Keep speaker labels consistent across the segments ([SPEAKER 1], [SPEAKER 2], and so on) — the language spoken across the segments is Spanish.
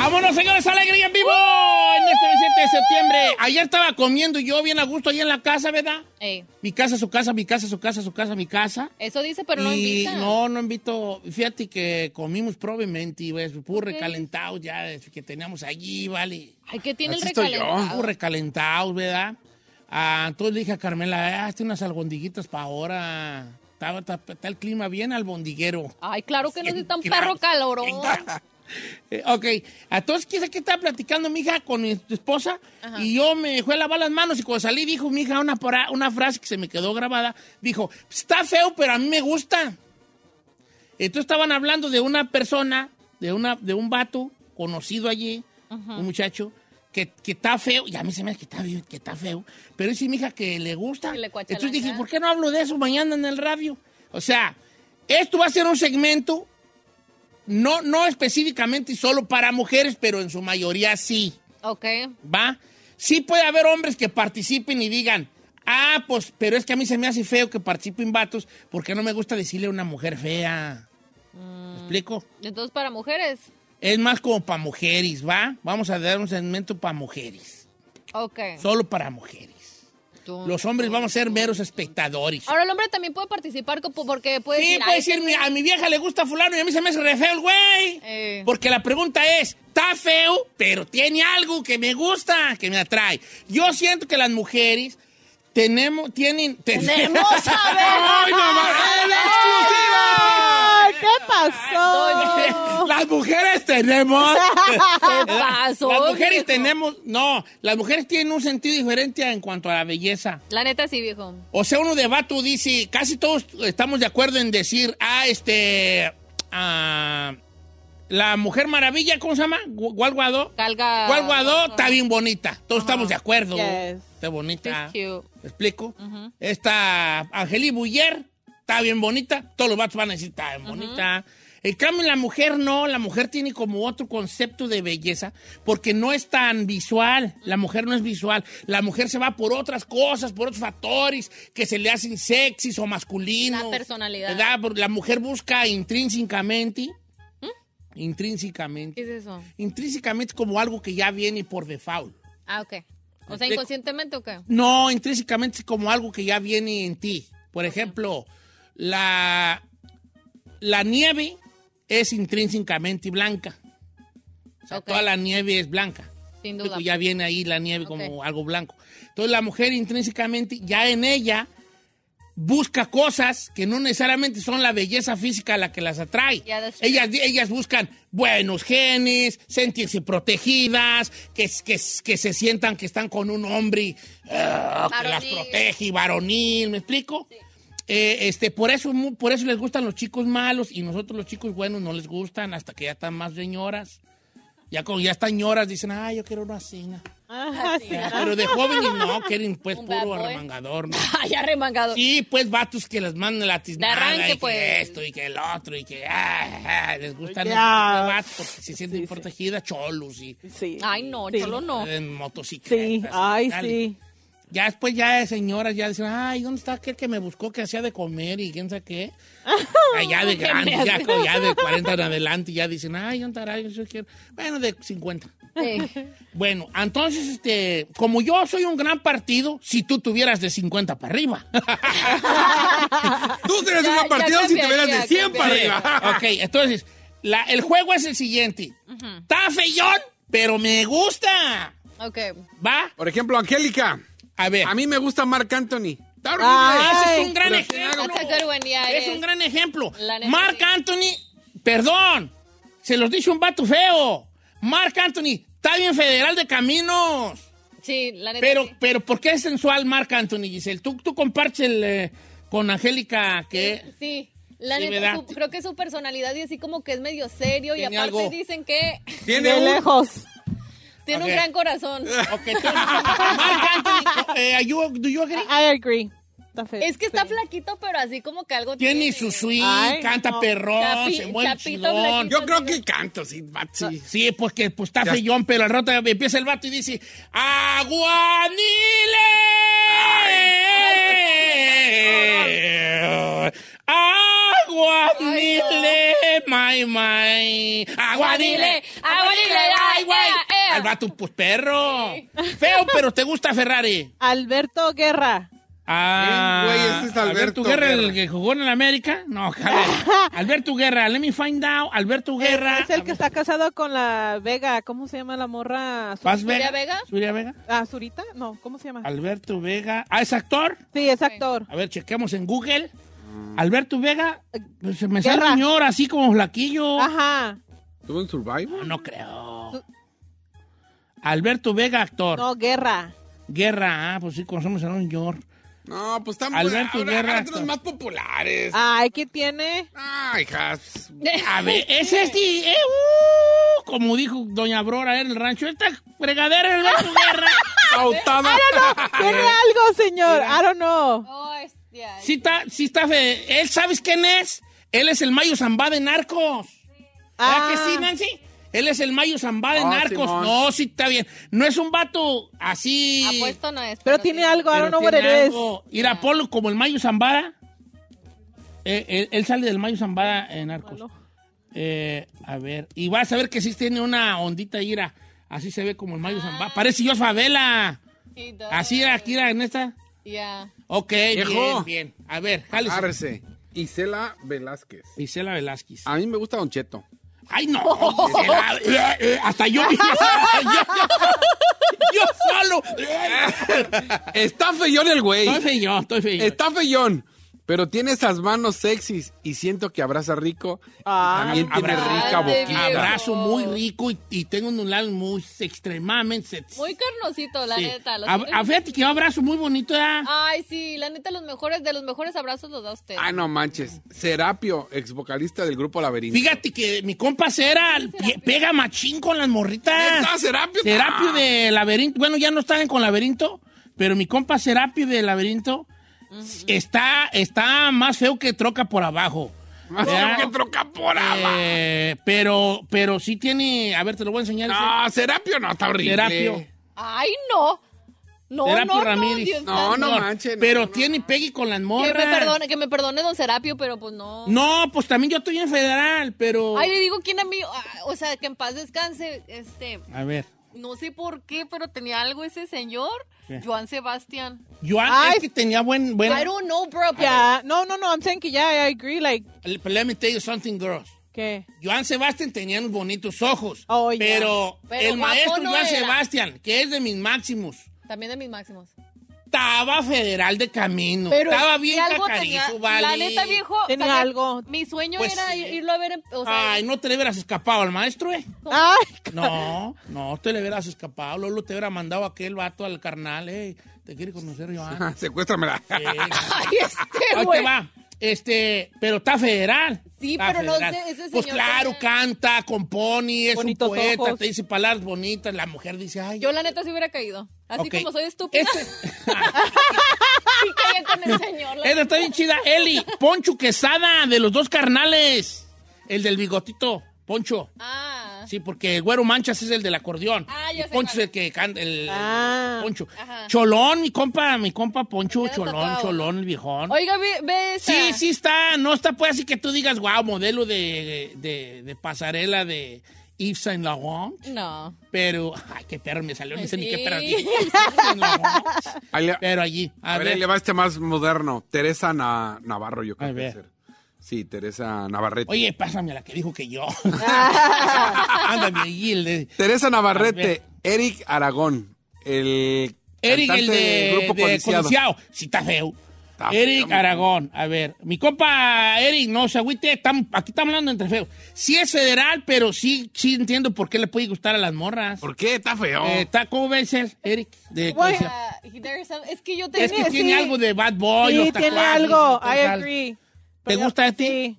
[SPEAKER 1] ¡Vámonos, señores! ¡Alegría en vivo! En este 27 de septiembre. Ayer estaba comiendo yo bien a gusto ahí en la casa, ¿verdad?
[SPEAKER 2] Ey,
[SPEAKER 1] Mi casa, su casa, mi casa, su casa, su casa, mi casa.
[SPEAKER 2] eso dice, pero no
[SPEAKER 1] y
[SPEAKER 2] invita.
[SPEAKER 1] no, no invito. Fíjate que comimos probablemente y pues, purre calentado ya desde que teníamos allí, ¿vale?
[SPEAKER 2] Ay, que tiene el
[SPEAKER 3] Así estoy yo.
[SPEAKER 2] recalentado.
[SPEAKER 1] Purre calentado, ¿verdad? Ah, entonces le dije a Carmela, "Ah, hazte unas albondiguitas para ahora. Está, está- está el clima bien albondiguero.
[SPEAKER 2] Ay, claro que no es tan
[SPEAKER 1] Qué
[SPEAKER 2] perro
[SPEAKER 1] raro.
[SPEAKER 2] calorón.
[SPEAKER 1] Eh, ok, entonces quise que estaba platicando mi hija con mi esposa y yo me fui a lavar las manos y cuando salí dijo mi hija una, para- una frase que se me quedó grabada, dijo, está feo pero a mí me gusta. Entonces estaban hablando de una persona, de, una, de un vato conocido allí, un muchacho, que, que está feo, y a mí se me hace que está, feo, que está feo, pero dice mi hija que le gusta.
[SPEAKER 2] Que le cuachalanca.
[SPEAKER 1] Entonces dije, ¿por qué no hablo de eso mañana en el radio? O sea, esto va a ser un segmento no, no específicamente y solo para mujeres, pero en su mayoría sí,
[SPEAKER 2] Ok.
[SPEAKER 1] ¿va? Sí puede haber hombres que participen y digan, ah, pues, pero es que a mí se me hace feo que participen vatos porque no me gusta decirle a una mujer fea. ¿Me explico?
[SPEAKER 2] Entonces, para mujeres.
[SPEAKER 1] Es más como para mujeres, ¿va? Vamos a dar un segmento para mujeres,
[SPEAKER 2] Ok.
[SPEAKER 1] solo para mujeres.
[SPEAKER 2] Tú.
[SPEAKER 1] Los hombres vamos a ser meros espectadores.
[SPEAKER 2] Ahora, el hombre también puede participar co- porque puede
[SPEAKER 1] Sí,
[SPEAKER 2] decir,
[SPEAKER 1] puede
[SPEAKER 2] ay,
[SPEAKER 1] decir, "Mi- a mi vieja le gusta fulano y a mí se me hace re feo el güey.
[SPEAKER 2] Eh.
[SPEAKER 1] Porque la pregunta es, está feo, pero tiene algo que me gusta, que me atrae. Yo siento que las mujeres tenemos, tienen...
[SPEAKER 2] Tenemos, a ver.
[SPEAKER 1] ¡Ay, no mames! ¡En exclusiva!
[SPEAKER 4] Ay, ¿Qué pasó?
[SPEAKER 1] Las mujeres tenemos...
[SPEAKER 2] ¿Qué pasó?
[SPEAKER 1] Las mujeres
[SPEAKER 2] viejo?
[SPEAKER 1] tenemos... No, las mujeres tienen un sentido diferente en cuanto a la belleza.
[SPEAKER 2] La neta sí, viejo.
[SPEAKER 1] O sea, uno de vato dice, casi todos estamos de acuerdo en decir, ah, este, ah, la Mujer Maravilla, ¿cómo se llama? Gu- Gual Guadó.
[SPEAKER 2] Calga.
[SPEAKER 1] Gual Guadó está bien bonita, todos estamos de acuerdo.
[SPEAKER 4] Yes.
[SPEAKER 1] Está bonita.
[SPEAKER 2] She's cute.
[SPEAKER 1] ¿Me explico? Esta Angeli Buller está bien bonita, todos los vatos van a decir, está bien bonita. En cambio, la mujer no, la mujer tiene como otro concepto de belleza, porque no es tan visual, la mujer no es visual, la mujer se va por otras cosas, por otros factores que se le hacen sexys o masculinos.
[SPEAKER 2] La personalidad.
[SPEAKER 1] ¿verdad? Porque La mujer busca intrínsecamente,
[SPEAKER 2] ¿Mm?
[SPEAKER 1] intrínsecamente,
[SPEAKER 2] ¿Qué es eso?
[SPEAKER 1] intrínsecamente como algo que ya viene por default.
[SPEAKER 2] Ah, ok. O sea,
[SPEAKER 1] Explico.
[SPEAKER 2] inconscientemente o qué?
[SPEAKER 1] No, intrínsecamente es como algo que ya viene en ti. Por ejemplo, la, la nieve es intrínsecamente blanca. O sea,
[SPEAKER 2] Ok.
[SPEAKER 1] toda la nieve es blanca.
[SPEAKER 2] Sin duda.
[SPEAKER 1] Pues Ya viene ahí la nieve
[SPEAKER 2] Ok.
[SPEAKER 1] como algo blanco. Entonces la mujer intrínsecamente, ya en ella, busca cosas que no necesariamente son la belleza física la que las atrae.
[SPEAKER 2] Yeah, that's true.
[SPEAKER 1] ellas, ellas buscan buenos genes, sentirse protegidas, que, que, que se sientan que están con un hombre ah, que las
[SPEAKER 2] Varonil.
[SPEAKER 1] protege, y varonil, ¿me explico? Eh, este, por, eso, mu- por eso les gustan los chicos malos y nosotros los chicos buenos no les gustan hasta que ya están más señoras. Ya cuando ya están ñoras dicen, ay, yo quiero una asina.
[SPEAKER 4] Ah, sí.
[SPEAKER 1] Pero de jóvenes no, quieren pues
[SPEAKER 2] Un bad
[SPEAKER 1] puro
[SPEAKER 2] boy.
[SPEAKER 1] arremangador. ¿no?
[SPEAKER 2] Ay, arremangado.
[SPEAKER 1] Sí, pues vatos que las mandan a la tiznada.
[SPEAKER 2] De arranque,
[SPEAKER 1] y que
[SPEAKER 2] pues.
[SPEAKER 1] esto y que el otro y que ah, ah, les gustan
[SPEAKER 4] Pues Ya.
[SPEAKER 1] esos vatos porque se sienten
[SPEAKER 4] Sí, sí.
[SPEAKER 1] protegidas, cholos y
[SPEAKER 4] Sí.
[SPEAKER 2] Ay, no,
[SPEAKER 4] Sí.
[SPEAKER 2] cholo no.
[SPEAKER 1] en motocicletas.
[SPEAKER 4] Sí,
[SPEAKER 1] y
[SPEAKER 4] ay,
[SPEAKER 1] tal.
[SPEAKER 4] sí.
[SPEAKER 1] Ya después ya señoras ya dicen, ay, ¿dónde está aquel que me buscó que hacía de comer y quién sabe qué? Allá de grandes, ya, ya de 40 en adelante, ya dicen, ay, ¿dónde estará? Yo quiero- Bueno, de 50.
[SPEAKER 2] Eh,
[SPEAKER 1] Bueno, entonces, este, como yo soy un gran partido, si tú tuvieras de 50 para arriba.
[SPEAKER 3] ganado
[SPEAKER 2] ya
[SPEAKER 3] partidos si te
[SPEAKER 2] cambiaría,
[SPEAKER 3] hubieras de 100 para
[SPEAKER 2] cambiaría.
[SPEAKER 3] arriba.
[SPEAKER 1] Ok, entonces, la- el juego es el siguiente. Está feyón, pero me gusta.
[SPEAKER 2] Ok.
[SPEAKER 1] ¿Va?
[SPEAKER 3] Por ejemplo, Angélica.
[SPEAKER 1] A ver.
[SPEAKER 3] A mí me gusta Marc Anthony.
[SPEAKER 4] Ah,
[SPEAKER 1] Ese es
[SPEAKER 4] Ay,
[SPEAKER 1] un gran
[SPEAKER 3] pero te hago-
[SPEAKER 1] ejemplo.
[SPEAKER 2] That's a good one, yeah,
[SPEAKER 1] Es
[SPEAKER 2] it
[SPEAKER 1] un
[SPEAKER 2] is.
[SPEAKER 1] gran ejemplo.
[SPEAKER 2] eh. La neta,
[SPEAKER 1] Mark
[SPEAKER 2] sí.
[SPEAKER 1] Anthony, perdón, se los dice un vato feo. Mark Anthony, está bien federal de caminos.
[SPEAKER 2] Sí, la neta.
[SPEAKER 1] Pero,
[SPEAKER 2] sí.
[SPEAKER 1] pero, ¿por qué es sensual Mark Anthony, Giselle? Tú, tú compartes el, eh, con Angélica que...
[SPEAKER 2] Sí. La
[SPEAKER 1] Sí,
[SPEAKER 2] neta,
[SPEAKER 1] ¿verdad?
[SPEAKER 2] su- creo que su personalidad y así como que es medio serio y
[SPEAKER 1] Tiene
[SPEAKER 2] aparte
[SPEAKER 1] algo.
[SPEAKER 2] dicen que
[SPEAKER 3] Tiene
[SPEAKER 4] De
[SPEAKER 3] un-
[SPEAKER 4] lejos.
[SPEAKER 2] tiene
[SPEAKER 1] Ok.
[SPEAKER 2] un gran corazón.
[SPEAKER 1] Ok, entonces, Marc Anthony, eh, are you- do you agree?
[SPEAKER 4] I agree. Está feo.
[SPEAKER 2] Es que está
[SPEAKER 4] Sí.
[SPEAKER 2] flaquito, pero así como que algo
[SPEAKER 1] Tiene su swing,
[SPEAKER 4] Ay,
[SPEAKER 1] canta
[SPEAKER 4] no.
[SPEAKER 1] perrón,
[SPEAKER 2] Chapi-
[SPEAKER 1] se mueve
[SPEAKER 2] chapito
[SPEAKER 1] chidón.
[SPEAKER 2] flaquito.
[SPEAKER 3] Yo creo que canto, sí, Bat, sí.
[SPEAKER 1] Sí, pues que pues, está
[SPEAKER 3] Ya.
[SPEAKER 1] feyón, pero al rato empieza el vato y dice, ¡Aguanile! ¡Aguanile! ¡My, my! ¡Aguanile!
[SPEAKER 2] Aguanile, aguanile, ay,
[SPEAKER 1] güey!
[SPEAKER 2] ah, ea, ea.
[SPEAKER 1] Al vato, pues perro. Feo, pero te gusta Ferrari.
[SPEAKER 4] Alberto Guerra.
[SPEAKER 1] Ah,
[SPEAKER 3] Bien, güey, ese es Alberto
[SPEAKER 1] Guerra, el
[SPEAKER 3] Guerra.
[SPEAKER 1] que jugó en el América. No, a ver, Alberto Guerra, let me find out. Alberto Guerra.
[SPEAKER 4] Es el que está casado con la Vega. ¿Cómo se llama la morra? Su-
[SPEAKER 1] Paz Vega.
[SPEAKER 2] ¿Zuria Vega?
[SPEAKER 1] Zuria Vega.
[SPEAKER 4] Ah, Zurita. No, ¿cómo se llama?
[SPEAKER 1] Alberto Vega. Ah, es actor.
[SPEAKER 4] Sí, es actor.
[SPEAKER 1] A ver, chequemos en Google. Alberto Vega. pues, se me sale
[SPEAKER 4] Guerra.
[SPEAKER 1] un señor así como flaquillo.
[SPEAKER 4] Ajá.
[SPEAKER 3] ¿Tuvo un survival?
[SPEAKER 1] No, no creo. Alberto Vega, actor.
[SPEAKER 4] No, Guerra.
[SPEAKER 1] Guerra, ah, pues sí, conocemos a un señor.
[SPEAKER 3] No, pues están
[SPEAKER 1] Alberto
[SPEAKER 3] ahora,
[SPEAKER 1] Guerra,
[SPEAKER 3] ahora otros
[SPEAKER 1] actor.
[SPEAKER 3] más populares.
[SPEAKER 4] Ay, ¿qué tiene?
[SPEAKER 3] Ay, hijas.
[SPEAKER 1] A ver, es este. eh, uh, como dijo Doña Aurora en el rancho, esta fregadera es Alberto Guerra.
[SPEAKER 3] Pautada.
[SPEAKER 4] Tiene algo, señor. I don't know.
[SPEAKER 2] Oh, hostia.
[SPEAKER 1] Sí está, sí está. fe- ¿Él sabes quién es? Él es el Mayo Zambá de Narcos. ¿Verdad
[SPEAKER 4] Ah.
[SPEAKER 1] que sí, Nancy? Él es el Mayo Zambá de
[SPEAKER 3] Ah,
[SPEAKER 1] Narcos.
[SPEAKER 3] Simón.
[SPEAKER 1] No, sí está bien. No es un vato así.
[SPEAKER 2] Apuesto no es.
[SPEAKER 4] Pero tiene
[SPEAKER 2] sí.
[SPEAKER 4] algo, I
[SPEAKER 1] pero
[SPEAKER 4] don't know what it
[SPEAKER 1] tiene
[SPEAKER 4] is.
[SPEAKER 1] algo. Ir a Polo como el Mayo Zambara. Eh, él, él sale del Mayo Zambara en Narcos. Eh, a ver. Y vas a ver que sí tiene una ondita ira. Así se ve como el Mayo Zambara. Parece yo Favela.
[SPEAKER 2] Sí, does.
[SPEAKER 1] Así era, aquí era en esta.
[SPEAKER 2] Yeah.
[SPEAKER 1] Ok,
[SPEAKER 3] Viejo. Ah,
[SPEAKER 1] bien, bien. A ver, jálese.
[SPEAKER 3] Arce. Isela Velázquez.
[SPEAKER 1] Isela Velázquez.
[SPEAKER 3] A mí me gusta Don Cheto.
[SPEAKER 1] Ay, no. Gisela, eh, eh, hasta yo mismo. yo, yo solo.
[SPEAKER 3] Está feyón el güey.
[SPEAKER 1] Estoy feyón, estoy feyón.
[SPEAKER 3] Está feyón. Pero tiene esas manos sexys y siento que abraza rico. y
[SPEAKER 4] Ah.
[SPEAKER 3] También tiene
[SPEAKER 1] Abrazo.
[SPEAKER 3] rica
[SPEAKER 2] Ay, de
[SPEAKER 3] boquita.
[SPEAKER 2] viejo.
[SPEAKER 1] Abrazo muy rico y, y tengo un lado muy extremadamente sexy.
[SPEAKER 2] Muy carnosito, la
[SPEAKER 1] Sí.
[SPEAKER 2] neta. Los- Ah.
[SPEAKER 1] A, a- fíjate que un abrazo muy bonito. ¿eh?
[SPEAKER 2] Ay, sí, la neta, los mejores, de los mejores abrazos los da usted.
[SPEAKER 3] Ah, no manches. Serapio, ex vocalista del grupo Laberinto.
[SPEAKER 1] Fíjate que mi compa Cera pie- pega machín con las morritas.
[SPEAKER 3] ¿Neta, Serapio? Ah,
[SPEAKER 1] Serapio de Laberinto. Bueno, ya no están con Laberinto, pero mi compa Serapio de Laberinto está, está más feo que troca por abajo.
[SPEAKER 3] Más
[SPEAKER 1] ¿Ya?
[SPEAKER 3] que troca por abajo.
[SPEAKER 1] Eh, pero, pero sí tiene. A ver, te lo voy a enseñar.
[SPEAKER 3] No, Serapio no, está horrible.
[SPEAKER 1] Serapio.
[SPEAKER 2] Ay, no. No,
[SPEAKER 1] Serapio
[SPEAKER 2] no,
[SPEAKER 1] Ramírez.
[SPEAKER 2] no, Dios
[SPEAKER 3] No,
[SPEAKER 2] santo.
[SPEAKER 3] no manches, no,
[SPEAKER 1] pero
[SPEAKER 3] no,
[SPEAKER 1] tiene Peggy con las
[SPEAKER 2] Que
[SPEAKER 1] morras.
[SPEAKER 2] me, perdone, que me perdone don Serapio, pero pues no.
[SPEAKER 1] No, pues también yo estoy en federal, pero.
[SPEAKER 2] Ay, le digo quién a mí, ah, o sea, que en paz descanse, este,
[SPEAKER 1] A ver.
[SPEAKER 2] no sé por qué, pero tenía algo ese señor,
[SPEAKER 1] ¿Qué?
[SPEAKER 2] Joan Sebastián.
[SPEAKER 1] Yo
[SPEAKER 4] Ay.
[SPEAKER 1] antes que tenía buen. buen
[SPEAKER 2] I don't know, bro. pero-
[SPEAKER 4] Ya. No, no, no. I'm saying que ya, I agree. Like,
[SPEAKER 1] Let me tell you something, girls.
[SPEAKER 4] ¿qué?
[SPEAKER 1] Joan Sebastián tenía unos bonitos ojos.
[SPEAKER 4] Oh, ya.
[SPEAKER 1] pero,
[SPEAKER 2] Pero
[SPEAKER 1] el
[SPEAKER 2] guapo
[SPEAKER 1] maestro
[SPEAKER 2] no
[SPEAKER 1] Joan
[SPEAKER 2] era.
[SPEAKER 1] Sebastián, que es de mis máximos,
[SPEAKER 2] También de mis máximos.
[SPEAKER 1] estaba federal de camino.
[SPEAKER 2] Pero
[SPEAKER 1] estaba
[SPEAKER 2] sí
[SPEAKER 1] bien
[SPEAKER 2] algo
[SPEAKER 1] cacarizo,
[SPEAKER 2] tenía-
[SPEAKER 1] vale.
[SPEAKER 2] La neta, viejo.
[SPEAKER 4] Tenía
[SPEAKER 2] o sea,
[SPEAKER 4] algo.
[SPEAKER 2] Mi sueño
[SPEAKER 1] Pues
[SPEAKER 2] era
[SPEAKER 1] sí.
[SPEAKER 2] irlo a ver en, o sea,
[SPEAKER 1] Ay, no te le hubieras escapado al maestro, ¿eh?
[SPEAKER 4] Ay,
[SPEAKER 1] No, no, te le hubieras escapado. Lolo te hubiera mandado aquel vato al carnal, ¿eh? Te quiere conocer, Joan.
[SPEAKER 3] Secuéstramela.
[SPEAKER 1] Sí.
[SPEAKER 2] Ay, este,
[SPEAKER 1] Ahí te
[SPEAKER 2] güey.
[SPEAKER 1] va. Este, pero está federal.
[SPEAKER 2] Sí,
[SPEAKER 1] Está
[SPEAKER 2] pero no sé, ese
[SPEAKER 1] Pues
[SPEAKER 2] señor
[SPEAKER 1] claro,
[SPEAKER 2] tenía-
[SPEAKER 1] canta, compone, es
[SPEAKER 4] Bonitos
[SPEAKER 1] un poeta,
[SPEAKER 4] ojos.
[SPEAKER 1] te dice palabras bonitas. La mujer dice, ay.
[SPEAKER 2] Yo la neta sí hubiera caído. Así
[SPEAKER 1] ok.
[SPEAKER 2] como soy estúpida,
[SPEAKER 1] Este-
[SPEAKER 2] sí caía con el señor. la
[SPEAKER 1] Esa está bien chida. Eli, Poncho Quesada, de los dos carnales. El del bigotito, Poncho.
[SPEAKER 2] Ah,
[SPEAKER 1] Sí, porque el güero Manchas es el del acordeón.
[SPEAKER 2] Ah,
[SPEAKER 1] Y
[SPEAKER 2] ya sé
[SPEAKER 1] Poncho es
[SPEAKER 2] cuál.
[SPEAKER 1] el que canta, el,
[SPEAKER 4] Ah.
[SPEAKER 1] Poncho.
[SPEAKER 2] Ajá.
[SPEAKER 1] Cholón, mi compa, mi compa Poncho,
[SPEAKER 2] Ya lo
[SPEAKER 1] Cholón,
[SPEAKER 2] tocaba.
[SPEAKER 1] Cholón, el viejón.
[SPEAKER 2] Oiga, ve, ve esta.
[SPEAKER 1] Sí, sí está, no está pues así que tú digas, wow, modelo de, de- de pasarela de Yves Saint Laurent,
[SPEAKER 2] No.
[SPEAKER 1] pero, ay, qué perro me salió, no sé ni
[SPEAKER 2] Sí.
[SPEAKER 1] qué perro dije, Yves Saint Laurent.
[SPEAKER 3] Ahí le-
[SPEAKER 1] Pero allí,
[SPEAKER 3] A, ver, ahí le va este más moderno. Teresa Na- Navarro, yo creo
[SPEAKER 1] A
[SPEAKER 3] que
[SPEAKER 1] ver.
[SPEAKER 3] es él. Sí, Teresa Navarrete.
[SPEAKER 1] Oye, pásame a la que dijo que yo. Ándame, Gil.
[SPEAKER 3] Teresa Navarrete,
[SPEAKER 1] Alberto.
[SPEAKER 3] Eric Aragón, el
[SPEAKER 1] Eric, el
[SPEAKER 3] cantante del
[SPEAKER 1] de,
[SPEAKER 3] grupo
[SPEAKER 1] de
[SPEAKER 3] Codiciado.
[SPEAKER 1] Codiciado. Sí, está feo.
[SPEAKER 3] Está
[SPEAKER 1] Eric
[SPEAKER 3] feo, mi
[SPEAKER 1] Aragón, a ver, mi compa Eric, no se agüite, estamos- aquí estamos hablando entre feos. Sí es federal, pero sí, sí entiendo por qué le puede gustar a las morras.
[SPEAKER 3] ¿Por qué? Está feo.
[SPEAKER 1] Eh, está- ¿Cómo ves él, Eric? De
[SPEAKER 2] Bueno,
[SPEAKER 1] Codiciado?
[SPEAKER 2] there's some- es que yo tenía
[SPEAKER 1] es que tiene
[SPEAKER 2] sí.
[SPEAKER 1] algo de bad boy.
[SPEAKER 4] Sí,
[SPEAKER 1] los
[SPEAKER 4] tiene
[SPEAKER 1] tatuajes,
[SPEAKER 4] algo.
[SPEAKER 1] y
[SPEAKER 4] I
[SPEAKER 1] tal.
[SPEAKER 4] agree.
[SPEAKER 1] ¿Te
[SPEAKER 4] Pero-
[SPEAKER 1] gusta este?
[SPEAKER 4] Sí.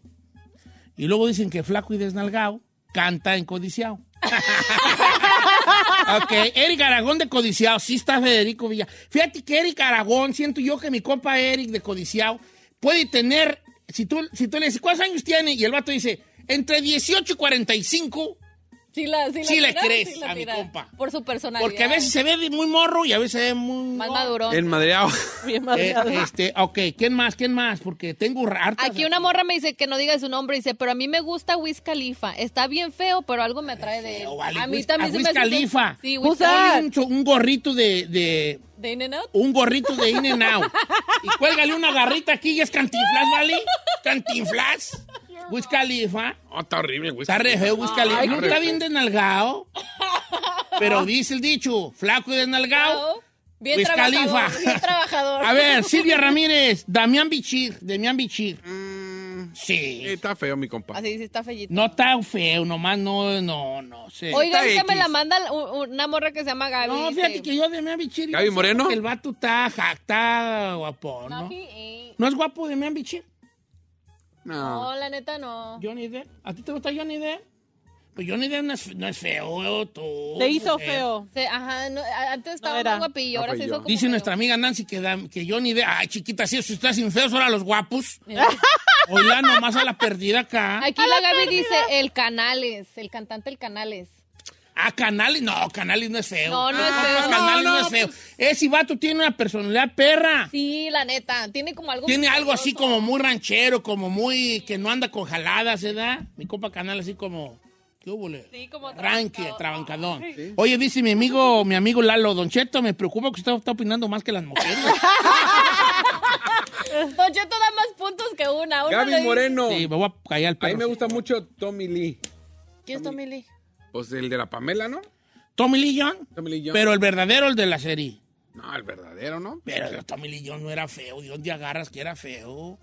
[SPEAKER 1] Y luego dicen que flaco y desnalgado canta en Codiciado. ok, Eric Aragón de Codiciado, sí está Federico Villa. Fíjate que Eric Aragón, siento yo que mi compa Eric de Codiciado puede tener, si tú, si tú le dices, ¿cuántos años tiene? Y el vato dice, entre 18 y 45,
[SPEAKER 2] Sí, la, sí, la
[SPEAKER 1] Sí le
[SPEAKER 2] tira,
[SPEAKER 1] crees
[SPEAKER 2] la
[SPEAKER 1] a mi
[SPEAKER 2] tira.
[SPEAKER 1] compa.
[SPEAKER 2] Por su personalidad.
[SPEAKER 1] porque a veces se ve de muy morro y a veces se ve muy...
[SPEAKER 2] Más
[SPEAKER 1] no.
[SPEAKER 2] madurón.
[SPEAKER 3] En Madreao.
[SPEAKER 4] Bien
[SPEAKER 1] Eh,
[SPEAKER 4] madreado.
[SPEAKER 1] este, ok, ¿quién más? ¿Quién más? Porque tengo hartas.
[SPEAKER 2] Aquí una morra me dice que no diga su nombre. Dice, pero a mí me gusta Wiz Khalifa. Está bien feo, pero algo me atrae de él.
[SPEAKER 1] feo, Oh, vale.
[SPEAKER 2] A mí
[SPEAKER 1] Wiz-
[SPEAKER 2] también
[SPEAKER 1] a
[SPEAKER 2] se
[SPEAKER 1] Wiz
[SPEAKER 2] me hace-
[SPEAKER 1] Khalifa.
[SPEAKER 2] Sí, Wiz
[SPEAKER 4] Who's
[SPEAKER 2] Khalifa.
[SPEAKER 4] that?
[SPEAKER 1] un, cho- un gorrito de- de
[SPEAKER 2] ¿De In and Out?
[SPEAKER 1] un gorrito de in and out. Y cuélgale una garrita aquí y es cantinflas, ¿vale? Cantinflas. Wiz Khalifa.
[SPEAKER 3] Oh, está horrible, güey.
[SPEAKER 1] Está re feo Wiz Khalifa. No está bien desnalgado. Pero dice el dicho, flaco y desnalgado.
[SPEAKER 2] Bien
[SPEAKER 1] Wiz
[SPEAKER 2] trabajador.
[SPEAKER 1] Khalifa.
[SPEAKER 2] Bien trabajador.
[SPEAKER 1] A ver, Silvia Ramírez, Damián Bichir, Damián Bichir.
[SPEAKER 3] Eh,
[SPEAKER 1] Sí.
[SPEAKER 3] Está feo, mi compa.
[SPEAKER 2] Así sí está fellito.
[SPEAKER 1] No tan feo, nomás no, no, no sé.
[SPEAKER 2] Oiga,
[SPEAKER 3] está
[SPEAKER 2] ahorita me
[SPEAKER 3] X.
[SPEAKER 2] la manda u- una morra que se llama Gaby.
[SPEAKER 1] No,
[SPEAKER 2] dice,
[SPEAKER 1] fíjate que yo Damián Bichir.
[SPEAKER 3] ¿Gaby Moreno?
[SPEAKER 1] El vato está, ja- está guapo,
[SPEAKER 2] No,
[SPEAKER 1] ¿no?
[SPEAKER 2] he ain't.
[SPEAKER 1] ¿No es guapo Damián Bichir?
[SPEAKER 3] No.
[SPEAKER 2] eh, No, la neta no.
[SPEAKER 1] Johnny Depp. ¿A ti te gusta Johnny Depp? Pues Johnny Depp no es, no es feo, tú.
[SPEAKER 4] Le hizo
[SPEAKER 1] mujer.
[SPEAKER 4] feo.
[SPEAKER 2] Se- Ajá, no, a- antes estaba
[SPEAKER 4] era.
[SPEAKER 2] más guapillo, ahora
[SPEAKER 3] Guapillo.
[SPEAKER 2] se hizo como...
[SPEAKER 1] Dice
[SPEAKER 2] feo.
[SPEAKER 1] nuestra amiga Nancy que, da- que Johnny Depp. Ay, chiquita, si eso está sin feos, ahora los guapos. Oiga, nomás a la perdida acá.
[SPEAKER 2] Aquí la Gaby dice el Canales, el cantante el Canales.
[SPEAKER 1] Ah, Canales. No, Canales no es feo.
[SPEAKER 2] No, no es
[SPEAKER 1] Ah,
[SPEAKER 2] feo.
[SPEAKER 1] Canales no,
[SPEAKER 2] No, pues.
[SPEAKER 1] es feo. Ese vato tiene una personalidad perra.
[SPEAKER 2] Sí, la neta, tiene como algo...
[SPEAKER 1] Tiene algo así
[SPEAKER 2] misterioso.
[SPEAKER 1] como muy ranchero, como muy. que no anda con jaladas, ¿verdad? Mi compa Canal así como. ¿Qué hubo, le?
[SPEAKER 2] Sí, como
[SPEAKER 1] Ranque,
[SPEAKER 2] trabancador.
[SPEAKER 1] trabancadón. Oye, dice mi amigo, mi amigo Lalo, Don Cheto, me preocupa que usted está opinando más que las mujeres.
[SPEAKER 2] Don Cheto da más puntos que una. Uno le
[SPEAKER 3] Gaby
[SPEAKER 2] dice-
[SPEAKER 3] Moreno.
[SPEAKER 1] sí, me voy a callar el
[SPEAKER 3] A mí
[SPEAKER 1] perro.
[SPEAKER 3] me gusta mucho Tommy Lee.
[SPEAKER 2] ¿Quién es Tommy Lee?
[SPEAKER 3] Pues el de la Pamela, ¿no?
[SPEAKER 1] Tommy Lee Jones,
[SPEAKER 3] Tommy Lee Jones.
[SPEAKER 1] pero el verdadero, el de la serie.
[SPEAKER 3] No, el verdadero, ¿no?
[SPEAKER 1] Pero el Tommy Lee Jones no era feo. ¿De dónde agarras que era feo?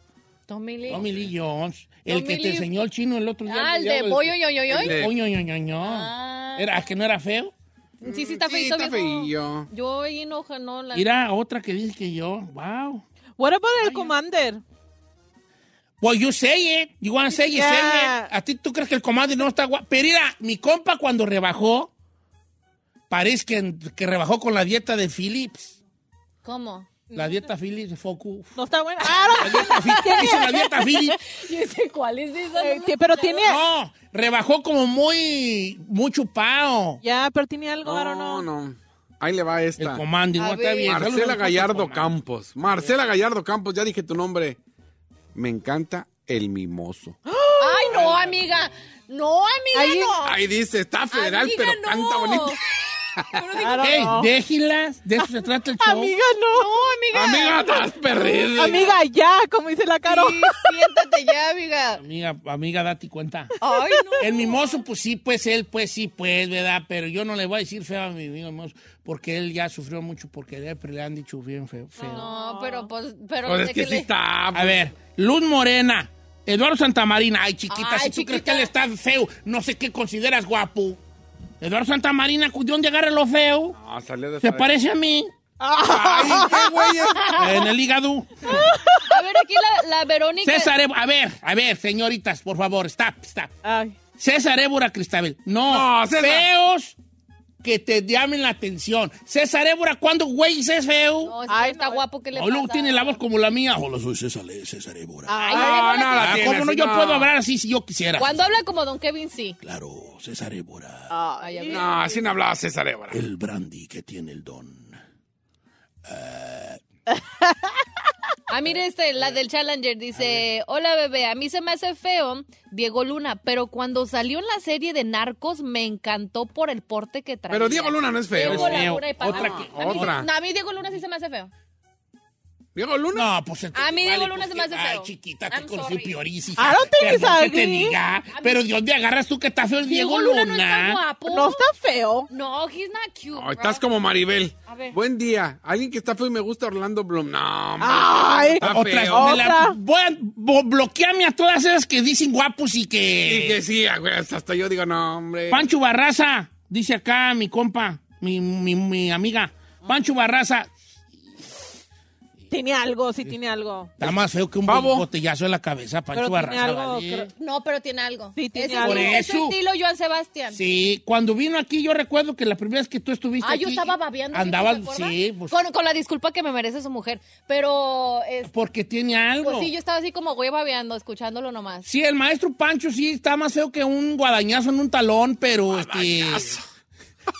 [SPEAKER 2] Tommy Lee.
[SPEAKER 1] Tommy Lee Jones, el
[SPEAKER 2] Tommy
[SPEAKER 1] que te
[SPEAKER 2] Lee-
[SPEAKER 1] enseñó el chino el otro día.
[SPEAKER 2] Ah, el
[SPEAKER 1] ya,
[SPEAKER 2] de Boyo yo, yo, ¿eh? yo.
[SPEAKER 3] El de-
[SPEAKER 1] Oño, ño, ño, ño.
[SPEAKER 2] Ah.
[SPEAKER 1] ¿Era que no era feo?
[SPEAKER 2] Sí, sí está
[SPEAKER 3] Sí,
[SPEAKER 2] feito,
[SPEAKER 3] está
[SPEAKER 2] viejo.
[SPEAKER 3] feillo.
[SPEAKER 2] Yo ahí no, no, la
[SPEAKER 1] Mira, otra que dice que yo. Wow.
[SPEAKER 4] What about el Commander?
[SPEAKER 1] Well, you say it. You wanna say it,
[SPEAKER 4] Yeah.
[SPEAKER 1] say it. A ti tú crees que el comando no está guapo. Pero mira, mi compa cuando rebajó, parece que, que rebajó con la dieta de Phillips.
[SPEAKER 2] ¿Cómo?
[SPEAKER 1] La dieta Phillips, Focu.
[SPEAKER 4] No está bueno. Ah,
[SPEAKER 1] La dieta Phillips, hizo la dieta Phillips.
[SPEAKER 2] Yo sé cuál es esa.
[SPEAKER 4] no. Eh, ti- pero tiene.
[SPEAKER 1] No, rebajó como muy, muy chupado.
[SPEAKER 4] Ya, pero tiene algo, I don't
[SPEAKER 3] No,
[SPEAKER 4] know.
[SPEAKER 3] no. Ahí le va
[SPEAKER 1] El
[SPEAKER 3] esta.
[SPEAKER 1] comando, no
[SPEAKER 2] A
[SPEAKER 1] está
[SPEAKER 2] ver.
[SPEAKER 1] bien. Saludos
[SPEAKER 3] Marcela
[SPEAKER 1] al
[SPEAKER 3] Gallardo
[SPEAKER 1] comando.
[SPEAKER 3] Campos. Marcela Gallardo Campos, ya dije tu nombre. Me encanta el mimoso.
[SPEAKER 2] Ay, no, amiga. No, amiga,
[SPEAKER 4] Ahí-
[SPEAKER 2] no.
[SPEAKER 3] Ahí dice, está federal,
[SPEAKER 2] Amiga,
[SPEAKER 3] pero
[SPEAKER 2] no.
[SPEAKER 3] canta bonito.
[SPEAKER 4] I don't
[SPEAKER 1] Ey,
[SPEAKER 4] know.
[SPEAKER 1] déjilas, de eso se trata el show.
[SPEAKER 4] Amiga, no.
[SPEAKER 3] Amiga, estás perdida.
[SPEAKER 4] Amiga, ya, como dice la Caro.
[SPEAKER 2] Sí, siéntate ya, amiga.
[SPEAKER 1] Amiga, amiga, date cuenta.
[SPEAKER 2] Ay, no.
[SPEAKER 1] El mimoso, pues sí, pues él, pues sí, pues, ¿verdad? Pero yo no le voy a decir feo a mi amigo mimoso, porque él ya sufrió mucho porque de- pero le han dicho bien feo. feo.
[SPEAKER 2] No, pero pues, pero
[SPEAKER 3] Pues
[SPEAKER 2] de
[SPEAKER 3] es que
[SPEAKER 2] que
[SPEAKER 3] sí
[SPEAKER 2] le-
[SPEAKER 3] está.
[SPEAKER 1] A ver, Luz Morena, Eduardo Santamarina, ay chiquita,
[SPEAKER 2] Ay,
[SPEAKER 1] si tú crees
[SPEAKER 2] chiquita.
[SPEAKER 1] que él está feo, no sé qué consideras guapo. Eduardo Santamarina, ¿de dónde agarra lo feo?
[SPEAKER 3] No, Ah, salió de
[SPEAKER 1] Se
[SPEAKER 3] esa-
[SPEAKER 1] parece a mí,
[SPEAKER 3] Ay, qué güey es.
[SPEAKER 1] en el hígado.
[SPEAKER 2] A ver, aquí la, la Verónica.
[SPEAKER 1] César, Evo- a ver, a ver, señoritas, por favor, stop, stop.
[SPEAKER 4] Ay.
[SPEAKER 1] César Évora Cristabel. No,
[SPEAKER 3] No, César.
[SPEAKER 1] feos que te llamen la atención. César Évora, ¿cuándo güey es feo?
[SPEAKER 2] No, es que
[SPEAKER 4] Ay,
[SPEAKER 2] está
[SPEAKER 4] no.
[SPEAKER 2] guapo que le
[SPEAKER 1] o luego
[SPEAKER 2] pasa?
[SPEAKER 1] tiene la voz como la mía. Hola, soy César, eh, César Évora.
[SPEAKER 2] Ay,
[SPEAKER 3] No,
[SPEAKER 2] Débora,
[SPEAKER 3] no la
[SPEAKER 1] Ah,
[SPEAKER 3] tienes,
[SPEAKER 1] ¿Cómo no? Yo
[SPEAKER 3] no.
[SPEAKER 1] puedo hablar así si yo quisiera.
[SPEAKER 2] Cuando habla como Don Kevin, sí.
[SPEAKER 1] Claro, César Évora.
[SPEAKER 2] Ay, a ver.
[SPEAKER 3] No, así no hablaba César Évora.
[SPEAKER 1] El brandy que tiene el don.
[SPEAKER 2] Ah, mire este, la del Challenger dice, hola bebé, a mí se me hace feo Diego Luna, pero cuando salió en la serie de Narcos me encantó por el porte que traía.
[SPEAKER 3] Pero Diego Luna no es feo.
[SPEAKER 2] Diego
[SPEAKER 1] feo.
[SPEAKER 2] Luna y pa-
[SPEAKER 1] Otra
[SPEAKER 2] Ah,
[SPEAKER 1] que-
[SPEAKER 2] a mí sí-
[SPEAKER 3] otra.
[SPEAKER 2] no, a mí Diego Luna sí se me hace feo.
[SPEAKER 3] Diego Luna.
[SPEAKER 1] No, pues entonces,
[SPEAKER 2] A mí Diego Luna
[SPEAKER 1] pues,
[SPEAKER 2] se me hace
[SPEAKER 1] ay,
[SPEAKER 2] feo.
[SPEAKER 1] chiquita,
[SPEAKER 2] I'm
[SPEAKER 1] te conocí
[SPEAKER 2] sorry.
[SPEAKER 1] pioris,
[SPEAKER 4] I don't think it's
[SPEAKER 1] Perdón que te
[SPEAKER 4] ugly.
[SPEAKER 1] diga, pero ¿de dónde agarras tú que está feo el Diego,
[SPEAKER 2] no está guapo.
[SPEAKER 4] No está feo.
[SPEAKER 2] No, he's not cute.
[SPEAKER 3] Ay,
[SPEAKER 2] bro.
[SPEAKER 3] estás como Maribel.
[SPEAKER 2] A ver.
[SPEAKER 3] Buen día. Alguien que está feo y me gusta Orlando Bloom. No,
[SPEAKER 4] Ay,
[SPEAKER 3] Está
[SPEAKER 1] Ah, Otra,
[SPEAKER 3] feo.
[SPEAKER 1] me la-
[SPEAKER 4] Otra.
[SPEAKER 1] voy a bo- bloquearme a todas esas que dicen guapos y
[SPEAKER 3] Y
[SPEAKER 1] que...
[SPEAKER 3] que sí, güey, hasta hasta yo digo, no, hombre.
[SPEAKER 1] Pancho Barraza, dice acá mi compa, mi, mi- mi amiga. Pancho Barraza,
[SPEAKER 4] tiene algo, sí tiene algo.
[SPEAKER 1] está más feo que un
[SPEAKER 3] Pavo.
[SPEAKER 1] botellazo en la cabeza, Pancho
[SPEAKER 4] Pero tiene
[SPEAKER 1] Barraza.
[SPEAKER 4] algo,
[SPEAKER 1] ¿vale?
[SPEAKER 4] creo-
[SPEAKER 2] No, pero tiene algo.
[SPEAKER 4] Sí, tiene
[SPEAKER 2] ese
[SPEAKER 4] algo.
[SPEAKER 2] estilo-
[SPEAKER 1] Por
[SPEAKER 2] ese
[SPEAKER 1] eso.
[SPEAKER 2] estilo Joan Sebastián.
[SPEAKER 1] Sí, cuando vino aquí, yo recuerdo que la primera vez que tú estuviste
[SPEAKER 2] Ah,
[SPEAKER 1] aquí,
[SPEAKER 2] yo estaba babeando.
[SPEAKER 1] Andaba,
[SPEAKER 2] ¿te acuerdas?
[SPEAKER 1] sí, pues,
[SPEAKER 2] con, con la disculpa que me merece su mujer. Pero, es-
[SPEAKER 1] porque tiene algo.
[SPEAKER 2] pues sí, yo estaba así como güey babeando, escuchándolo nomás.
[SPEAKER 1] Sí, el maestro Pancho sí está más feo que un guadañazo en un talón, pero este.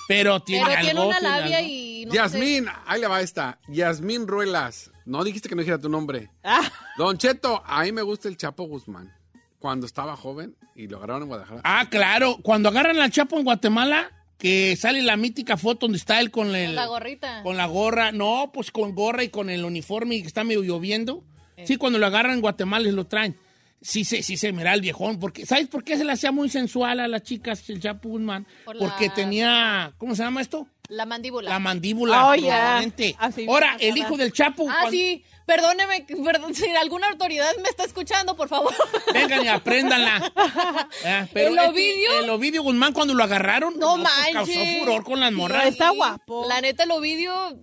[SPEAKER 1] Pero tiene
[SPEAKER 2] Pero tiene
[SPEAKER 1] algo,
[SPEAKER 2] una labia
[SPEAKER 1] algo.
[SPEAKER 2] y no sé.
[SPEAKER 3] Yasmín, ahí le va esta. Yasmín Ruelas. No dijiste que no dijera tu nombre.
[SPEAKER 4] Ah,
[SPEAKER 3] Don Cheto, a mí me gusta el Chapo Guzmán. Cuando estaba joven y lo agarraron en Guadalajara.
[SPEAKER 1] Ah, claro. Cuando agarran al Chapo en Guatemala, que sale la mítica foto donde está él con el.
[SPEAKER 2] Con la gorrita.
[SPEAKER 1] Con la gorra. No, pues con gorra y con el uniforme y que está medio lloviendo.
[SPEAKER 2] Eh.
[SPEAKER 1] Sí, cuando lo agarran en Guatemala y lo traen. Sí, se, sí se mira el viejón. Porque, ¿Sabes por qué se le hacía muy sensual a las chicas el Chapo Guzmán?
[SPEAKER 2] Por
[SPEAKER 1] porque
[SPEAKER 2] la-
[SPEAKER 1] tenía. ¿Cómo se llama esto?
[SPEAKER 2] La mandíbula.
[SPEAKER 1] La mandíbula.
[SPEAKER 4] Oh, ya.
[SPEAKER 1] prominente.
[SPEAKER 4] Así,
[SPEAKER 1] Ahora,
[SPEAKER 4] bien
[SPEAKER 1] el
[SPEAKER 4] marcada.
[SPEAKER 1] hijo del Chapo.
[SPEAKER 2] Ah,
[SPEAKER 1] cuando-
[SPEAKER 2] sí, perdóneme, perdón, si alguna autoridad me está escuchando, por favor.
[SPEAKER 1] Vengan y apréndanla. Ah,
[SPEAKER 2] ¿El
[SPEAKER 1] este-
[SPEAKER 2] Ovidio?
[SPEAKER 1] el Ovidio Guzmán, cuando lo agarraron,
[SPEAKER 2] No
[SPEAKER 1] pues,
[SPEAKER 2] manches.
[SPEAKER 1] causó furor con las morras.
[SPEAKER 4] está guapo.
[SPEAKER 2] La neta, el Ovidio,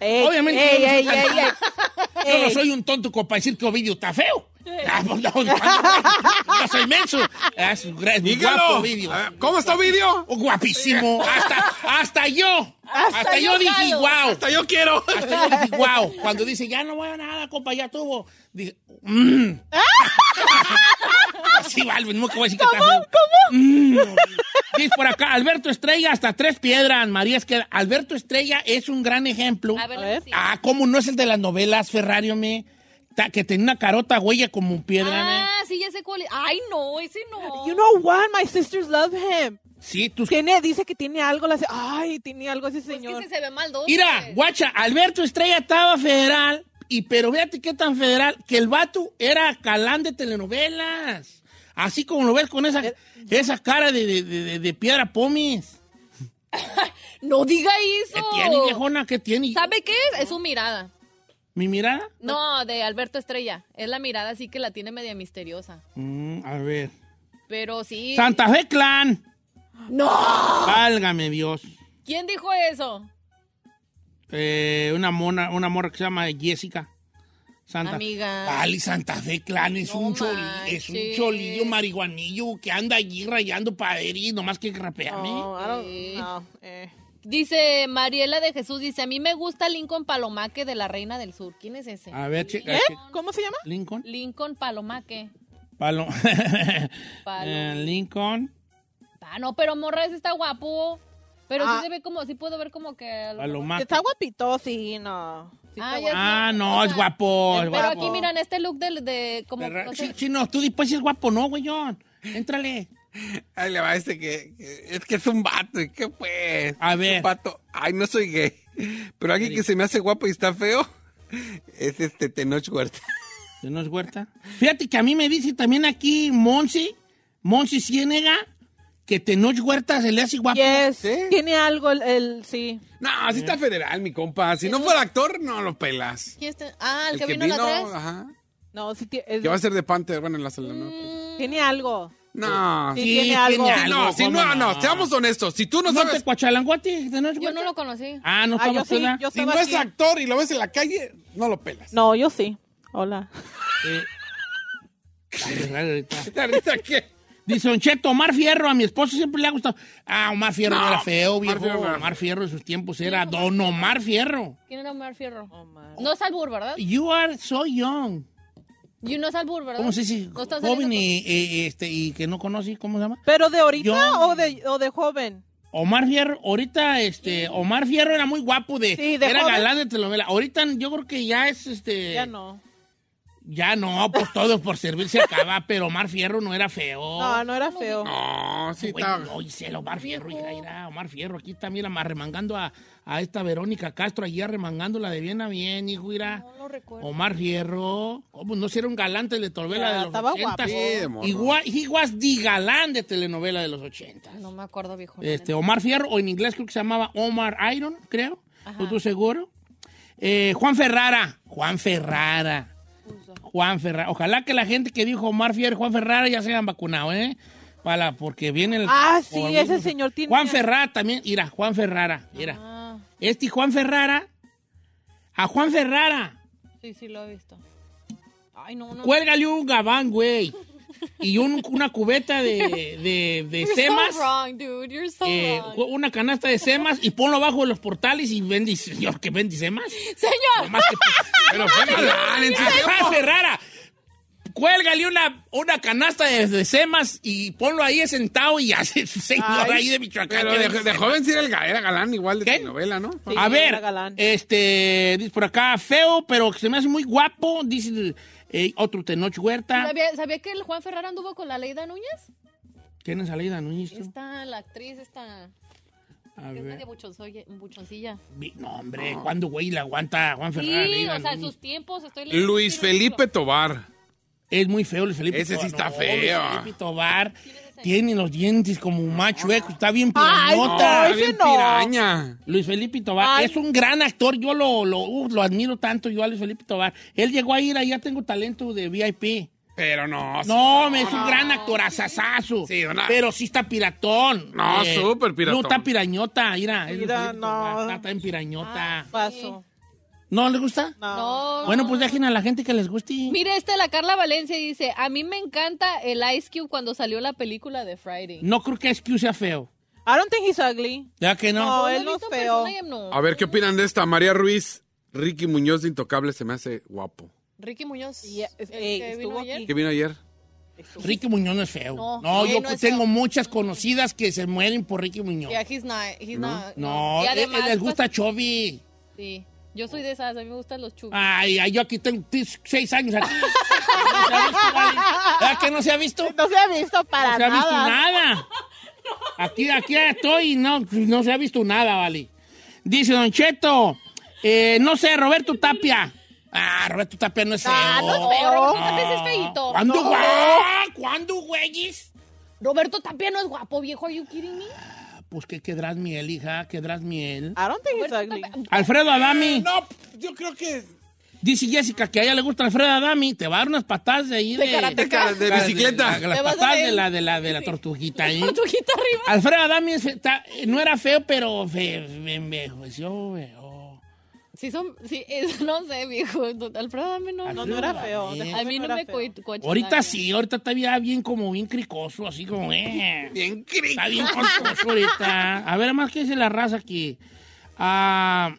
[SPEAKER 4] Ey,
[SPEAKER 1] Obviamente
[SPEAKER 4] ey,
[SPEAKER 1] yo no
[SPEAKER 4] ey,
[SPEAKER 1] soy-
[SPEAKER 4] ey, ey.
[SPEAKER 1] Yo no
[SPEAKER 2] Eh,
[SPEAKER 4] Ey.
[SPEAKER 1] soy un tonto como para decir que Ovidio está feo. Ah, pues, no, no, no soy menso. Ah, Es un gran- muy guapo
[SPEAKER 3] Dígalo. Ah.
[SPEAKER 1] Ovidio.
[SPEAKER 3] A ver, ¿Cómo está Ovidio?
[SPEAKER 1] Oh, Guapísimo. Hasta, hasta yo. Hasta, yo
[SPEAKER 2] yo
[SPEAKER 1] dije,
[SPEAKER 2] jalo.
[SPEAKER 1] wow.
[SPEAKER 3] Hasta yo quiero.
[SPEAKER 1] Hasta yo dije, wow. Cuando dice, ya no voy a nada, compa, ya tuvo. Dije, mmm. Así va, el mismo que voy a decir que está feo. Dice por acá, Alberto Estrella, hasta tres piedras, María Esqueda. Alberto Estrella es un gran ejemplo.
[SPEAKER 2] a ver,
[SPEAKER 4] A ver.
[SPEAKER 2] sí.
[SPEAKER 1] Ah, ¿cómo no es el de las novelas, Ferrario, me? Ta- Que tenía una carota huella como piedra, me.
[SPEAKER 2] Ah, sí, ya sé cuál es. Ay, no, ese no.
[SPEAKER 4] You know what? My sisters love him.
[SPEAKER 1] Sí, tus...
[SPEAKER 4] Tiene, dice que tiene algo. La, se- ay, tiene algo ese
[SPEAKER 2] es Pues que
[SPEAKER 4] señor.
[SPEAKER 2] ese se ve mal dos.
[SPEAKER 1] Mira, guacha, Alberto Estrella estaba federal, y pero fíjate qué tan federal, que el vato era calán de telenovelas. Así como lo ves con esa,
[SPEAKER 2] Eh,
[SPEAKER 1] esa cara de, de- de- de- de piedra pomis.
[SPEAKER 2] No diga
[SPEAKER 1] ¿Qué
[SPEAKER 2] eso.
[SPEAKER 1] tiene, viejona? ¿Qué tiene?
[SPEAKER 2] ¿Sabe qué es? Es su mirada.
[SPEAKER 1] ¿Mi mirada?
[SPEAKER 2] No, de Alberto Estrella. Es la mirada así que la tiene media misteriosa.
[SPEAKER 1] Mm, a ver.
[SPEAKER 2] Pero sí.
[SPEAKER 1] Santa Fe Clan.
[SPEAKER 2] ¡No!
[SPEAKER 1] Válgame Dios.
[SPEAKER 2] ¿Quién dijo eso?
[SPEAKER 1] Eh, una mona, una morra que se llama Jessica. Santa.
[SPEAKER 2] Amiga.
[SPEAKER 1] Vale, Santa Fe Clan es
[SPEAKER 2] No
[SPEAKER 1] un choli, es
[SPEAKER 2] manches.
[SPEAKER 1] un cholillo marihuanillo que anda allí rayando paderis, nomás que rapeame.
[SPEAKER 2] Oh,
[SPEAKER 4] No, I don't-
[SPEAKER 2] Sí.
[SPEAKER 4] no, eh.
[SPEAKER 2] Dice Mariela de Jesús, dice, a mí me gusta Lincoln Palomaque de la Reina del Sur. ¿Quién es ese?
[SPEAKER 1] A ver, checa.
[SPEAKER 4] ¿Eh?
[SPEAKER 1] checa.
[SPEAKER 4] ¿Cómo se llama?
[SPEAKER 1] Lincoln.
[SPEAKER 2] Lincoln Palomaque.
[SPEAKER 1] Palo.
[SPEAKER 2] Palo.
[SPEAKER 1] Eh, Lincoln.
[SPEAKER 2] Ah, no, pero Morra ese está guapo. Pero
[SPEAKER 4] Ah.
[SPEAKER 2] sí se ve como, sí puedo ver como que... a lo-
[SPEAKER 1] Paloma.
[SPEAKER 4] Está guapito, sí, no. Sí
[SPEAKER 2] Ah,
[SPEAKER 4] está
[SPEAKER 2] ya-
[SPEAKER 1] Ah,
[SPEAKER 2] o
[SPEAKER 1] no,
[SPEAKER 2] sea,
[SPEAKER 1] es guapo. Es
[SPEAKER 2] Pero
[SPEAKER 1] guapo.
[SPEAKER 2] aquí miran este look de, de como...
[SPEAKER 1] Perra-
[SPEAKER 2] no sé.
[SPEAKER 1] Sí, chino, tú después es guapo, ¿no, güeyón? Éntrale.
[SPEAKER 3] Ahí le va este que, que- es que es un vato. ¿y ¿Qué pues?
[SPEAKER 1] A
[SPEAKER 3] Es
[SPEAKER 1] ver.
[SPEAKER 3] Un vato. Ay, no soy gay. Pero alguien que se me hace guapo y está feo es este Tenoch Huerta.
[SPEAKER 1] Que no es huerta. Fíjate que a mí me dice también aquí Monsi, Monsi Ciénega, que Tenoch Huerta se le hace guapo.
[SPEAKER 4] Yes.
[SPEAKER 3] Sí.
[SPEAKER 4] Tiene algo el, el- sí.
[SPEAKER 3] No, así está federal, mi compa. Si no fuera actor, no lo pelas.
[SPEAKER 2] ¿Quién está? Ah, el, que, vino, la atrás.
[SPEAKER 3] ajá.
[SPEAKER 4] No, sí tie- es-
[SPEAKER 3] Que va a ser de Panther, bueno, en la sala, ¿no?
[SPEAKER 4] tiene algo.
[SPEAKER 3] No.
[SPEAKER 4] Mm. Sí,
[SPEAKER 3] Sí,
[SPEAKER 4] tiene algo.
[SPEAKER 3] no, sí,
[SPEAKER 1] ¿cómo
[SPEAKER 3] no, no, seamos honestos. Si tú no,
[SPEAKER 1] ¿No te
[SPEAKER 3] sabes,
[SPEAKER 1] cuachalanguate, Tenoch
[SPEAKER 2] Yo
[SPEAKER 1] Huerta?
[SPEAKER 2] no lo conocí.
[SPEAKER 1] Ah, no
[SPEAKER 4] Ah, yo
[SPEAKER 1] estamos
[SPEAKER 4] sí,
[SPEAKER 1] toda.
[SPEAKER 4] yo
[SPEAKER 3] si
[SPEAKER 4] estaba
[SPEAKER 3] no es
[SPEAKER 4] aquí.
[SPEAKER 3] actor y lo ves en la calle, no lo pelas.
[SPEAKER 4] No, yo sí. Hola.
[SPEAKER 1] Eh, ay, de verdad, ahorita.
[SPEAKER 3] ¿Te risa qué?
[SPEAKER 1] Dice Don Cheto, Omar Fierro, a mi esposo siempre le ha gustado. Ah, Omar Fierro
[SPEAKER 3] No,
[SPEAKER 1] era feo,
[SPEAKER 3] Omar
[SPEAKER 1] viejo.
[SPEAKER 3] Fierro era-
[SPEAKER 1] Omar Fierro en sus tiempos era Don Omar Fierro.
[SPEAKER 2] ¿Quién era Omar Fierro? no es Albur, ¿verdad?
[SPEAKER 1] You are so young.
[SPEAKER 2] You no es Albur, ¿verdad?
[SPEAKER 1] ¿Cómo se dice?
[SPEAKER 2] No estás
[SPEAKER 1] Joven
[SPEAKER 2] saliendo
[SPEAKER 1] y, eh, este, y que no conocí, ¿cómo se llama?
[SPEAKER 4] ¿Pero de ahorita
[SPEAKER 1] Yo-
[SPEAKER 4] o, de, o de joven?
[SPEAKER 1] Omar Fierro, ahorita, este, Omar Fierro era muy guapo de,
[SPEAKER 4] Sí, de
[SPEAKER 1] era
[SPEAKER 4] joven.
[SPEAKER 1] galán de telenovela. Ahorita yo creo que ya es, este,
[SPEAKER 4] Ya no.
[SPEAKER 1] ya Ya no, pues todo por servir se acaba, pero Omar Fierro no era feo.
[SPEAKER 4] No, no era feo.
[SPEAKER 3] No, sí
[SPEAKER 1] Güey,
[SPEAKER 3] está.
[SPEAKER 1] no, y se lo Omar Fierro, hija, mira, Omar Fierro, aquí está, mira, arremangando a, a esta Verónica Castro, allí arremangándola de bien a bien, hijo, mira.
[SPEAKER 2] No lo recuerdo.
[SPEAKER 1] Omar Fierro, ¿cómo no si era un galante de telenovela
[SPEAKER 4] Ya,
[SPEAKER 1] de los
[SPEAKER 4] estaba
[SPEAKER 1] ochentas?
[SPEAKER 3] guapo. Sí, de morro.
[SPEAKER 1] He wa- he was the galán de telenovela de los ochentas.
[SPEAKER 2] No me acuerdo, viejo.
[SPEAKER 1] Este, Omar Fierro, o en inglés creo que se llamaba Omar Iron, creo. ¿No tú seguro? Eh, Juan Ferrara. Juan Ferrara. Juan Ferrara. Ojalá que la gente que dijo Omar Fierro, Juan Ferrara ya se hayan vacunado, ¿eh? Para, porque viene el.
[SPEAKER 4] Ah, sí,
[SPEAKER 1] o-
[SPEAKER 4] ese señor tiene-
[SPEAKER 1] Juan Ferrara también. Mira, Juan Ferrara. Mira.
[SPEAKER 2] Ah,
[SPEAKER 1] Este Juan Ferrara. A Juan Ferrara.
[SPEAKER 2] sí, sí, lo he visto. Ay, no, no.
[SPEAKER 1] Cuélgale un gabán, güey. Y un- una cubeta de, de, de
[SPEAKER 2] You're
[SPEAKER 1] semas.
[SPEAKER 2] so wrong, dude. You're so
[SPEAKER 1] eh,
[SPEAKER 2] wrong.
[SPEAKER 1] una canasta de semas y ponlo bajo los portales y vendí, señor, que vendí semas.
[SPEAKER 2] Señor,
[SPEAKER 1] Nomás que, pues,
[SPEAKER 3] Pero fue galán en su
[SPEAKER 1] Ajá,
[SPEAKER 3] tiempo.
[SPEAKER 1] Ferrara, cuélgale una, una canasta de, de semas y ponlo ahí sentado y hace señor ahí de Michoacán.
[SPEAKER 3] Pero
[SPEAKER 1] que
[SPEAKER 3] de,
[SPEAKER 1] vende
[SPEAKER 3] de
[SPEAKER 1] semas.
[SPEAKER 3] joven sí era el ga- era galán igual de
[SPEAKER 1] ¿Qué?
[SPEAKER 3] telenovela, ¿no?
[SPEAKER 4] Sí,
[SPEAKER 1] A ver,
[SPEAKER 4] era galán.
[SPEAKER 1] este, dice por acá, feo, pero que se me hace muy guapo, dice eh, otro Tenoch Huerta.
[SPEAKER 2] ¿sabía, sabía que el Juan Ferrara anduvo con la Leida Núñez?
[SPEAKER 1] ¿Quién es Aleida Núñez? tú?
[SPEAKER 2] Esta, la actriz, esta.
[SPEAKER 1] A
[SPEAKER 2] Este, que es
[SPEAKER 1] ver.
[SPEAKER 2] medio buchonzoye- buchoncilla.
[SPEAKER 1] Vi- No, hombre, ¿cuándo, güey, la aguanta Juan Ferrara?
[SPEAKER 2] Sí,
[SPEAKER 1] Leiva,
[SPEAKER 2] o sea, en
[SPEAKER 1] Luis?
[SPEAKER 2] sus tiempos estoy leyendo-
[SPEAKER 3] Luis Felipe Tobar.
[SPEAKER 1] Es muy feo Luis Felipe
[SPEAKER 3] Ese sí está
[SPEAKER 1] No,
[SPEAKER 3] feo.
[SPEAKER 1] Luis Felipe Tobar tiene los dientes como un macho eh, está bien
[SPEAKER 4] Ay, no,
[SPEAKER 1] piernota.
[SPEAKER 3] Está
[SPEAKER 4] ese
[SPEAKER 3] bien
[SPEAKER 4] no.
[SPEAKER 3] piraña.
[SPEAKER 1] Luis Felipe Tobar
[SPEAKER 4] Ay.
[SPEAKER 1] es un gran actor, yo lo, lo, uh, lo admiro tanto, yo a Luis Felipe Tobar. Él llegó a ir allá, tengo talento de VIP.
[SPEAKER 3] Pero no. Ah, sí.
[SPEAKER 1] No, me es un gran actor, asasazo.
[SPEAKER 3] Sí, una-
[SPEAKER 1] Pero sí está piratón. Eh,
[SPEAKER 3] No, súper piratón.
[SPEAKER 1] No, está pirañota, mira. es Luis
[SPEAKER 4] Mira,
[SPEAKER 1] Felipe
[SPEAKER 4] no.
[SPEAKER 1] Tobar, Ah, Está tan pirañota.
[SPEAKER 4] Paso.
[SPEAKER 1] ¿No le gusta?
[SPEAKER 4] No.
[SPEAKER 2] No.
[SPEAKER 1] Bueno, pues dejen a la gente que les guste.
[SPEAKER 2] Mire, esta la Carla Valencia dice, a mí me encanta el Ice Cube cuando salió la película de Friday.
[SPEAKER 1] No creo que es que sea feo.
[SPEAKER 4] I don't think he's ugly.
[SPEAKER 1] ¿Ya que no?
[SPEAKER 4] No,
[SPEAKER 2] lo he
[SPEAKER 4] él no es
[SPEAKER 2] visto en
[SPEAKER 4] feo.
[SPEAKER 2] persona y no.
[SPEAKER 3] A ver, ¿qué opinan de esta? María Ruiz, Ricky Muñoz de Intocable se me hace guapo.
[SPEAKER 2] Ricky Muñoz.
[SPEAKER 4] Yeah, es-
[SPEAKER 2] el
[SPEAKER 4] ey,
[SPEAKER 2] que vino
[SPEAKER 4] estuvo
[SPEAKER 2] ayer.
[SPEAKER 4] aquí.
[SPEAKER 3] ¿Qué vino ayer?
[SPEAKER 1] Ricky Muñoz no es feo. No,
[SPEAKER 2] No,
[SPEAKER 1] yo
[SPEAKER 2] sí, no es
[SPEAKER 1] tengo
[SPEAKER 2] feo.
[SPEAKER 1] muchas conocidas que se mueren por Ricky Muñoz.
[SPEAKER 2] Yeah, he's not, he's not-
[SPEAKER 1] No,
[SPEAKER 2] Y
[SPEAKER 1] eh,
[SPEAKER 2] además,
[SPEAKER 1] les gusta Chovy.
[SPEAKER 2] pues, sí. Yo soy de esas, a mí me gustan los chubis.
[SPEAKER 1] Ay, ay, yo aquí tengo tis- seis años aquí. No se ha visto, vale. ¿Verdad que no se ha visto?
[SPEAKER 4] No se ha visto
[SPEAKER 1] No
[SPEAKER 4] para
[SPEAKER 1] se ha visto
[SPEAKER 4] nada.
[SPEAKER 1] nada. Aquí, aquí estoy y no, no se ha visto nada, vale. Dice Don Cheto, eh, no sé, Roberto Tapia. Ah, Roberto Tapia no es feo.
[SPEAKER 2] Ah, no es feo, Roberto Tapia es feíto.
[SPEAKER 1] ¿Cuándo,
[SPEAKER 2] No.
[SPEAKER 1] güey? ¿Cuándo, güeyes?
[SPEAKER 2] Roberto Tapia no es guapo, viejo, are you kidding me?
[SPEAKER 1] Pues que quedarás miel, hija, quedarás miel.
[SPEAKER 4] I don't think he's ugly.
[SPEAKER 1] Alfredo Adami.
[SPEAKER 3] No, yo creo que.
[SPEAKER 1] Dice Jessica que a ella le gusta Alfredo Adami. Te va a dar unas patadas de ahí de.
[SPEAKER 3] De, cara- de
[SPEAKER 1] de- de-
[SPEAKER 3] bicicleta.
[SPEAKER 1] las
[SPEAKER 2] Te vas a
[SPEAKER 1] patadas
[SPEAKER 2] ver.
[SPEAKER 1] de la, de la, de la tortuguita ahí. Ah.
[SPEAKER 2] Con tu guitarra arriba.
[SPEAKER 1] Alfredo Adami es fe- ta- no era feo, pero fe- me envejeció, oh. feo.
[SPEAKER 2] Sí, son, sí, es- no sé, viejo. Alfredo, dame no.
[SPEAKER 4] No, no era feo.
[SPEAKER 2] A mí no
[SPEAKER 4] era
[SPEAKER 2] me
[SPEAKER 4] feo.
[SPEAKER 2] co- cochinaron.
[SPEAKER 1] Ahorita sí, ahorita está ya bien como bien cricoso, así como, eh.
[SPEAKER 3] Bien cri-
[SPEAKER 1] Está bien cricoso ahorita. A ver, más que dice la raza aquí. Ah,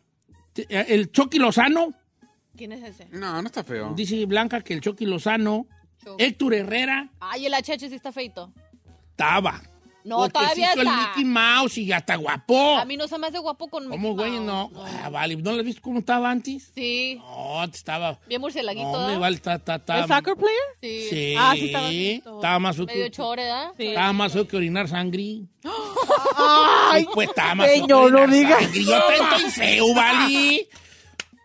[SPEAKER 1] te- eh, el Chucky Lozano.
[SPEAKER 2] ¿Quién es ese?
[SPEAKER 3] No, no está feo.
[SPEAKER 1] Dice Blanca que el Chucky Lozano.
[SPEAKER 2] Chucky.
[SPEAKER 1] Héctor Herrera.
[SPEAKER 2] Ay, el HH sí está feito.
[SPEAKER 1] Estaba.
[SPEAKER 2] No,
[SPEAKER 1] Porque
[SPEAKER 2] todavía
[SPEAKER 1] se hizo el
[SPEAKER 2] está.
[SPEAKER 1] Mickey Mouse y ya está guapo.
[SPEAKER 2] A mí no se me hace guapo con Mickey
[SPEAKER 1] ¿Cómo, güey?
[SPEAKER 2] Mouse.
[SPEAKER 1] No. Ah, vale, ¿no lo viste cómo estaba antes?
[SPEAKER 2] Sí,
[SPEAKER 1] No, estaba.
[SPEAKER 2] bien murcielaguito.
[SPEAKER 1] No, me
[SPEAKER 2] ¿verdad?
[SPEAKER 1] vale, está, está, está.
[SPEAKER 4] ¿El soccer player?
[SPEAKER 2] Sí.
[SPEAKER 1] Sí.
[SPEAKER 4] Ah, sí, estaba listo.
[SPEAKER 1] Estaba más feo
[SPEAKER 2] Medio
[SPEAKER 1] que,
[SPEAKER 2] chore, ¿verdad?
[SPEAKER 1] estaba más feo que orinar sangre.
[SPEAKER 4] Ay,
[SPEAKER 1] Sí, pues estaba más feo que
[SPEAKER 4] señor, no
[SPEAKER 1] orinar
[SPEAKER 4] diga
[SPEAKER 1] sangre. Yo te- estoy feo, vale.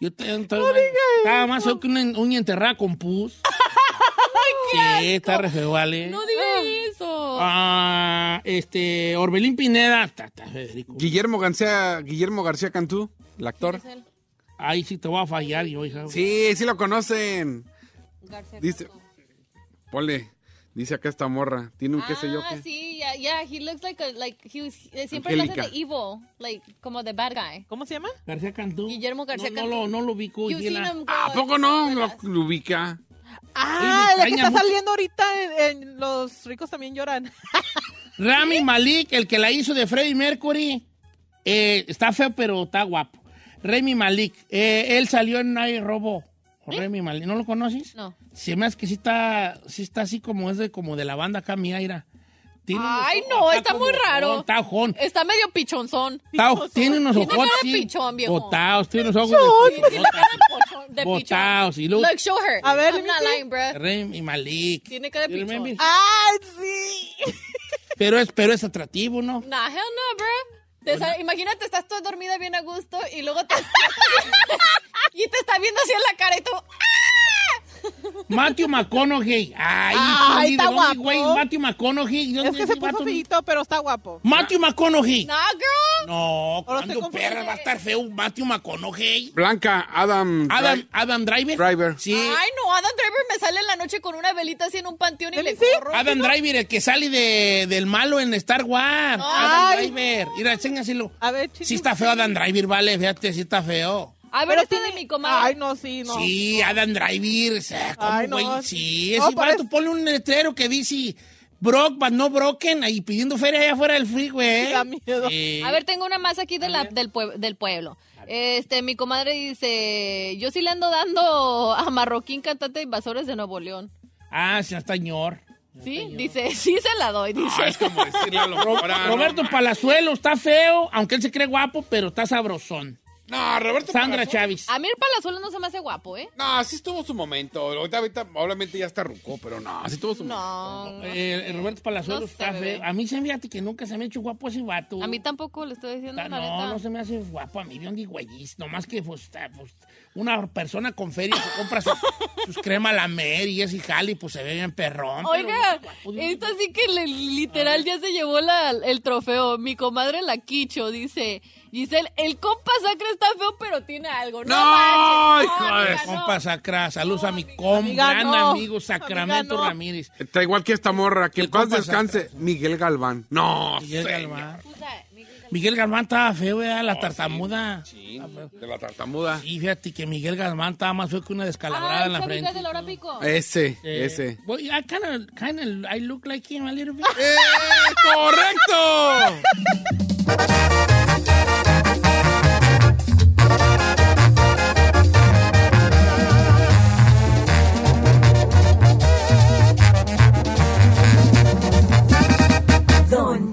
[SPEAKER 1] Yo te, estoy- Estaba más feo que una, uña enterrada con pus. sí, está re feo, vale.
[SPEAKER 2] No diga Ah, eso.
[SPEAKER 1] Ah, este, Orbelín Pineda. Está, está Federico.
[SPEAKER 3] Guillermo García, Guillermo García Cantú, el actor.
[SPEAKER 1] Ahí sí te voy a fallar yo, hija.
[SPEAKER 3] Sí, sí lo conocen.
[SPEAKER 2] García
[SPEAKER 3] Dice-
[SPEAKER 2] Castro.
[SPEAKER 3] Ponle, dice acá esta morra. Tiene un qué sé yo
[SPEAKER 2] Ah,
[SPEAKER 3] qué.
[SPEAKER 2] sí, ya, ya, he looks like a, like, he was, eh, siempre lo hace de
[SPEAKER 3] Angélica.
[SPEAKER 2] evil, like, como the bad guy.
[SPEAKER 4] ¿Cómo se llama?
[SPEAKER 1] García Cantú.
[SPEAKER 2] Guillermo García
[SPEAKER 1] no,
[SPEAKER 2] Cantú.
[SPEAKER 1] No, lo, no lo ubico.
[SPEAKER 2] You've
[SPEAKER 1] y
[SPEAKER 2] seen
[SPEAKER 1] la-
[SPEAKER 2] him go-
[SPEAKER 3] ¿A poco no? Lo, lo ubica.
[SPEAKER 4] Ah, la que
[SPEAKER 1] extraña
[SPEAKER 4] está
[SPEAKER 1] mucho.
[SPEAKER 4] saliendo ahorita en, en Los Ricos También Lloran.
[SPEAKER 1] Rami Malik, el que la hizo de Freddie Mercury. eh, está feo, pero está guapo. Rami Malik. eh, él salió en Nadie Robo. Rami Malik. ¿No lo conoces?
[SPEAKER 2] ¿Eh? No.
[SPEAKER 1] Se me hace que sí está, sí está así como es de, como de la banda acá, mi aira. Tiene unos
[SPEAKER 2] Ay,
[SPEAKER 1] ojos
[SPEAKER 2] no,
[SPEAKER 1] acá
[SPEAKER 2] está
[SPEAKER 1] como
[SPEAKER 2] muy raro.
[SPEAKER 1] ojón, Está ojón.
[SPEAKER 2] Está medio pichonzón.
[SPEAKER 1] Está oj- tiene unos
[SPEAKER 2] Tiene cara
[SPEAKER 1] ojos
[SPEAKER 2] de pichón, viejo.
[SPEAKER 1] botados, tiene unos ojos
[SPEAKER 2] Sí,
[SPEAKER 1] de
[SPEAKER 2] tiene cara de pochón- de pichón.
[SPEAKER 1] botados. Y luego
[SPEAKER 2] Look, show her.
[SPEAKER 4] A ver,
[SPEAKER 2] I'm not
[SPEAKER 4] Miki.
[SPEAKER 2] lying, bruh.
[SPEAKER 1] Rem y Malik.
[SPEAKER 2] Tiene cara de
[SPEAKER 1] You remember?
[SPEAKER 2] pichón.
[SPEAKER 4] ¡Ah, sí!
[SPEAKER 1] Pero es, pero es atractivo, ¿no?
[SPEAKER 2] Ah, Nah, hell no, bruh. Te sa- Imagínate, estás toda dormida bien a gusto y luego te... y te está viendo así en la cara y tú... "Ah".
[SPEAKER 1] Matthew McConaughey. Ay,
[SPEAKER 4] Ay,
[SPEAKER 1] sí,
[SPEAKER 4] está
[SPEAKER 1] ¿de dónde,
[SPEAKER 4] guapo.
[SPEAKER 1] güey? Matthew McConaughey. ¿de
[SPEAKER 4] Es
[SPEAKER 1] dónde
[SPEAKER 4] que
[SPEAKER 1] es
[SPEAKER 4] se
[SPEAKER 1] el
[SPEAKER 4] puso
[SPEAKER 1] vato?
[SPEAKER 4] feíto, pero está guapo.
[SPEAKER 1] Matthew McConaughey. No,
[SPEAKER 2] Nah, girl.
[SPEAKER 4] Ahora estoy
[SPEAKER 1] ¿cuándo
[SPEAKER 4] confundida.
[SPEAKER 1] perra va a estar feo un Matthew McConaughey?
[SPEAKER 3] Blanca, Adam.
[SPEAKER 1] Adam, Adam Driver.
[SPEAKER 3] Driver.
[SPEAKER 1] Sí.
[SPEAKER 2] Ay, no, Adam Driver me sale en la noche con una velita así en un panteón y
[SPEAKER 4] ¿Sí?
[SPEAKER 2] le corro.
[SPEAKER 1] Adam Driver, el que sale de, del malo en Star Wars. Adam
[SPEAKER 4] Ay.
[SPEAKER 1] Driver. Mira, enséñaselo.
[SPEAKER 4] A ver,
[SPEAKER 1] Sí está feo Adam Driver, vale, fíjate, sí está feo.
[SPEAKER 2] A ver,
[SPEAKER 4] Pero
[SPEAKER 2] esta de
[SPEAKER 4] tiene-
[SPEAKER 2] mi comadre.
[SPEAKER 4] Ay, no, sí, no.
[SPEAKER 1] Sí, Adam Driver, o sea, ¿cómo,
[SPEAKER 4] Ay, no.
[SPEAKER 1] güey? Sí, es
[SPEAKER 4] No,
[SPEAKER 1] igual,
[SPEAKER 4] parece-
[SPEAKER 1] tú ponle un letrero que dice Brock, but no broken, ahí pidiendo feria allá afuera del freeway. ¿eh?
[SPEAKER 4] Da miedo.
[SPEAKER 1] Sí.
[SPEAKER 2] A ver, tengo una más aquí de la, del, pue- del pueblo. Este, mi comadre dice, yo sí le ando dando a Marroquín, cantante de Invasores de Nuevo León.
[SPEAKER 1] Ah, sí, hasta señor.
[SPEAKER 2] ¿Sí? Dice, sí se la doy, dice.
[SPEAKER 3] Ah, es como decirle a la locura, no
[SPEAKER 1] Roberto
[SPEAKER 3] manches.
[SPEAKER 1] Palazuelo está feo, aunque él se cree guapo, pero está sabrosón.
[SPEAKER 3] No, Roberto
[SPEAKER 1] Sandra
[SPEAKER 3] Palazuelos.
[SPEAKER 1] Chávez.
[SPEAKER 2] A mí el Palazuelo no se me hace guapo, ¿eh?
[SPEAKER 3] No, sí estuvo su momento. Ahorita, ahorita, obviamente ya está rucó, pero no, sí estuvo su
[SPEAKER 2] No.
[SPEAKER 1] Eh, Roberto Palazuelo
[SPEAKER 2] No sé,
[SPEAKER 1] está
[SPEAKER 2] bebé.
[SPEAKER 1] feo. A mí se me hace que nunca se me ha hecho guapo ese vato.
[SPEAKER 2] A mí tampoco le estoy diciendo,
[SPEAKER 1] Ta-
[SPEAKER 2] la
[SPEAKER 1] No,
[SPEAKER 2] neta.
[SPEAKER 1] no se me hace guapo a mí, de güeyis. Nomás que, pues, ta- pues, una persona con feria se compra sus, sus crema la mer y ese jale, y pues se ve bien perrón. pero
[SPEAKER 2] Oiga, eh,
[SPEAKER 1] guapo de un-
[SPEAKER 2] esta sí que le- literal ya se llevó la- el trofeo. Mi comadre la Quicho dice, Giselle, el compa sacre está feo, pero tiene algo. No,
[SPEAKER 3] No,
[SPEAKER 2] manches,
[SPEAKER 3] hijo
[SPEAKER 2] no,
[SPEAKER 3] de
[SPEAKER 2] amiga, no.
[SPEAKER 1] Compa Sacra, saludos a mi com,
[SPEAKER 4] Amiga,
[SPEAKER 1] gran
[SPEAKER 4] no.
[SPEAKER 1] amigo Sacramento
[SPEAKER 4] Amiga, no.
[SPEAKER 1] Ramírez.
[SPEAKER 3] Está igual que esta morra, que
[SPEAKER 1] El
[SPEAKER 3] el paz
[SPEAKER 1] compa
[SPEAKER 3] descanse. Miguel Galván. No,
[SPEAKER 1] Miguel
[SPEAKER 3] señor.
[SPEAKER 1] Galván.
[SPEAKER 2] Puta, Miguel, Oh,
[SPEAKER 1] Miguel Galván estaba feo, ¿verdad? La tartamuda.
[SPEAKER 3] Sí,
[SPEAKER 1] Ah,
[SPEAKER 3] de la tartamuda.
[SPEAKER 1] Y fíjate que Miguel Galván estaba más feo que una descalabrada
[SPEAKER 2] Ah,
[SPEAKER 1] en la
[SPEAKER 2] esa amiga
[SPEAKER 1] frente.
[SPEAKER 2] de la hora pico.
[SPEAKER 3] Ese,
[SPEAKER 1] Eh,
[SPEAKER 3] ese.
[SPEAKER 1] well, I kinda, kinda- I look like him a little bit.
[SPEAKER 3] ¡Eh, correcto!
[SPEAKER 5] Don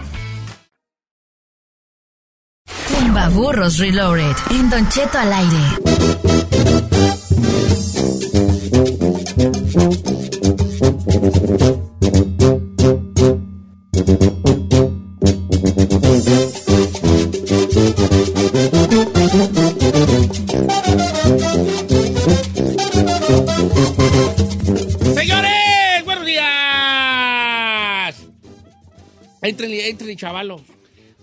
[SPEAKER 5] Tumbaburros Reloaded. En Don Cheto al aire.
[SPEAKER 1] Señores, buenos días. Entrenle, entrenle, chavalos.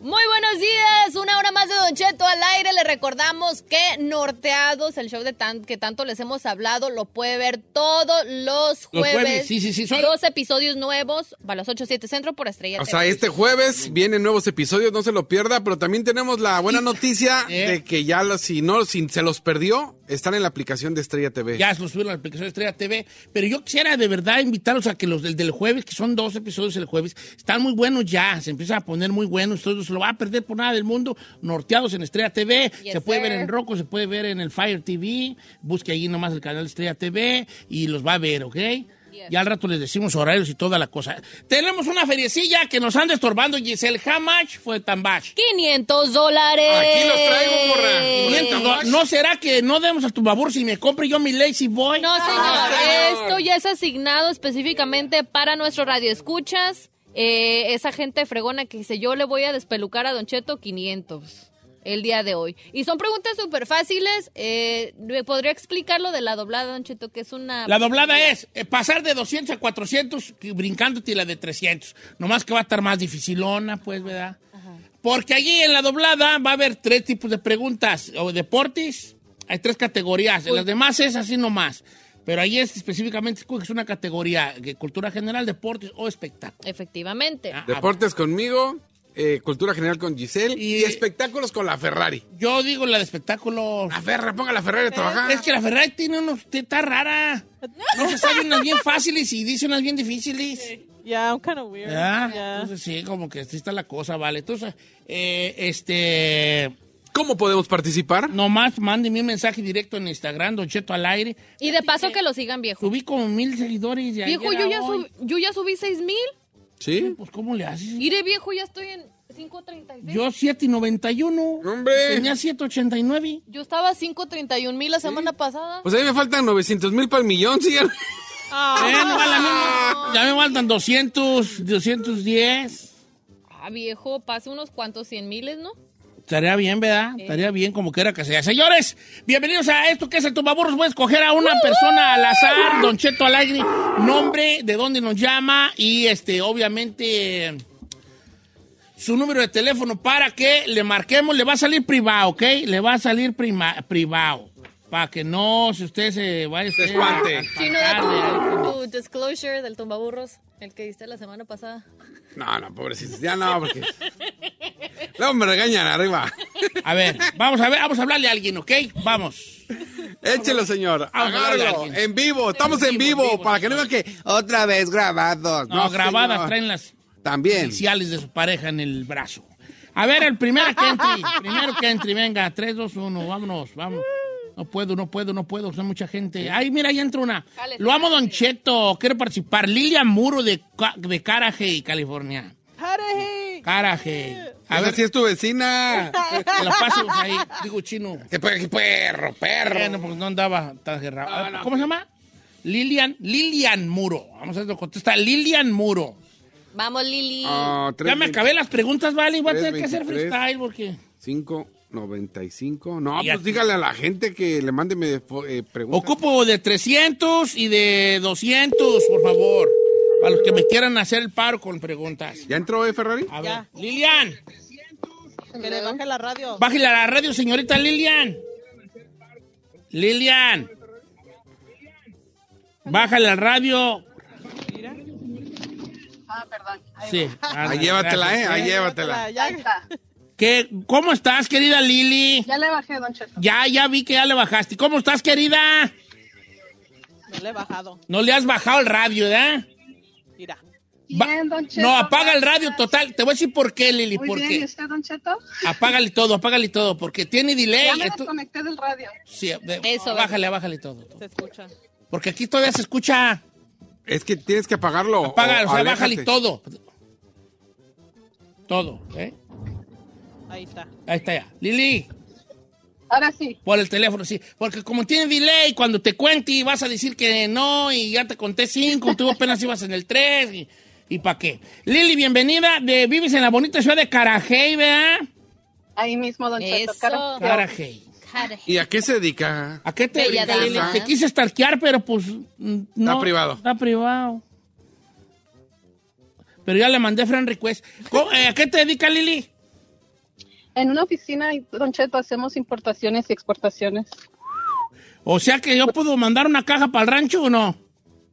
[SPEAKER 2] Muy buenos días, una hora más de Don Cheto al aire. Le recordamos que Norteados, el show de tan, que tanto les hemos hablado, lo puede ver todos los
[SPEAKER 1] Los
[SPEAKER 2] jueves.
[SPEAKER 1] jueves, sí, sí, sí, son-
[SPEAKER 2] Dos episodios nuevos para los 8-7 Centro por Estrella.
[SPEAKER 3] O
[SPEAKER 2] TV.
[SPEAKER 3] sea, este jueves vienen nuevos episodios, no se lo pierda, pero también tenemos la buena noticia
[SPEAKER 1] Eh.
[SPEAKER 3] de que ya, los- si no, si se los perdió, están en la aplicación de Estrella TV.
[SPEAKER 1] Ya los subieron a la aplicación de Estrella TV. Pero yo quisiera de verdad invitarlos a que los del, del jueves, que son dos episodios el jueves, están muy buenos ya. Se empiezan a poner muy buenos. Entonces no se lo va a perder por nada del mundo. Norteados en Estrella TV.
[SPEAKER 2] Yes,
[SPEAKER 1] se puede
[SPEAKER 2] sir.
[SPEAKER 1] ver en Roku, se puede ver en el Fire TV. Busque ahí nomás el canal de Estrella TV y los va a ver, ¿ok?
[SPEAKER 2] Yes.
[SPEAKER 1] Ya al rato les decimos horarios y toda la cosa. Tenemos una feriecilla que nos anda estorbando, Giselle. How much fue tan bash?
[SPEAKER 2] 500 dólares.
[SPEAKER 3] Aquí los traigo, morra.
[SPEAKER 1] Mientras, ¿no- ¿No será que no demos a tu babur si me compre yo mi Lazy Boy?
[SPEAKER 2] No, señor,
[SPEAKER 3] Ah,
[SPEAKER 2] esto ya es asignado específicamente para nuestro radio escuchas. Eh, esa gente fregona que dice, yo le voy a despelucar a Don Cheto 500 el día de hoy. Y son preguntas súper fáciles. Eh, ¿Me podría explicar lo de la doblada, Don Cheto? Que es una...
[SPEAKER 1] La doblada es eh, pasar de 200 a 400 y brincándote la de 300. Nomás que va a estar más dificilona, pues, ¿verdad? Porque allí en la doblada va a haber tres tipos de preguntas o deportes. Hay tres categorías. En las demás es así nomás. Pero ahí es específicamente es una categoría de cultura general, deportes o espectáculo.
[SPEAKER 2] Efectivamente.
[SPEAKER 1] Ah, ah,
[SPEAKER 3] Deportes conmigo, eh, cultura general con Giselle y...
[SPEAKER 1] Y-
[SPEAKER 3] espectáculos con la Ferrari.
[SPEAKER 1] yo digo la de espectáculos.
[SPEAKER 3] La Ferrari, ponga la Ferrari a trabajar.
[SPEAKER 1] Es que la Ferrari tiene unos... Está rara. No se sabe unas bien fáciles y dice unas bien difíciles.
[SPEAKER 4] Yeah, I'm kind of weird.
[SPEAKER 1] ¿Verdad?
[SPEAKER 4] Yeah.
[SPEAKER 1] Entonces sí, como que así está la cosa, vale. Entonces, eh, este,
[SPEAKER 3] ¿Cómo podemos participar?
[SPEAKER 1] nomás mándeme un mensaje directo en Instagram, Don Cheto al aire.
[SPEAKER 2] Y de paso que lo sigan, viejo.
[SPEAKER 1] Subí como mil seguidores de
[SPEAKER 2] Viejo,
[SPEAKER 1] ayer
[SPEAKER 2] yo
[SPEAKER 1] a
[SPEAKER 2] ya,
[SPEAKER 1] hoy.
[SPEAKER 2] sub- yo ya subí 6 mil.
[SPEAKER 3] ¿Sí?
[SPEAKER 1] Pues, ¿cómo le haces?
[SPEAKER 2] Iré, viejo, ya estoy en 536. Yo,
[SPEAKER 1] Yo 791.
[SPEAKER 3] Hombre.
[SPEAKER 1] Tenía 789.
[SPEAKER 2] estaba 531 mil la semana pasada.
[SPEAKER 3] Pues a mí me faltan 900 mil para el millón, ¿sí?
[SPEAKER 4] Ah,
[SPEAKER 1] Eh, no va la misma. Ya me faltan 200, 210.
[SPEAKER 2] Ah, viejo, pase unos cuantos 100 miles, ¿no?
[SPEAKER 1] Estaría bien, ¿verdad? Estaría bien como quiera que sea. Señores, bienvenidos a esto que es el Tomaburros. Voy a escoger a una persona al azar, Don Cheto Alagri, nombre, de dónde nos llama y, este, obviamente, su número de teléfono para que le marquemos. Le va a salir privado, ¿ok? Le va a salir prima- privado. Para que no, si usted se vaya... usted
[SPEAKER 3] espante.
[SPEAKER 1] a- a-
[SPEAKER 2] Chino, da
[SPEAKER 1] a-
[SPEAKER 2] tu, tu disclosure del tumbaburros, el que diste la semana pasada.
[SPEAKER 3] No, no, pobrecitos. Ya no, porque... Luego me regañan arriba.
[SPEAKER 1] A ver, vamos a ver, vamos a hablarle a alguien, ¿ok? Vamos.
[SPEAKER 3] Échelo, señor.
[SPEAKER 1] a hablarle a
[SPEAKER 3] Agárralo.
[SPEAKER 1] alguien.
[SPEAKER 3] En vivo. Estamos en vivo. para que no vean que otra vez grabados.
[SPEAKER 1] No, grabadas,
[SPEAKER 3] señor.
[SPEAKER 1] traen las...
[SPEAKER 3] También.
[SPEAKER 1] iniciales de su pareja en el brazo. A ver, el primero que entre, primero que entre, venga, 3, 2, 1, vámonos, vámonos. No puedo, no puedo, no puedo, son mucha gente. Ay, mira, ahí entra una. Lo amo, Don Cheto, quiero participar. Lilia Muro de, Ca- de Carajay, California.
[SPEAKER 4] Harry.
[SPEAKER 1] Carajay.
[SPEAKER 3] A ver si es tu vecina.
[SPEAKER 1] Te la paso ahí, digo chino.
[SPEAKER 3] Que pe- que perro, perro.
[SPEAKER 1] Bueno, pues no andaba tan cerrado.
[SPEAKER 3] Ah, no.
[SPEAKER 1] ¿Cómo se llama? Lilian, Lilian Muro. Vamos a ver lo que contesta. Lilian Muro.
[SPEAKER 2] Vamos, Lili.
[SPEAKER 3] Ah,
[SPEAKER 1] Ya me acabé las preguntas, vale, voy a tener que hacer
[SPEAKER 3] 323.
[SPEAKER 1] freestyle porque...
[SPEAKER 3] 5.95. No,
[SPEAKER 1] Y
[SPEAKER 3] pues
[SPEAKER 1] aquí-
[SPEAKER 3] dígale a la gente que le mande me- eh, preguntas.
[SPEAKER 1] Ocupo de 300 y de 200, por favor. Para los que me quieran hacer el paro con preguntas.
[SPEAKER 3] ¿Ya entró eh, Ferrari?
[SPEAKER 1] A ver.
[SPEAKER 4] Ya.
[SPEAKER 1] Lilian,
[SPEAKER 4] Que le baje la radio.
[SPEAKER 1] bájale a la radio, señorita Lilian. Lilian. Bájale a la radio. Ah, perdón. Sí. ándale,
[SPEAKER 3] Ahí llévatela, eh.
[SPEAKER 1] gracias.
[SPEAKER 3] Ahí llévatela.
[SPEAKER 4] Ya.
[SPEAKER 1] ¿Qué? ¿Cómo estás, querida Lili?
[SPEAKER 6] Ya le bajé, Don Cheto.
[SPEAKER 1] Ya, ya vi que ya le bajaste. ¿Cómo estás, querida?
[SPEAKER 4] No le he bajado.
[SPEAKER 1] No le has bajado el radio, ¿verdad?
[SPEAKER 4] Mira.
[SPEAKER 1] Va-
[SPEAKER 6] Bien, Don Cheto.
[SPEAKER 1] No, apaga el radio total. Te voy a decir por qué, Lili.
[SPEAKER 6] Muy
[SPEAKER 1] porque
[SPEAKER 6] bien, ¿y usted, Don Cheto?
[SPEAKER 1] Apágale todo, apágale todo, porque tiene delay.
[SPEAKER 6] ya me
[SPEAKER 1] esto-
[SPEAKER 6] desconecté del radio.
[SPEAKER 1] sí, eh, de-
[SPEAKER 2] Eso,
[SPEAKER 1] bájale, bájale todo. todo.
[SPEAKER 4] Se escucha.
[SPEAKER 1] Porque aquí todavía se escucha.
[SPEAKER 3] Es que tienes que apagarlo.
[SPEAKER 1] Apaga, o sea,
[SPEAKER 3] Oh, aléjate.
[SPEAKER 1] bájale todo. Todo, ¿eh?
[SPEAKER 4] Ahí está.
[SPEAKER 1] Ahí está ya. Lili,
[SPEAKER 6] Ahora sí.
[SPEAKER 1] por el teléfono, sí. Porque como tiene delay, cuando te cuente vas a decir que no y ya te conté cinco, tú apenas ibas en el tres y, para qué. Lili, bienvenida. De, vives en la bonita ciudad de Carajay, ¿verdad?
[SPEAKER 6] Ahí mismo, Don Cheto.
[SPEAKER 2] Eso. eh,
[SPEAKER 6] cara.
[SPEAKER 1] Carajay.
[SPEAKER 2] Cara.
[SPEAKER 3] ¿Y a qué se dedica?
[SPEAKER 1] ¿A qué te
[SPEAKER 2] Bella
[SPEAKER 1] dedicas, Lili?
[SPEAKER 2] dama.
[SPEAKER 1] Te quise stalkear, pero pues mm, no.
[SPEAKER 3] Está privado.
[SPEAKER 1] Está privado. Pero ya le mandé friend request. ¿Cómo- eh, ¿A qué te dedicas, Lili?
[SPEAKER 6] En una oficina, Don Cheto, hacemos importaciones y exportaciones.
[SPEAKER 1] O sea que yo puedo mandar una caja para el rancho o no?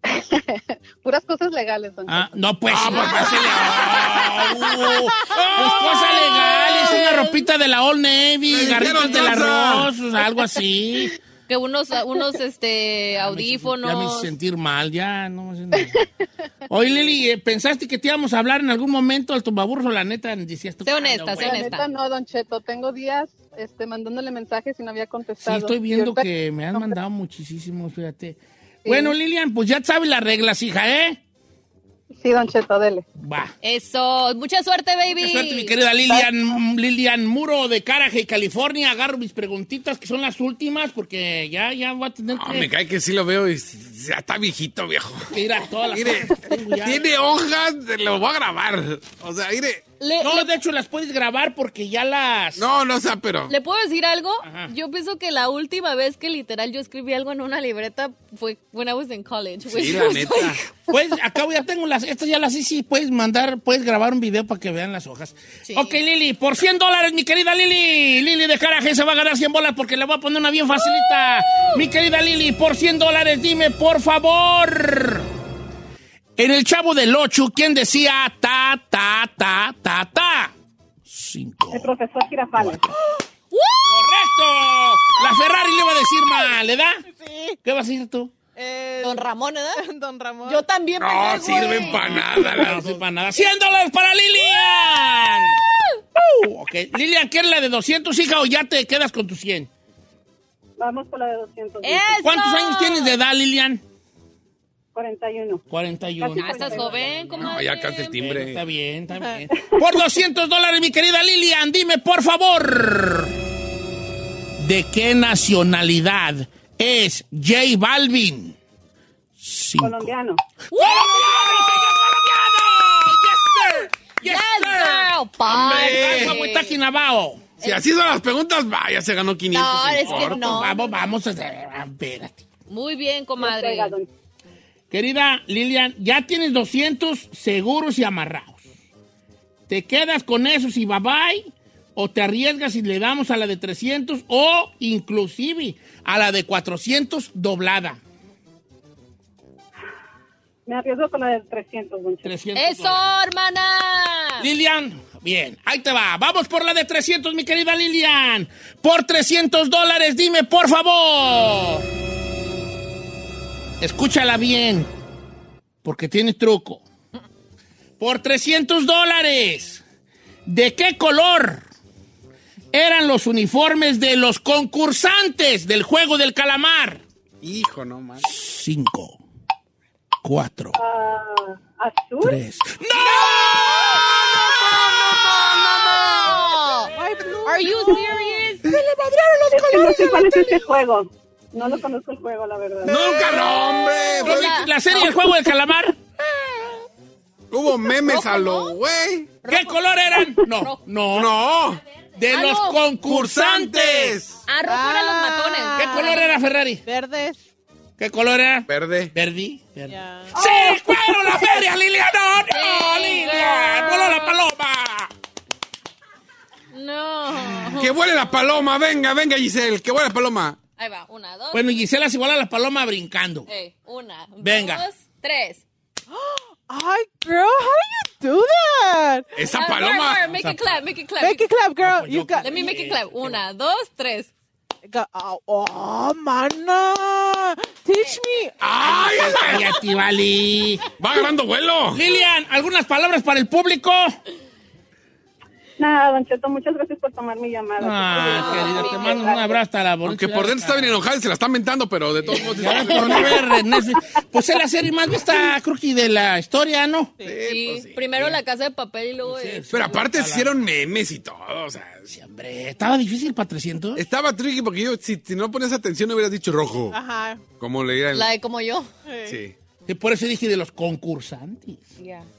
[SPEAKER 6] Puras cosas legales, Don Cheto.
[SPEAKER 1] Ah, no, pues. sí, pues, sí, le- Ah, uh, pues cosa legal, es una ropita de la Old Navy,
[SPEAKER 3] Le
[SPEAKER 1] garritas
[SPEAKER 3] dijeron
[SPEAKER 1] del
[SPEAKER 3] salsa.
[SPEAKER 1] arroz, o sea, algo así.
[SPEAKER 2] Que unos, unos este,
[SPEAKER 1] Ya me hice
[SPEAKER 2] audífonos.
[SPEAKER 1] sentir mal, ya, no. no sé nada. Oye, Lili, eh, ¿pensaste que te íbamos a hablar en algún momento al tumbaburro? La neta, decías tú.
[SPEAKER 2] Sé
[SPEAKER 1] "Ah, no,
[SPEAKER 2] honesta, sé
[SPEAKER 1] güey".
[SPEAKER 6] La
[SPEAKER 2] honesta.
[SPEAKER 6] neta, no, Don Cheto. Tengo días este, mandándole mensajes y no había
[SPEAKER 1] Sí,
[SPEAKER 6] contestado.
[SPEAKER 1] estoy
[SPEAKER 6] Y
[SPEAKER 1] viendo
[SPEAKER 6] ahorita-
[SPEAKER 1] que me han mandado muchísimos, fíjate. Bueno, Lilian, pues ya sabes las reglas, hija, ¿eh?
[SPEAKER 6] Sí, Don Cheto, dele.
[SPEAKER 1] Va.
[SPEAKER 2] Eso, mucha suerte, baby.
[SPEAKER 1] Mucha suerte, mi querida Lilian, Lilian Muro de Caraje, California. Agarro mis preguntitas, que son las últimas, porque ya, ya voy a tener
[SPEAKER 3] No,
[SPEAKER 1] que
[SPEAKER 3] Ah, me cae que sí lo veo y ya está viejito, viejo.
[SPEAKER 1] que ir a todas las
[SPEAKER 3] Mire,
[SPEAKER 1] cosas que tengo ya.
[SPEAKER 3] tiene hojas, lo voy a grabar. O sea, mire,
[SPEAKER 2] Le-
[SPEAKER 1] No, de hecho, las puedes grabar porque ya las...
[SPEAKER 3] no, no, o sea, pero...
[SPEAKER 2] ¿Le puedo decir algo?
[SPEAKER 1] Ajá.
[SPEAKER 2] Yo pienso que la última vez que literal yo escribí algo en una libreta fue when I was in college.
[SPEAKER 3] Sí,
[SPEAKER 2] which
[SPEAKER 3] la
[SPEAKER 2] was
[SPEAKER 3] neta.
[SPEAKER 2] like-
[SPEAKER 1] Pues acabo, ya tengo las... Estas ya las hice, puedes mandar, puedes grabar un video para que vean las hojas.
[SPEAKER 2] Sí.
[SPEAKER 1] Ok, Lili, por 100 dólares, mi querida Lili. Lili de Caraje se va a ganar 100 bolas porque le voy a poner una bien facilita. Mi querida Lili, por 100 dólares, dime, por favor. En el Chavo del 8, ¿quién decía ta, ta, ta, ta, ta? Cinco.
[SPEAKER 6] El profesor Girafales.
[SPEAKER 1] ¡Correcto! La Ferrari le va a decir mal, ¿le da?
[SPEAKER 4] Sí.
[SPEAKER 1] ¿Qué vas a decir tú?
[SPEAKER 4] Eh,
[SPEAKER 2] Don Ramón, ¿verdad?
[SPEAKER 4] Don Ramón.
[SPEAKER 2] Yo también
[SPEAKER 3] No,
[SPEAKER 2] pensé, güey.
[SPEAKER 3] sirven para nada.
[SPEAKER 1] No,
[SPEAKER 3] las
[SPEAKER 1] no
[SPEAKER 2] pues,
[SPEAKER 3] dos.
[SPEAKER 1] para nada. 100 dólares para Lilian. Uh, ok. Lilian, ¿quieres la de 200, hija, o ya te quedas con tus 100?
[SPEAKER 6] Vamos por la de 200.
[SPEAKER 2] ¡Eso!
[SPEAKER 1] ¿Cuántos años tienes de edad, Lilian?
[SPEAKER 6] 41.
[SPEAKER 1] 41.
[SPEAKER 2] Ah, estás joven, ¿cómo?
[SPEAKER 3] No, ya canta el
[SPEAKER 1] Bueno, está
[SPEAKER 3] timbre.
[SPEAKER 1] bien, está bien. Por 200 dólares, mi querida Lilian, dime por favor. ¿De qué nacionalidad es J Balvin? Cinco.
[SPEAKER 6] Colombiano.
[SPEAKER 1] ¡Colombiano, señor colombiano! ¡Yes, sir! ¡Yes,
[SPEAKER 2] Yes,
[SPEAKER 1] sir!
[SPEAKER 2] girl, padre.
[SPEAKER 3] Eh.
[SPEAKER 1] Ay, guapo, está Quinabao.
[SPEAKER 3] Si así son las preguntas, vaya, se ganó 500.
[SPEAKER 2] No, es que
[SPEAKER 3] importa.
[SPEAKER 2] no.
[SPEAKER 1] Vamos, vamos, ah, espérate.
[SPEAKER 2] Muy bien, comadre.
[SPEAKER 6] Oiga, don-
[SPEAKER 1] Querida Lilian, ya tienes 200 seguros y amarrados. ¿Te quedas con esos y bye bye? ¿O te arriesgas y le damos a la de 300 o inclusive a la de 400 doblada?
[SPEAKER 6] Me arriesgo con la de 300, Don Cheto.
[SPEAKER 1] 300
[SPEAKER 2] ¡Eso,
[SPEAKER 1] doblada.
[SPEAKER 2] hermana!
[SPEAKER 1] Lilian, bien, ahí te va. Vamos por la de 300, mi querida Lilian. Por 300 dólares, dime, por favor. Escúchala bien, porque tiene truco. Por 300 dólares, ¿de qué color eran los uniformes de los concursantes del juego del calamar?
[SPEAKER 3] Hijo, no más.
[SPEAKER 1] 5, 4,
[SPEAKER 6] Ah, azul.
[SPEAKER 1] 3. ¡No!
[SPEAKER 2] Are you serious?
[SPEAKER 6] Es que no sé cuál es este juego. No lo conozco el juego, la verdad.
[SPEAKER 3] ¡Nunca, no, hombre!
[SPEAKER 1] ¿No
[SPEAKER 3] Fue-
[SPEAKER 1] viste ¿La serie del juego del calamar?
[SPEAKER 3] Hubo memes a lo güey.
[SPEAKER 1] ¿Qué color eran? No, no, no.
[SPEAKER 3] ¡No!
[SPEAKER 1] De
[SPEAKER 2] Ah,
[SPEAKER 1] los
[SPEAKER 2] no.
[SPEAKER 1] concursantes.
[SPEAKER 2] Ah, rojo eran los
[SPEAKER 4] Ah.
[SPEAKER 2] matones.
[SPEAKER 1] ¿Qué color era Ferrari?
[SPEAKER 4] Verdes.
[SPEAKER 1] ¿Qué color era?
[SPEAKER 3] Verde.
[SPEAKER 1] Verdi. Verdi.
[SPEAKER 4] Ya.
[SPEAKER 1] ¡Sí! ¡Fueron la feria, Liliana! ¡No,
[SPEAKER 2] Sí,
[SPEAKER 1] Lilian!
[SPEAKER 2] girl.
[SPEAKER 1] ¡Voló la paloma!
[SPEAKER 2] No.
[SPEAKER 3] ¡Que huele la paloma! ¡Venga, venga, Giselle! ¡Que huele la paloma!
[SPEAKER 2] Ahí va, una, dos.
[SPEAKER 1] Bueno, Gisela se voló a la paloma brincando.
[SPEAKER 2] Ey, una,
[SPEAKER 1] Venga.
[SPEAKER 2] dos, tres.
[SPEAKER 4] Ay, girl, how do you do that?
[SPEAKER 3] ¡Esa
[SPEAKER 2] Ah,
[SPEAKER 3] paloma!
[SPEAKER 2] more, more, Make it clap, make it clap.
[SPEAKER 4] Make it clap,
[SPEAKER 1] Ah, pues
[SPEAKER 4] girl. You got.
[SPEAKER 2] Let me make it clap. Una, dos, tres.
[SPEAKER 4] got- oh, oh, mana. Teach me.
[SPEAKER 3] ¡Ay! esa-
[SPEAKER 1] Cállate, Vali.
[SPEAKER 3] ¡Va agarrando vuelo!
[SPEAKER 1] Lilian, ¿algunas palabras para el público?
[SPEAKER 6] Nada, Don Cheto, muchas gracias por tomar mi llamada.
[SPEAKER 1] Ah, querida, te mando un abrazo hasta la bonita.
[SPEAKER 3] Aunque por dentro está bien enojada y se la están mentando, pero de todos modos...
[SPEAKER 1] Ya ves, por no ver Netflix. Pues es la serie más vista, Crookie, de la historia, ¿no?
[SPEAKER 2] Sí,
[SPEAKER 1] pues
[SPEAKER 2] primero la casa de papel y luego el-
[SPEAKER 3] Pero aparte se hicieron memes y todo, o sea...
[SPEAKER 1] Sí, hombre, estaba difícil para 300.
[SPEAKER 3] Estaba tricky porque yo, si, si no ponías atención, hubieras dicho rojo.
[SPEAKER 1] Ah.
[SPEAKER 4] Ajá.
[SPEAKER 3] Como le dirán.
[SPEAKER 2] la de como yo.
[SPEAKER 3] Sí.
[SPEAKER 1] Sí, por eso dije de los concursantes.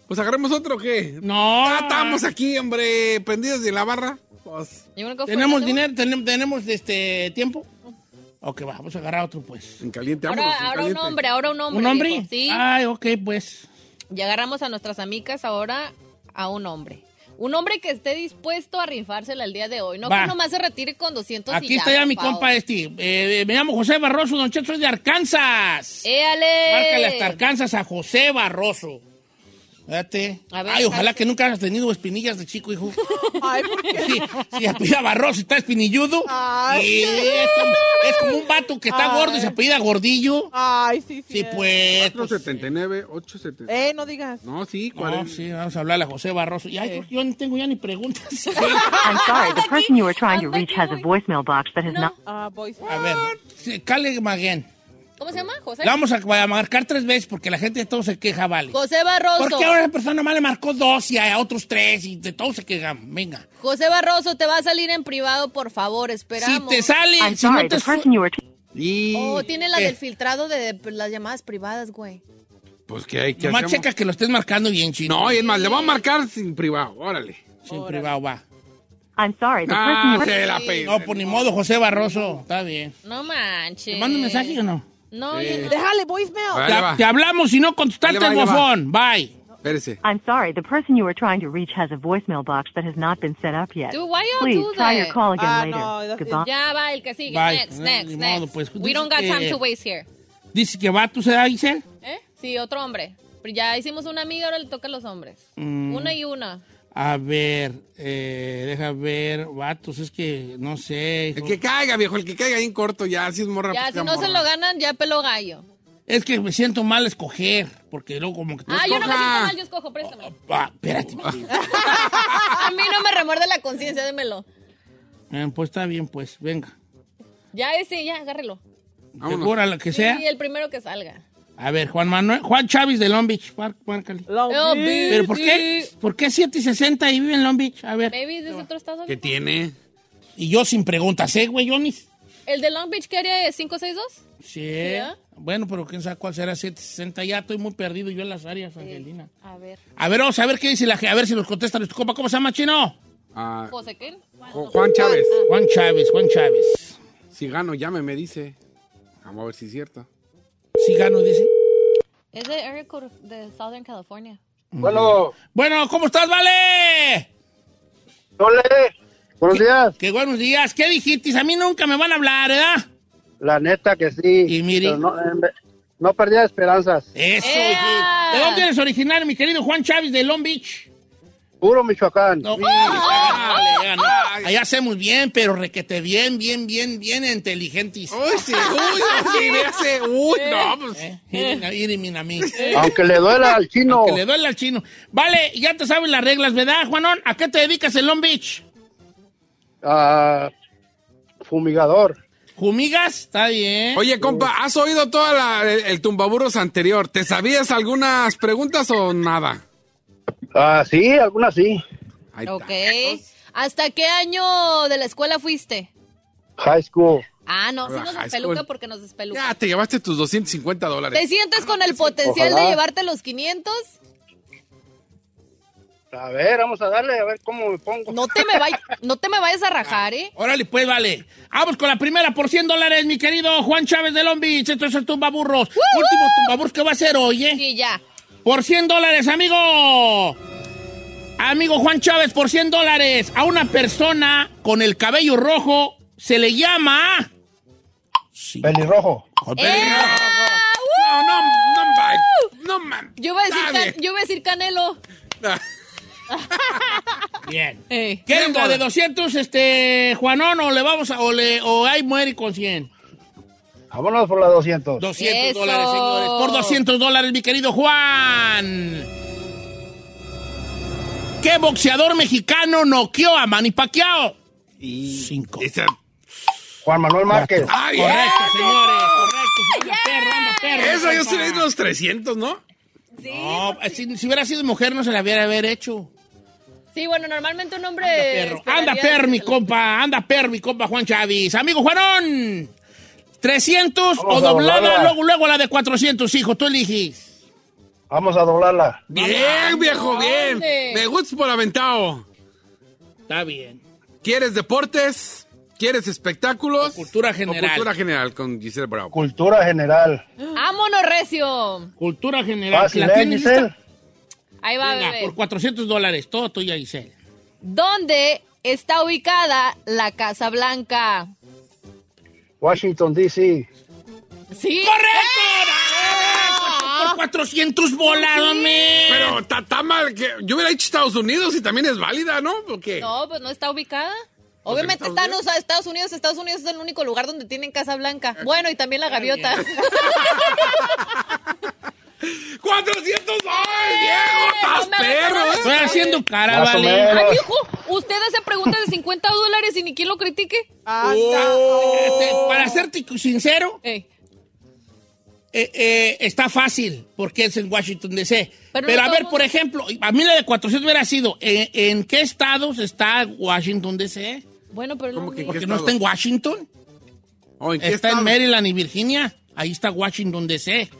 [SPEAKER 3] Pues agarremos otro, o ¿qué?
[SPEAKER 1] No.
[SPEAKER 3] Ya estamos aquí, hombre, prendidos de la barra. Pues,
[SPEAKER 2] Yo creo que fue
[SPEAKER 1] ¿Tenemos
[SPEAKER 2] la-
[SPEAKER 1] dinero? ¿Tenem- ¿Tenemos este tiempo? Ok, va, vamos a agarrar otro, pues.
[SPEAKER 3] en caliente,
[SPEAKER 2] Ahora,
[SPEAKER 3] vámonos, en
[SPEAKER 2] ahora un
[SPEAKER 3] caliente.
[SPEAKER 2] hombre, ahora un hombre.
[SPEAKER 1] ¿Un hombre? Ah.
[SPEAKER 2] viejo. Sí.
[SPEAKER 1] Ay, ok, pues.
[SPEAKER 2] Ya agarramos a nuestras amigas ahora a un hombre. Un hombre que esté dispuesto a rifársela el día de hoy. No
[SPEAKER 1] Va.
[SPEAKER 2] que nomás se retire con 200 y
[SPEAKER 1] Aquí está ya
[SPEAKER 2] por
[SPEAKER 1] mi
[SPEAKER 2] favor.
[SPEAKER 1] compa este. Eh, me llamo José Barroso, don Cheto, soy de Arkansas.
[SPEAKER 2] Eh. ¡Éale!
[SPEAKER 1] Márcale hasta Arkansas a José Barroso. Fíjate.
[SPEAKER 2] A ver,
[SPEAKER 1] Ay, ojalá
[SPEAKER 2] salte.
[SPEAKER 1] que nunca hayas tenido espinillas de chico, hijo.
[SPEAKER 4] Ay, ¿por qué?
[SPEAKER 1] Sí, sí, apellida Barroso, está espinilludo.
[SPEAKER 4] Ay.
[SPEAKER 1] Sí, es, como, es como un vato que está
[SPEAKER 4] Ay.
[SPEAKER 1] gordo y se apellida gordillo.
[SPEAKER 4] Ay, sí, sí.
[SPEAKER 1] Sí,
[SPEAKER 4] es.
[SPEAKER 1] pues. pues,
[SPEAKER 3] 479, 870.
[SPEAKER 4] Eh, no digas.
[SPEAKER 3] No, sí,
[SPEAKER 1] no,
[SPEAKER 3] 40.
[SPEAKER 1] sí, vamos a hablarle a José Barroso. Y ay, creo que yo no tengo ya ni preguntas.
[SPEAKER 5] I'm sorry, the person you are trying to reach has a voicemail box that has
[SPEAKER 2] No.
[SPEAKER 4] Ah, voice.
[SPEAKER 1] a ver, sí, Cale Maguen.
[SPEAKER 2] ¿Cómo se llama? José.
[SPEAKER 1] La vamos a, a marcar tres veces porque la gente de todo se queja, vale.
[SPEAKER 7] José Barroso.
[SPEAKER 1] Porque ahora esa persona más le marcó dos y a otros tres y de todo se quejan. Venga.
[SPEAKER 7] José Barroso, te va a salir en privado, por favor, esperamos.
[SPEAKER 1] Si te sale, I'm si sorry, no te the su- person
[SPEAKER 3] Y
[SPEAKER 7] Oh, tiene la
[SPEAKER 1] Eh.
[SPEAKER 7] del filtrado de las llamadas privadas, güey.
[SPEAKER 3] pues que hay que
[SPEAKER 1] Nomás checa que lo estés marcando bien, chino.
[SPEAKER 3] No, y es más, le voy a marcar sin privado, órale.
[SPEAKER 1] Sin privado va.
[SPEAKER 3] Ah, se la pe-
[SPEAKER 1] No, pues ni modo, José Barroso. Está bien.
[SPEAKER 2] No manches.
[SPEAKER 1] ¿Te mando un mensaje o no?
[SPEAKER 2] No, yo no.
[SPEAKER 4] Déjale voicemail.
[SPEAKER 3] Ahí
[SPEAKER 1] Te,
[SPEAKER 3] le va.
[SPEAKER 1] te hablamos si no contestaste,
[SPEAKER 3] Ahí le va, ahí le va.
[SPEAKER 1] bofón. Bye.
[SPEAKER 3] Espérese.
[SPEAKER 8] I'm sorry, the person you are trying to reach has a voicemail box that has not been set up yet.
[SPEAKER 2] Dude, why y'all
[SPEAKER 8] Please
[SPEAKER 2] do
[SPEAKER 8] try your
[SPEAKER 2] that?
[SPEAKER 8] call again
[SPEAKER 4] Ah,
[SPEAKER 8] later.
[SPEAKER 4] no, that's-
[SPEAKER 8] Goodbye.
[SPEAKER 2] Ya va el que sigue.
[SPEAKER 1] Bye.
[SPEAKER 2] Next,
[SPEAKER 1] Eh,
[SPEAKER 2] next,
[SPEAKER 1] ni
[SPEAKER 2] next.
[SPEAKER 1] modo, pues,
[SPEAKER 2] We don't got
[SPEAKER 1] dice
[SPEAKER 2] time
[SPEAKER 1] que-
[SPEAKER 2] to waste here.
[SPEAKER 1] Dice que va, ¿tú se da, Giselle?
[SPEAKER 2] ¿Eh? Sí, otro hombre. Pero Ya hicimos una amiga, ahora le toca a los hombres.
[SPEAKER 1] Mm.
[SPEAKER 2] Una y una.
[SPEAKER 1] A ver, eh, deja ver, vatos, es que no sé.
[SPEAKER 3] El
[SPEAKER 1] hijo.
[SPEAKER 3] que caiga, viejo, el que caiga ahí en corto, ya, si es morra.
[SPEAKER 2] Ya,
[SPEAKER 3] pues,
[SPEAKER 2] si
[SPEAKER 3] que
[SPEAKER 2] no se
[SPEAKER 3] morra.
[SPEAKER 2] lo ganan, ya pelo gallo.
[SPEAKER 1] Es que me siento mal escoger, porque luego como que...
[SPEAKER 2] Ah, yo no me
[SPEAKER 3] escoja.
[SPEAKER 2] siento mal, yo escojo, préstame.
[SPEAKER 1] Ah, espérate. Martín.
[SPEAKER 7] A mí no me remuerde la conciencia, démelo.
[SPEAKER 1] Eh, pues está bien, pues, venga.
[SPEAKER 2] Ya ese, ya, agárrelo.
[SPEAKER 3] Vámonos.
[SPEAKER 1] Segura la que
[SPEAKER 2] Sí,
[SPEAKER 1] sea.
[SPEAKER 2] el primero que salga.
[SPEAKER 1] A ver, Juan Manuel, Juan Chávez de Long Beach, mar- márcale.
[SPEAKER 4] Long
[SPEAKER 2] Oh,
[SPEAKER 4] Beach.
[SPEAKER 2] bitch.
[SPEAKER 1] ¿Pero por qué? ¿Por qué 7 y 60 y vive en Long Beach? A ver.
[SPEAKER 2] Maybe desde otro estado.
[SPEAKER 3] ¿Qué tiene?
[SPEAKER 1] Y yo sin preguntas, ¿eh, güey, Jonis?
[SPEAKER 2] ¿El de Long Beach qué área es? ¿562?
[SPEAKER 1] Sí.
[SPEAKER 2] ¿Ya?
[SPEAKER 1] Bueno, pero quién sabe cuál será 760. Ya estoy muy perdido yo en las áreas, Angelina.
[SPEAKER 2] A ver.
[SPEAKER 1] A ver, vamos a ver qué dice la gente. A ver si nos contesta nuestro compa. ¿Cómo se llama, chino?
[SPEAKER 3] Ah,
[SPEAKER 2] ¿José qué?
[SPEAKER 3] Jo- Juan Chávez.
[SPEAKER 1] Juan Chávez, Juan Chávez.
[SPEAKER 3] Si gano, llame, me dice. Vamos a ver si es cierto.
[SPEAKER 1] Sí gano, dice.
[SPEAKER 2] Es de área cor- de Southern California.
[SPEAKER 9] Bueno,
[SPEAKER 1] Bueno, ¿cómo estás, Vale?
[SPEAKER 9] Sole, eh. buenos días.
[SPEAKER 1] Qué buenos días. ¿Qué dijiste? A mí nunca me van a hablar, ¿verdad?
[SPEAKER 9] La neta que sí.
[SPEAKER 1] Y mire.
[SPEAKER 9] Pero No, en ve- no perdía esperanzas.
[SPEAKER 1] Eso,
[SPEAKER 2] ¡Ea!
[SPEAKER 1] sí. ¿De dónde eres originario, mi querido Juan Chávez de Long Beach?
[SPEAKER 9] Puro Michoacán.
[SPEAKER 1] No,
[SPEAKER 9] Sí,
[SPEAKER 1] vale, ya no. Allá hacemos bien, pero requete bien, bien, bien, bien inteligentes.
[SPEAKER 3] Uy, sí, uy, sí, véase. Uy, no, pues.
[SPEAKER 1] Eh, irin a- irin a mí.
[SPEAKER 9] Aunque le duela al chino.
[SPEAKER 1] Que le duele al chino. Vale, ya te sabes las reglas, ¿verdad, Juanón? ¿A qué te dedicas en Long Beach?
[SPEAKER 9] ah, fumigador.
[SPEAKER 1] ¿Jumigas? Está bien.
[SPEAKER 3] Oye, compa, ¿has oído todo el, el tumbaburros anterior? ¿Te sabías algunas preguntas o nada?
[SPEAKER 9] Ah, sí, algunas sí.
[SPEAKER 3] Ahí está.
[SPEAKER 7] Ok. ¿Hasta qué año de la escuela fuiste?
[SPEAKER 9] High school.
[SPEAKER 7] Ah, no, sí
[SPEAKER 3] Hola,
[SPEAKER 7] nos
[SPEAKER 3] high
[SPEAKER 7] despeluca
[SPEAKER 3] school.
[SPEAKER 7] porque nos despeluca.
[SPEAKER 3] Ya te llevaste tus 250
[SPEAKER 7] ¿Te
[SPEAKER 3] dólares.
[SPEAKER 7] sientes con el potencial de
[SPEAKER 9] Ojalá.
[SPEAKER 7] llevarte los 500?
[SPEAKER 9] A ver, vamos a darle, a ver cómo me pongo.
[SPEAKER 7] No te me, vay- no te me vayas a rajar, ¿eh?
[SPEAKER 1] Órale, pues vale. Vamos con la primera por 100 dólares, mi querido Juan Chávez de Long Beach. Esto es el tumbaburros. Último tumbaburros que va a ser hoy, ¿eh?
[SPEAKER 7] Sí, ya.
[SPEAKER 1] Por 100 dólares, amigo. Amigo Juan Chávez, por 100 dólares. A una persona con el cabello rojo se le llama. Sí.
[SPEAKER 9] Pelirrojo.
[SPEAKER 3] No, no, no, man. No, man.
[SPEAKER 2] Yo iba a decir,
[SPEAKER 3] Nadie.
[SPEAKER 2] Can- yo iba a decir Canelo.
[SPEAKER 1] Bien.
[SPEAKER 2] Eh.
[SPEAKER 1] ¿Quieren la de 200, este, Juanón, o le vamos a, o, le, o ahí muere con 100?
[SPEAKER 9] Vámonos por la 200.
[SPEAKER 1] 200
[SPEAKER 2] Eso.
[SPEAKER 1] dólares, señores. Por 200 dólares, mi querido Juan. ¿Qué boxeador mexicano noqueó a Manny Pacquiao?
[SPEAKER 3] Y-
[SPEAKER 1] Cinco.
[SPEAKER 3] Esa-
[SPEAKER 9] Juan Manuel Márquez.
[SPEAKER 3] Ah, bien.
[SPEAKER 1] Correcto, señores, correcto. señora perra, anda, perra,
[SPEAKER 3] Eso yo
[SPEAKER 1] compa.
[SPEAKER 3] sí le di los 300, ¿no?
[SPEAKER 1] No, si, si hubiera sido mujer no se la hubiera haber hecho.
[SPEAKER 2] Sí, bueno, normalmente un hombre.
[SPEAKER 1] Anda, perro. Anda, per, mi compa. Anda, per, mi compa Juan Chávez. Amigo Juanón, 300
[SPEAKER 9] Vamos
[SPEAKER 1] o
[SPEAKER 9] a
[SPEAKER 1] doblada,
[SPEAKER 9] doblarla.
[SPEAKER 1] luego, luego la de 400, hijo. Tú eliges.
[SPEAKER 9] Vamos a doblarla.
[SPEAKER 3] Bien, viejo, bien.
[SPEAKER 2] ¿dónde?
[SPEAKER 3] Me gusta por aventado.
[SPEAKER 1] Está bien.
[SPEAKER 3] ¿Quieres deportes? ¿Quieres espectáculos?
[SPEAKER 1] O cultura general.
[SPEAKER 3] O cultura general con Giselle Bravo.
[SPEAKER 9] Cultura general.
[SPEAKER 2] ¡Vámonos, recio!
[SPEAKER 1] Cultura general.
[SPEAKER 9] Fácil,
[SPEAKER 1] ¿La
[SPEAKER 9] ¿eh,
[SPEAKER 1] tienes lista?
[SPEAKER 9] Giselle?
[SPEAKER 2] Ahí va,
[SPEAKER 1] Venga,
[SPEAKER 2] bebé.
[SPEAKER 1] por 400 dólares. Todo tuya, Giselle.
[SPEAKER 9] ¡Eh!
[SPEAKER 2] ¿Dónde está ubicada la Casa Blanca?
[SPEAKER 9] Washington, D.C.
[SPEAKER 2] Sí.
[SPEAKER 1] ¡Correcto!
[SPEAKER 9] ¡Ah!
[SPEAKER 1] Por 400 bolas, hombre.
[SPEAKER 3] Pero está tan mal que. Yo hubiera dicho Estados Unidos y también es válida, ¿no? Porque.
[SPEAKER 2] No, pues no está ubicada. Obviamente
[SPEAKER 3] ¿en
[SPEAKER 2] están
[SPEAKER 3] Estados
[SPEAKER 2] los Estados Unidos. Estados Unidos es el único lugar donde tienen Casa
[SPEAKER 1] Ah.
[SPEAKER 2] Blanca. Bueno, y también la gaviota.
[SPEAKER 3] 400
[SPEAKER 1] ¡Eh!
[SPEAKER 3] dólares, viejo, estás
[SPEAKER 2] no me hagas
[SPEAKER 3] perro.
[SPEAKER 2] nada.
[SPEAKER 3] ¿eh?
[SPEAKER 1] Estoy haciendo cara,
[SPEAKER 9] Más o
[SPEAKER 1] vale.
[SPEAKER 9] menos.
[SPEAKER 2] ¡Ah, viejo! Usted hace preguntas de 50 dólares y ni
[SPEAKER 3] Oh.
[SPEAKER 2] quien lo critique.
[SPEAKER 4] Anda.
[SPEAKER 1] Este, para serte sincero,
[SPEAKER 2] Ey,
[SPEAKER 1] eh, eh, está fácil porque es en Washington DC. Pero,
[SPEAKER 2] Pero no
[SPEAKER 1] a
[SPEAKER 2] todo
[SPEAKER 1] ver,
[SPEAKER 2] mundo-
[SPEAKER 1] por ejemplo, a mí la de 400 hubiera sido, ¿en, en qué estados está Washington DC?
[SPEAKER 2] Bueno, pero
[SPEAKER 1] ¿Cómo
[SPEAKER 2] no,
[SPEAKER 1] que
[SPEAKER 2] mira.
[SPEAKER 1] Porque no está en Washington.
[SPEAKER 3] Oh, qué
[SPEAKER 1] está
[SPEAKER 3] estado?
[SPEAKER 1] en Maryland y Virginia. Ahí está Washington DC.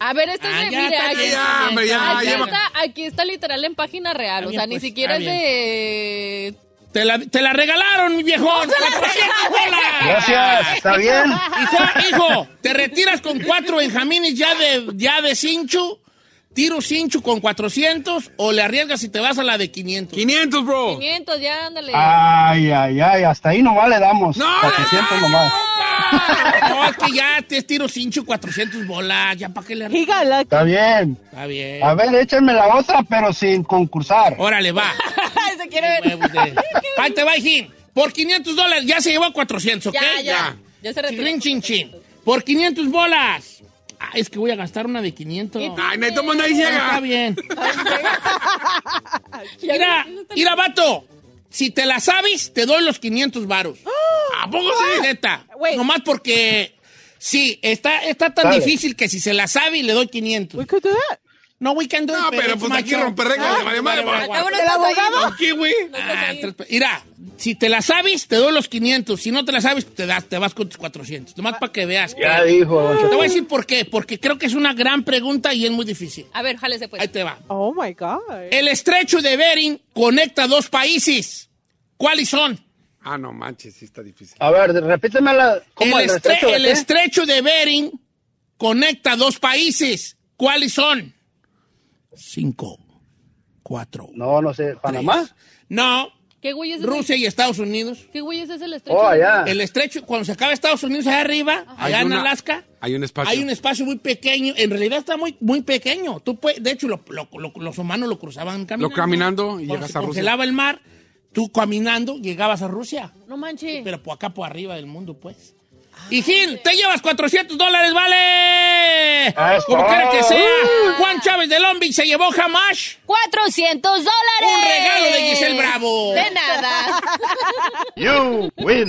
[SPEAKER 2] A ver, esta
[SPEAKER 1] Ah,
[SPEAKER 2] es de,
[SPEAKER 1] ya,
[SPEAKER 2] mire,
[SPEAKER 1] está
[SPEAKER 2] aquí,
[SPEAKER 1] bien, ya, hombre, ya,
[SPEAKER 2] aquí
[SPEAKER 1] lleva-
[SPEAKER 2] está, aquí está literal en página real,
[SPEAKER 1] Está
[SPEAKER 2] o
[SPEAKER 1] bien,
[SPEAKER 2] sea, ni
[SPEAKER 1] pues,
[SPEAKER 2] siquiera es
[SPEAKER 1] está
[SPEAKER 2] de...
[SPEAKER 1] Te la, te la regalaron, mi viejón.
[SPEAKER 2] No, te la
[SPEAKER 1] 400
[SPEAKER 2] regalaron.
[SPEAKER 1] bolas.
[SPEAKER 9] Gracias, ¿está bien?
[SPEAKER 1] Hijo, hijo, te retiras con cuatro Benjamines ya de, ya de cincho, tiro cincho con 400 o le arriesgas y te vas a la de 500.
[SPEAKER 3] 500, bro.
[SPEAKER 2] 500, ya, ándale.
[SPEAKER 1] Ah,
[SPEAKER 9] Ay, ay, ay, hasta ahí nomás le damos.
[SPEAKER 3] No,
[SPEAKER 9] 400 nomás.
[SPEAKER 1] No, es que ya te tiro cincho 400 bolas, ya para qué le arriesgas.
[SPEAKER 4] Dígala.
[SPEAKER 9] Está bien.
[SPEAKER 1] Está bien.
[SPEAKER 9] A ver, échenme la otra, pero sin concursar.
[SPEAKER 1] Órale, va.
[SPEAKER 2] Se quiere ver.
[SPEAKER 1] Huevos de- Ahí te va, hijín. Por 500 dólares ya se llevó 400, ¿ok?
[SPEAKER 2] Ya, ya. Ya se retiró.
[SPEAKER 1] Chin, chin, chin. Por 500 bolas. Ah, es que voy a gastar una de 500.
[SPEAKER 3] Ay, Neto, manda ahí
[SPEAKER 1] Bueno, Está
[SPEAKER 3] llega.
[SPEAKER 1] bien. Mira, mira, vato. Si te la sabes, te doy los 500 varos. ¿A poco Pues
[SPEAKER 3] Ah,
[SPEAKER 1] sí? Neta.
[SPEAKER 4] Wait.
[SPEAKER 1] Nomás porque... Sí, está, está tan
[SPEAKER 9] Dale.
[SPEAKER 1] difícil que si se la sabe, le doy 500.
[SPEAKER 4] We could do that.
[SPEAKER 1] No, we can do it,
[SPEAKER 3] No, pero
[SPEAKER 1] it's
[SPEAKER 3] pues
[SPEAKER 1] my
[SPEAKER 3] aquí
[SPEAKER 1] show.
[SPEAKER 3] romper reglas,
[SPEAKER 1] Ah,
[SPEAKER 3] vale madre,
[SPEAKER 1] vale,
[SPEAKER 3] vale.
[SPEAKER 1] vale.
[SPEAKER 4] ¿El abogado?
[SPEAKER 3] ¿Por qué, güey?
[SPEAKER 1] Ah, tres pe- Mira, si te la sabes, te doy los 500. Si no te la sabes, te, das, te vas con tus 400. Nomás para que veas.
[SPEAKER 9] Ya dijo. don
[SPEAKER 1] Te
[SPEAKER 9] Cheto.
[SPEAKER 1] voy a decir por qué. Porque creo que es una gran pregunta y es muy difícil.
[SPEAKER 2] A ver, jálese pues.
[SPEAKER 1] Ahí te va.
[SPEAKER 4] Oh my God.
[SPEAKER 1] El estrecho de Bering conecta dos países. ¿Cuáles son?
[SPEAKER 3] Ah, no manches, sí está difícil.
[SPEAKER 9] A ver, repíteme la. ¿Cómo
[SPEAKER 1] El, estre-
[SPEAKER 9] el, estrecho de
[SPEAKER 1] el
[SPEAKER 9] qué?
[SPEAKER 1] estrecho de Bering conecta dos países. ¿Cuáles son? Cinco, cuatro.
[SPEAKER 9] No, no sé. ¿Panamá?
[SPEAKER 1] tres. No,
[SPEAKER 2] ¿Qué güey es ese?
[SPEAKER 1] Rusia y Estados Unidos.
[SPEAKER 2] ¿Qué güey es ese el estrecho?
[SPEAKER 9] Oh, allá.
[SPEAKER 1] El estrecho, cuando se acaba Estados Unidos allá arriba,
[SPEAKER 3] Ah. Hay
[SPEAKER 1] allá en
[SPEAKER 3] una-
[SPEAKER 1] Alaska,
[SPEAKER 3] Hay un espacio.
[SPEAKER 1] hay un espacio muy pequeño. En realidad está muy, muy pequeño. Tú puedes- de hecho, lo- lo- lo- los humanos lo cruzaban caminando.
[SPEAKER 3] Lo caminando y
[SPEAKER 1] Cuando
[SPEAKER 3] llegas
[SPEAKER 1] se
[SPEAKER 3] a Rusia.
[SPEAKER 1] congelaba el mar, tú caminando llegabas a Rusia.
[SPEAKER 2] No manches.
[SPEAKER 1] Pero por acá, por arriba del mundo, pues.
[SPEAKER 2] Ah,
[SPEAKER 1] Y Gil, te llevas 400 dólares, ¿vale?
[SPEAKER 9] Eso.
[SPEAKER 1] Como quiera que sea. Juan Chávez de Long Beach se llevó jamás
[SPEAKER 2] 400 dólares.
[SPEAKER 1] un regalo de Giselle Bravo.
[SPEAKER 2] De nada.
[SPEAKER 9] You win.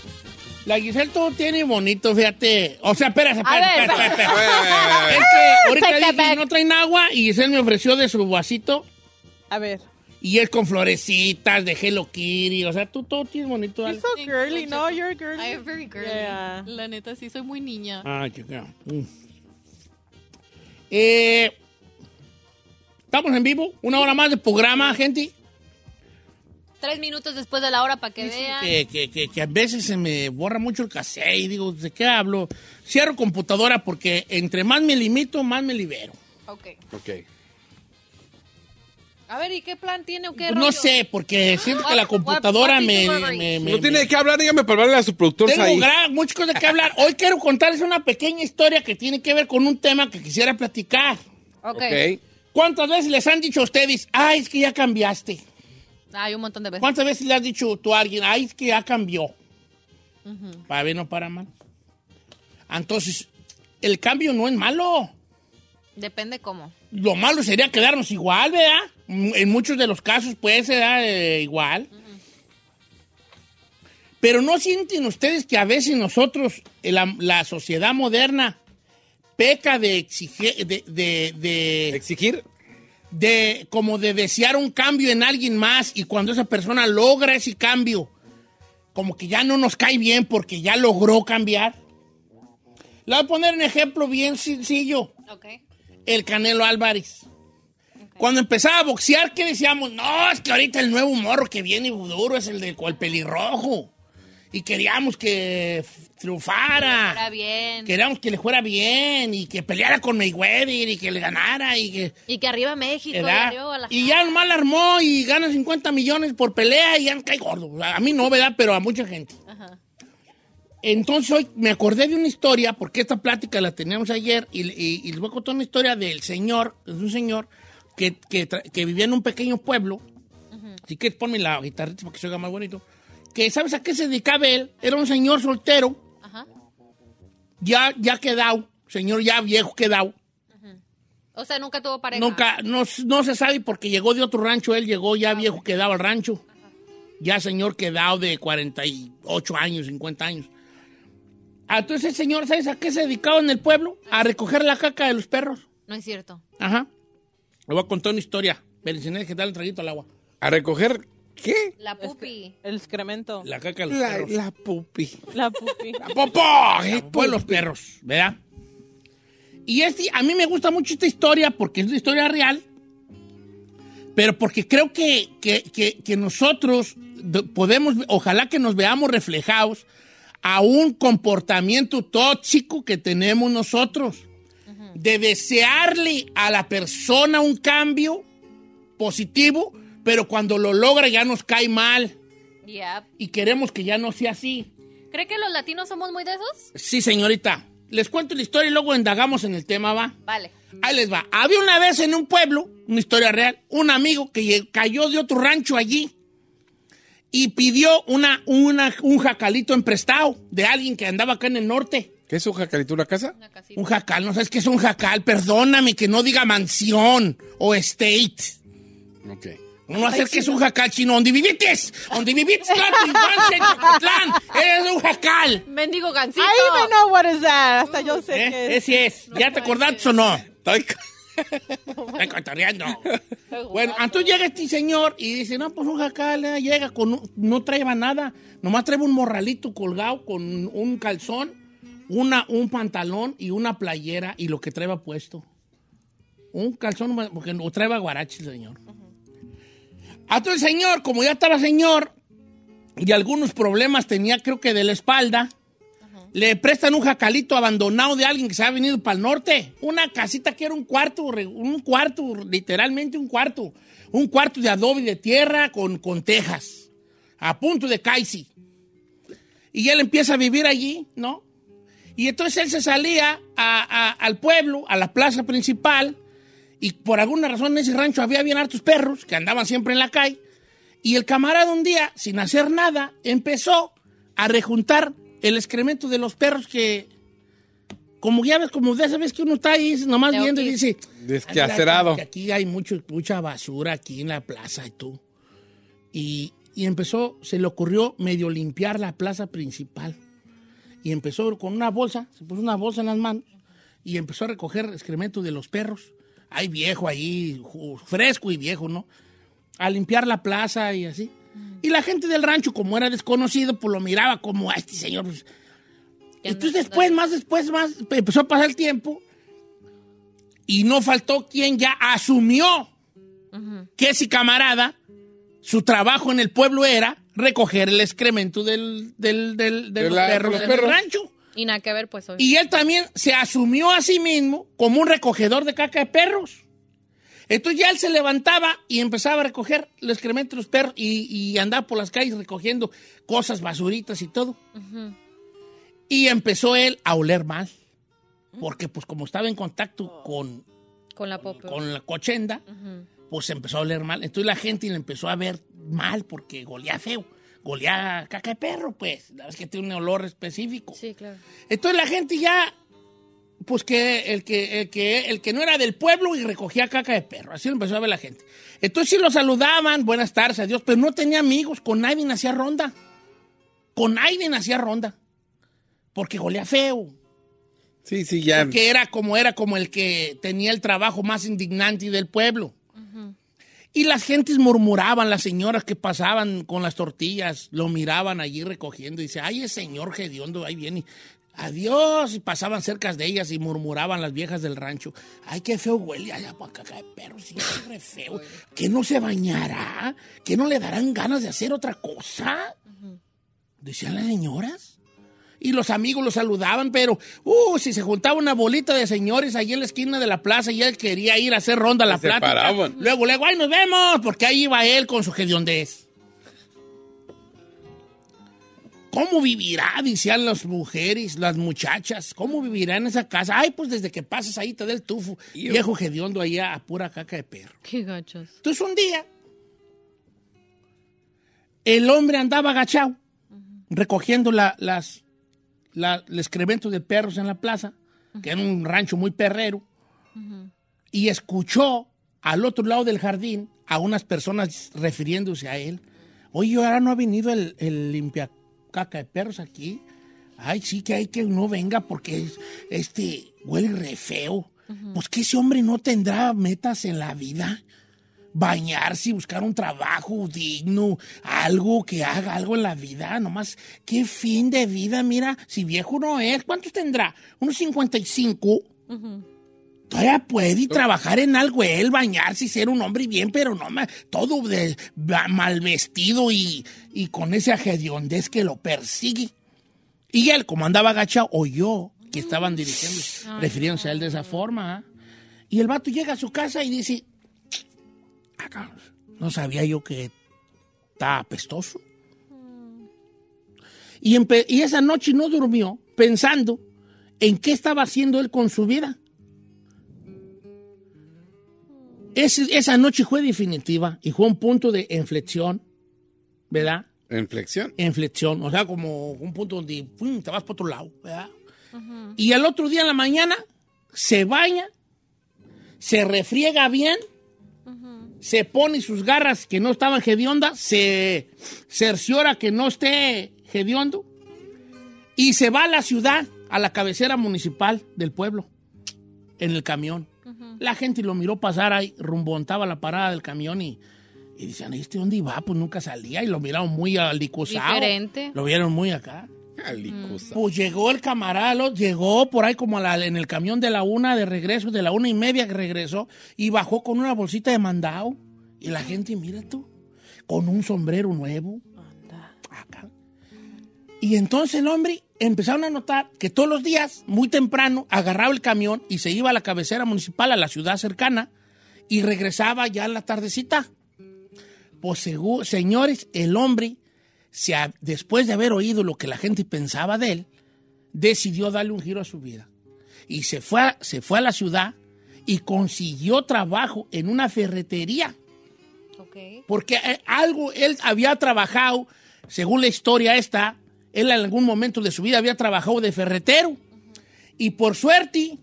[SPEAKER 1] La Giselle todo tiene bonito, fíjate. O sea, espera, espera,
[SPEAKER 2] A ver,
[SPEAKER 1] espera, espera,
[SPEAKER 3] A ver,
[SPEAKER 1] espera.
[SPEAKER 3] a ver, a ver, a
[SPEAKER 1] Es
[SPEAKER 3] ver.
[SPEAKER 1] que ahorita
[SPEAKER 2] Take that
[SPEAKER 1] dije,
[SPEAKER 2] back.
[SPEAKER 1] no traen agua y Giselle me ofreció de su vasito
[SPEAKER 4] A ver.
[SPEAKER 1] y es con florecitas de Hello Kitty. O sea, tú todo tienes bonito.
[SPEAKER 4] You're
[SPEAKER 1] dale.
[SPEAKER 4] so girly. No, you're girly.
[SPEAKER 7] I'm very girly.
[SPEAKER 4] Yeah.
[SPEAKER 7] La neta, sí, soy muy niña.
[SPEAKER 1] Ah, chica. Mm. Eh, Estamos en vivo, una hora más de programa, gente.
[SPEAKER 2] Tres minutos después de la hora para que vean.
[SPEAKER 1] Que, que, que- que a veces se me borra mucho el cassette y digo, ¿de qué hablo? Cierro computadora porque entre más me limito, más me libero.
[SPEAKER 2] Ok.
[SPEAKER 3] Ok.
[SPEAKER 2] A ver, ¿y qué plan tiene o qué
[SPEAKER 1] Pues no
[SPEAKER 2] rollo? Ah,
[SPEAKER 1] sé, porque siento que la
[SPEAKER 2] What- what-
[SPEAKER 1] computadora
[SPEAKER 2] what is
[SPEAKER 1] me,
[SPEAKER 2] the worry?
[SPEAKER 1] me- me-
[SPEAKER 3] No tiene
[SPEAKER 1] me-
[SPEAKER 3] de qué hablar, dígame para hablarle a su productor
[SPEAKER 1] Tengo
[SPEAKER 3] ahí.
[SPEAKER 1] gran- muchas cosas que hablar. Hoy quiero contarles una pequeña historia que tiene que ver con un tema que quisiera platicar.
[SPEAKER 2] Ok.
[SPEAKER 3] Ok.
[SPEAKER 1] ¿Cuántas veces les han dicho a ustedes, ay, es que ya cambiaste?
[SPEAKER 2] Hay un montón de veces.
[SPEAKER 1] ¿Cuántas veces le has dicho tú a alguien, ay, es que ya cambió? Para bien o para mal. Entonces, el cambio no es malo.
[SPEAKER 2] Depende cómo.
[SPEAKER 1] Lo malo sería quedarnos igual, ¿verdad? M- En muchos de los casos puede ser ah, eh, igual. Pero no sienten ustedes que a veces nosotros, eh, la, la sociedad moderna, peca de exigir... De, de- de-
[SPEAKER 10] ¿Exigir?
[SPEAKER 1] De, como de desear un cambio en alguien más y cuando esa persona logra ese cambio, como que ya no nos cae bien porque ya logró cambiar. Le voy a poner un ejemplo bien sencillo
[SPEAKER 2] Ok.
[SPEAKER 1] el Canelo Álvarez. Cuando empezaba a boxear, ¿qué decíamos? No, es que ahorita el nuevo morro que viene duro es el del cual pelirrojo. Y queríamos que f-
[SPEAKER 2] Está
[SPEAKER 1] triunfara.
[SPEAKER 2] bien.
[SPEAKER 1] Queríamos que le fuera bien y que peleara con Mayweather y que le ganara y que...
[SPEAKER 2] Y que arriba México, y
[SPEAKER 1] ¿verdad?
[SPEAKER 2] arriba Guadalajara.
[SPEAKER 1] Y ya nomás la armó y gana 50 millones por pelea y ya cae gordo. O sea, A mí no, ¿verdad? Pero a mucha gente.
[SPEAKER 2] Ajá.
[SPEAKER 1] Entonces hoy me acordé de una historia, porque esta plática la teníamos ayer, y, y, y les voy a contar una historia del señor, de un señor que, que tra- que vivía en un pequeño pueblo. Así que ponme la guitarrita para que se oiga más bonito. Que, ¿sabes a qué se dedicaba él? Era un señor soltero,
[SPEAKER 2] Ajá.
[SPEAKER 1] ya, ya quedado, señor ya viejo quedado.
[SPEAKER 2] O sea, nunca tuvo pareja.
[SPEAKER 1] Nunca, no, s- no se sabe porque llegó de otro rancho, él llegó ya viejo quedado al rancho. Ya señor quedado de 48 años, 50 años. Ah, Entonces el señor, ¿sabes a qué se dedicaba en el pueblo? A recoger la caca de los perros.
[SPEAKER 2] No es cierto.
[SPEAKER 1] Ajá. Le voy a contar una historia. Pero sin que darle un traguito al agua.
[SPEAKER 3] A recoger ¿Qué?
[SPEAKER 2] La pupi.
[SPEAKER 4] El excremento.
[SPEAKER 1] La caca de los
[SPEAKER 4] La-
[SPEAKER 1] perros.
[SPEAKER 3] la pupi.
[SPEAKER 4] La pupi.
[SPEAKER 1] La popó, la popó de los perros, ¿verdad? Y este, a mí me gusta mucho esta historia porque es una historia real, pero porque creo que, que- que- que nosotros do- podemos, ojalá que nos veamos reflejados a un comportamiento tóxico que tenemos nosotros, de desearle a la persona un cambio positivo, pero cuando lo logra ya nos cae mal
[SPEAKER 2] Ya.
[SPEAKER 1] y queremos que ya no sea así.
[SPEAKER 2] ¿Cree que los latinos somos muy de esos?
[SPEAKER 1] Sí, señorita. Les cuento la historia y luego indagamos en el tema, ¿va?
[SPEAKER 2] Vale.
[SPEAKER 1] Ahí les va. Había una vez en un pueblo, una historia real, un amigo que lle- cayó de otro rancho allí y pidió una, una, un jacalito emprestado de alguien que andaba acá en el norte.
[SPEAKER 3] ¿Qué es un jacaritura casa?
[SPEAKER 1] Un jacal, no sabes qué es un jacal, perdóname que no diga mansión o estate.
[SPEAKER 3] Ok.
[SPEAKER 1] No hacer que es un jacal chino. Donde vivites, donde vivites, claro, tu infancia en Zacatlán, eres un jacal.
[SPEAKER 2] Mendigo gancito.
[SPEAKER 4] I even know what is that. Hasta yo sé
[SPEAKER 1] ¿Eh?
[SPEAKER 4] que es.
[SPEAKER 1] Ese es. ¿Ya te acordaste o no? Estoy, cotorreando. bueno, entonces llega este señor y dice, no, pues un jacal eh, llega con, un- no traeba nada, nomás trae un morralito colgado con un calzón, una, un pantalón y una playera y lo que traeba puesto. Un calzón, porque no traeba guaraches, señor. Entonces el señor, como ya estaba señor y algunos problemas tenía, creo que de la espalda, le prestan un jacalito abandonado de alguien que se ha venido para el norte. Una casita que era un cuarto, re- un cuarto, literalmente un cuarto. Un cuarto de adobe de tierra con, con tejas, a punto de Kaisi. Y él empieza a vivir allí, ¿no? Y entonces él se salía a- a- al pueblo, a la plaza principal, y por alguna razón en ese rancho había bien hartos perros que andaban siempre en la calle. Y el camarada un día, sin hacer nada, empezó a rejuntar el excremento de los perros que, como ya ves, como de esa vez que uno está ahí nomás
[SPEAKER 3] De
[SPEAKER 1] viendo y
[SPEAKER 3] otis.
[SPEAKER 1] dice...
[SPEAKER 3] Desquacerado.
[SPEAKER 1] "Ándale, Aquí hay mucho, mucha basura aquí en la plaza y tú. Y, y empezó, se le ocurrió medio limpiar la plaza principal. Y empezó con una bolsa, se puso una bolsa en las manos y empezó a recoger excremento de los perros. Hay viejo ahí, ju- fresco y viejo, ¿no? A limpiar la plaza y así. Y la gente del rancho, como era desconocido, pues lo miraba como a este señor. pues". Entonces después, más después, más, pues, empezó a pasar el tiempo y no faltó quien ya asumió que ese camarada, su trabajo en el pueblo era recoger el excremento del, del, del- de
[SPEAKER 3] De
[SPEAKER 1] los
[SPEAKER 3] la- de
[SPEAKER 1] perros
[SPEAKER 3] los
[SPEAKER 1] del
[SPEAKER 3] perros.
[SPEAKER 1] rancho.
[SPEAKER 2] Y nada que ver, pues hoy.
[SPEAKER 1] Y él también se asumió a sí mismo como un recogedor de caca de perros. Entonces ya él se levantaba y empezaba a recoger los excrementos de los perros y, y andaba por las calles recogiendo cosas, basuritas y todo.
[SPEAKER 2] Ujú.
[SPEAKER 1] Y empezó él a oler mal. Porque pues como estaba en contacto con,
[SPEAKER 2] Con la popi.
[SPEAKER 1] con la cochenda,
[SPEAKER 2] Ujú.
[SPEAKER 1] pues empezó a oler mal. Entonces la gente le empezó a ver mal porque golía feo. goleada, caca de perro, pues. La vez que tiene un olor específico.
[SPEAKER 2] Sí, claro.
[SPEAKER 1] Entonces la gente ya, pues que el que, el que el que no era del pueblo y recogía caca de perro. Así lo empezó a ver la gente. Entonces sí lo saludaban, buenas tardes, adiós, pero no tenía amigos. Con Aiden hacía ronda. Con Aiden hacía ronda. Porque golea feo.
[SPEAKER 3] Sí, sí, ya.
[SPEAKER 1] Porque era como era como el que tenía el trabajo más indignante del pueblo. Y las gentes murmuraban, las señoras que pasaban con las tortillas, lo miraban allí recogiendo y dice, ay, ese señor hediondo, ahí viene. Adiós, y pasaban cerca de ellas y murmuraban las viejas del rancho. Ay, qué feo huele allá para caca de perro, sí, qué re feo. ¿Que no se bañará? ¿Que no le darán ganas de hacer otra cosa? Decían las señoras. Y los amigos los saludaban, pero, uh, si se juntaba una bolita de señores allí en la esquina de la plaza y él quería ir a hacer ronda a la
[SPEAKER 3] Se
[SPEAKER 1] plaza.
[SPEAKER 3] paraban.
[SPEAKER 1] Luego, luego, ¡ay, nos vemos! Porque ahí iba él con su hediondez. ¿Cómo vivirá? Decían las mujeres, las muchachas. ¿Cómo vivirá en esa casa? Ay, pues desde que pasas ahí te da el tufo. Viejo hediondo allá a pura caca de perro.
[SPEAKER 2] Qué gachos.
[SPEAKER 1] Entonces un día, el hombre andaba agachado, recogiendo la- las, la- el excremento de perros en la plaza, que era un rancho muy perrero, y escuchó al otro lado del jardín a unas personas refiriéndose a él. Oye, ahora no ha venido el, el limpiacaca de perros aquí. Ay, sí, que hay que no venga porque es- este huele re feo. Pues que ese hombre no tendrá metas en la vida bañarse, buscar un trabajo digno, algo que haga algo en la vida, nomás, qué fin de vida, mira, si viejo no es, ¿cuántos tendrá? Unos 55. Todavía puede y trabajar en algo él, bañarse y ser un hombre bien, pero no ma- todo de- va- mal vestido y, y con ese ajedondez que lo persigue. Y él, como andaba agachado, oyó que estaban dirigiendo, refiriéndose a él de esa forma. ¿ah? Y el vato llega a su casa y dice, "Ah, cabrón, no sabía yo que está apestoso. Y, empe- y esa noche no durmió pensando en qué estaba haciendo él con su vida. Ese- esa noche fue definitiva y fue un punto de inflexión, ¿verdad?
[SPEAKER 3] Inflexión.
[SPEAKER 1] Inflexión, o sea, como un punto donde ¡pum! te vas para otro lado, ¿verdad? Y al otro día en la mañana se baña, se refriega bien, se pone sus garras que no estaban hediondas, se cerciora que no esté hediondo y se va a la ciudad, a la cabecera municipal del pueblo, en el camión. La gente lo miró pasar ahí, rumbontaba la parada del camión y, y decían, ¿este dónde va? Pues nunca salía y lo miraron muy alicuzado.
[SPEAKER 2] Diferente.
[SPEAKER 1] Lo vieron muy acá.
[SPEAKER 3] Alicosa.
[SPEAKER 1] Pues llegó el camarada, lo- llegó por ahí como a la- en el camión de la una de regreso, de la una y media que regresó, y bajó con una bolsita de mandado. Y la gente, mira tú, con un sombrero nuevo. Acá. Y entonces el hombre empezaron a notar que todos los días, muy temprano, agarraba el camión y se iba a la cabecera municipal, a la ciudad cercana, y regresaba ya en la tardecita. Pues segu- señores, el hombre se ha- después de haber oído lo que la gente pensaba de él, decidió darle un giro a su vida. Y se fue a, se fue a la ciudad y consiguió trabajo en una ferretería. Porque eh, algo él había trabajado, según la historia esta, él en algún momento de su vida había trabajado de ferretero. Y por suerte,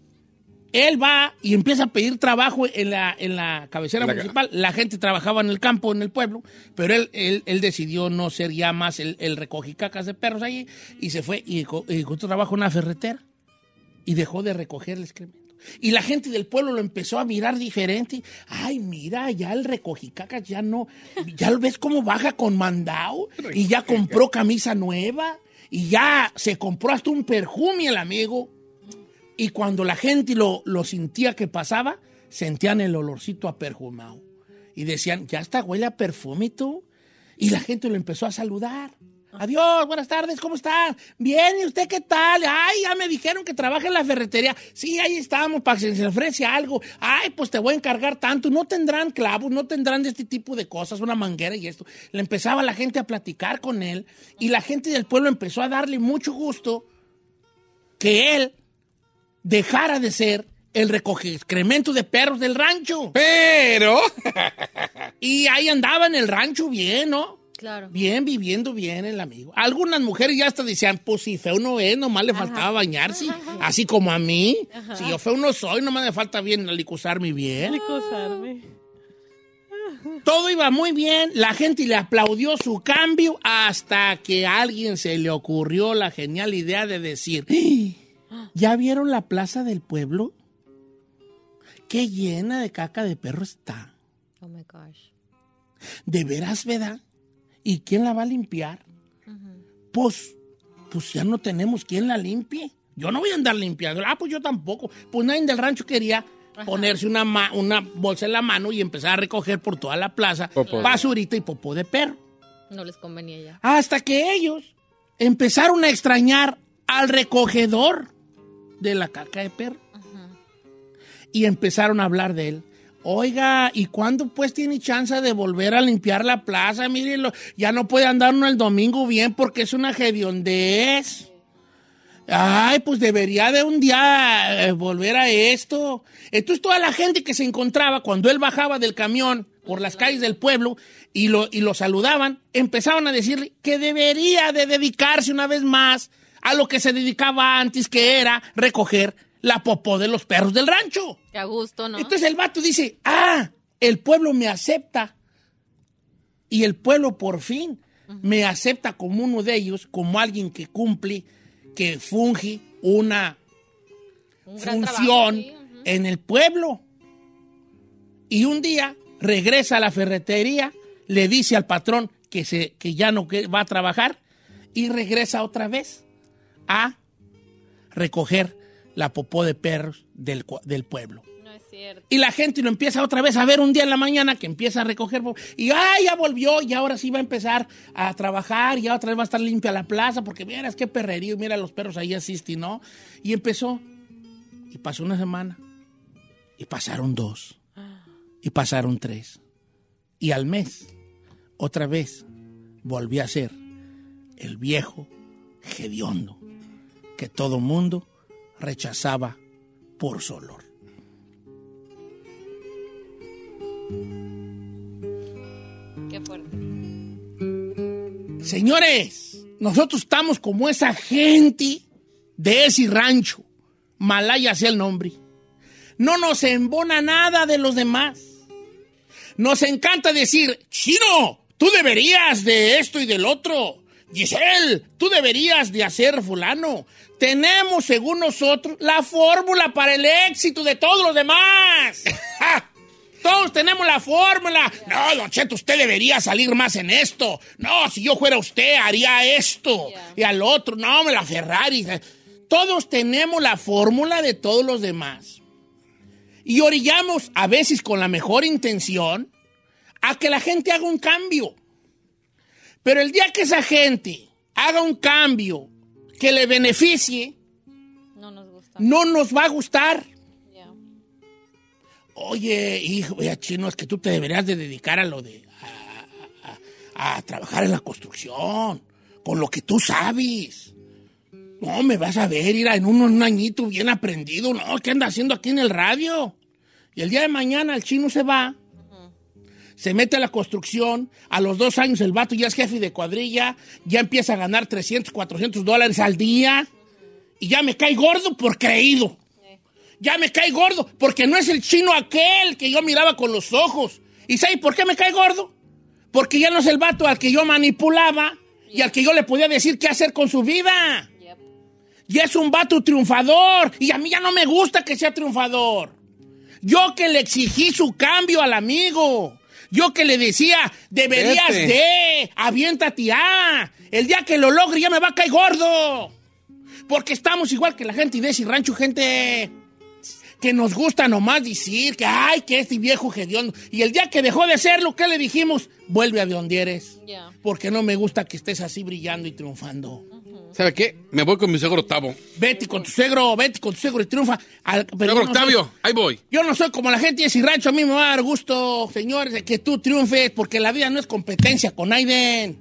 [SPEAKER 1] él va y empieza a pedir trabajo en la, en la cabecera
[SPEAKER 3] En la ca-
[SPEAKER 1] municipal. La gente trabajaba en el campo, en el pueblo, pero él, él, él decidió no ser ya más el, el recogicacas de perros allí y se fue y co- y encontró trabajo en una ferretera y dejó de recoger el excremento. Y la gente del pueblo lo empezó a mirar diferente. Ay, mira, ya el recogicacas ya no, ya lo ves cómo baja con mandao y ya compró camisa nueva y ya se compró hasta un perfume el amigo. Y cuando la gente lo, lo sentía que pasaba, sentían el olorcito a perfumado. Y decían, ya está, huele a perfume tú. Y la gente lo empezó a saludar. Adiós, buenas tardes, ¿cómo estás? Bien, ¿y usted qué tal? Ay, ya me dijeron que trabaja en la ferretería. Sí, ahí estamos, para que se le ofrece algo. Ay, pues te voy a encargar tanto. No tendrán clavos, no tendrán de este tipo de cosas, una manguera y esto. Le empezaba la gente a platicar con él y la gente del pueblo empezó a darle mucho gusto que él dejara de ser el recoge excremento de perros del rancho.
[SPEAKER 3] Pero.
[SPEAKER 1] Y ahí andaba en el rancho bien, ¿no?
[SPEAKER 2] Claro.
[SPEAKER 1] Bien, viviendo bien el amigo. Algunas mujeres ya hasta decían, pues si feo no es, nomás le faltaba bañarse. Así como a mí.
[SPEAKER 4] Ajá.
[SPEAKER 1] Si yo feo no soy, nomás me falta bien alicuzarme bien.
[SPEAKER 4] Acusarme.
[SPEAKER 1] Todo iba muy bien, la gente le aplaudió su cambio hasta que a alguien se le ocurrió la genial idea de decir, "¡Ah! ¿ya vieron la plaza del pueblo? Qué llena de caca de perro está.
[SPEAKER 2] Oh my gosh.
[SPEAKER 1] ¿De veras, verdad? ¿Y quién la va a limpiar? Pues, pues ya no tenemos quien la limpie. Yo no voy a andar limpiando. Ah, pues yo tampoco. Pues nadie del rancho quería ponerse una, ma- una bolsa en la mano y empezar a recoger por toda la plaza
[SPEAKER 2] Popó.
[SPEAKER 1] basurita y popó de perro.
[SPEAKER 2] No les convenía ya.
[SPEAKER 1] Hasta que ellos empezaron a extrañar al recogedor de la caca de perro. Y empezaron a hablar de él. Oiga, ¿y cuándo pues tiene chance de volver a limpiar la plaza? Mírenlo, ya no puede andar uno el domingo bien porque es una hediondez. Ay, pues debería de un día eh, volver a esto. Entonces toda la gente que se encontraba cuando él bajaba del camión por las calles del pueblo y lo, y lo saludaban, empezaban a decirle que debería de dedicarse una vez más a lo que se dedicaba antes, que era recoger la popó de los perros del rancho.
[SPEAKER 2] Que a gusto, ¿no?
[SPEAKER 1] Entonces el vato dice, ah, el pueblo me acepta. Y el pueblo por fin me acepta como uno de ellos, como alguien que cumple, que funge una
[SPEAKER 2] Un gran trabajo,
[SPEAKER 1] función
[SPEAKER 2] sí.
[SPEAKER 1] en el pueblo. Y un día regresa a la ferretería, le dice al patrón que, se, que ya no que va a trabajar y regresa otra vez a recoger la popó de perros del, cua- del pueblo.
[SPEAKER 2] No es cierto.
[SPEAKER 1] Y la gente lo empieza otra vez a ver un día en la mañana que empieza a recoger. po- Y ah, ya volvió y ahora sí va a empezar a trabajar y ya otra vez va a estar limpia la plaza porque mira, es que perrerío, mira los perros ahí asisten, ¿no? Y empezó. Y pasó una semana. Y pasaron dos. Y pasaron tres. Y al mes, otra vez, volví a ser el viejo hediondo que todo mundo rechazaba por su olor.
[SPEAKER 2] Qué fuerte.
[SPEAKER 1] Señores, nosotros estamos como esa gente de ese rancho. Malaya sea el nombre. No nos embona nada de los demás. Nos encanta decir, Chino, tú deberías de esto y del otro. Giselle, tú deberías de hacer fulano. Tenemos, según nosotros, la fórmula para el éxito de todos los demás. Todos tenemos la fórmula. No, Don Cheto, usted debería salir más en esto. No, si yo fuera usted, haría esto. Y al otro, no, me la Ferrari. Todos tenemos la fórmula de todos los demás. Y orillamos, a veces con la mejor intención, a que la gente haga un cambio. Pero el día que esa gente haga un cambio que le beneficie,
[SPEAKER 2] No nos gusta.
[SPEAKER 1] no nos va a gustar. Oye, hijo, vea, chino, es que tú te deberías de dedicar a lo de... A, a- a- a trabajar en la construcción, con lo que tú sabes. No, me vas a ver, ir en un, un añito bien aprendido. No, ¿qué anda haciendo aquí en el radio? Y el día de mañana el chino se va, se mete a la construcción, a los dos años el vato ya es jefe de cuadrilla, ya empieza a ganar 300, 400 dólares al día y ya me cae gordo por creído. Ya me cae gordo porque no es el chino aquel que yo miraba con los ojos. ¿Y sabes por qué me cae gordo? Porque ya no es el vato al que yo manipulaba y al que yo le podía decir qué hacer con su vida. Ya es un vato triunfador y a mí ya no me gusta que sea triunfador. Yo que le exigí su cambio al amigo. Yo que le decía, deberías
[SPEAKER 3] Vete.
[SPEAKER 1] de, aviéntate a. El día que lo logre ya me va a caer gordo. Porque estamos igual que la gente de ese rancho, gente que nos gusta nomás decir que, ay, que este viejo hediondo. Y el día que dejó de serlo, ¿qué le dijimos? Vuelve a de donde eres.
[SPEAKER 2] Ya.
[SPEAKER 1] Porque no me gusta que estés así brillando y triunfando.
[SPEAKER 3] ¿Sabe qué? Me voy con mi suegro Octavo.
[SPEAKER 1] Vete con tu suegro, vete con tu suegro y triunfa. Al- pero yo
[SPEAKER 3] Suegro
[SPEAKER 1] no soy-
[SPEAKER 3] Octavio, ahí voy.
[SPEAKER 1] yo no soy como la gente de ese rancho. A mí me va a dar gusto, señores, de que tú triunfes, porque la vida no es competencia con Aiden.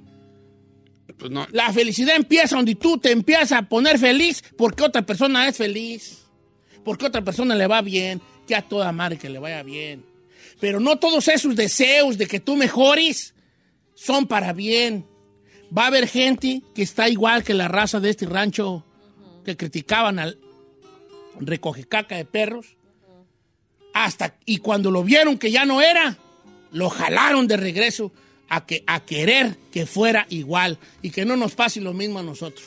[SPEAKER 3] Pues no.
[SPEAKER 1] La felicidad empieza donde tú te empiezas a poner feliz porque otra persona es feliz. Porque otra persona le va bien. Que a toda madre que le vaya bien. Pero no todos esos deseos de que tú mejores son para bien. Va a haber gente que está igual que la raza de este rancho que criticaban al recoge caca de perros. Hasta y cuando lo vieron que ya no era, lo jalaron de regreso a que a querer que fuera igual y que no nos pase lo mismo a nosotros.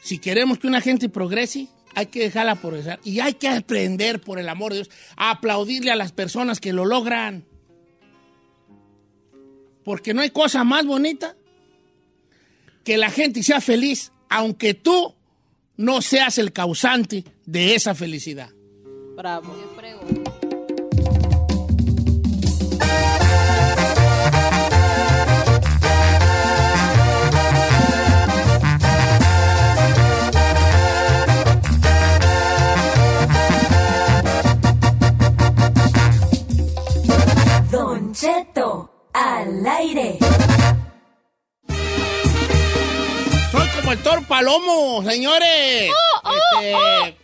[SPEAKER 1] Si queremos que una gente progrese, hay que dejarla progresar y hay que aprender por el amor de Dios a aplaudirle a las personas que lo logran. Porque no hay cosa más bonita que la gente sea feliz aunque tú no seas el causante de esa felicidad.
[SPEAKER 4] Bravo.
[SPEAKER 10] Don Cheto, al aire.
[SPEAKER 1] Soy como el Thor Palomo, señores. Este,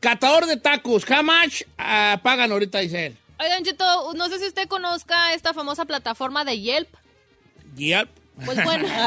[SPEAKER 1] Catador de tacos. How much ah, pagan ahorita, dice él?
[SPEAKER 2] Oigan, Cheto, no sé si usted conozca esta famosa plataforma de Yelp.
[SPEAKER 1] Yep.
[SPEAKER 2] Pues bueno.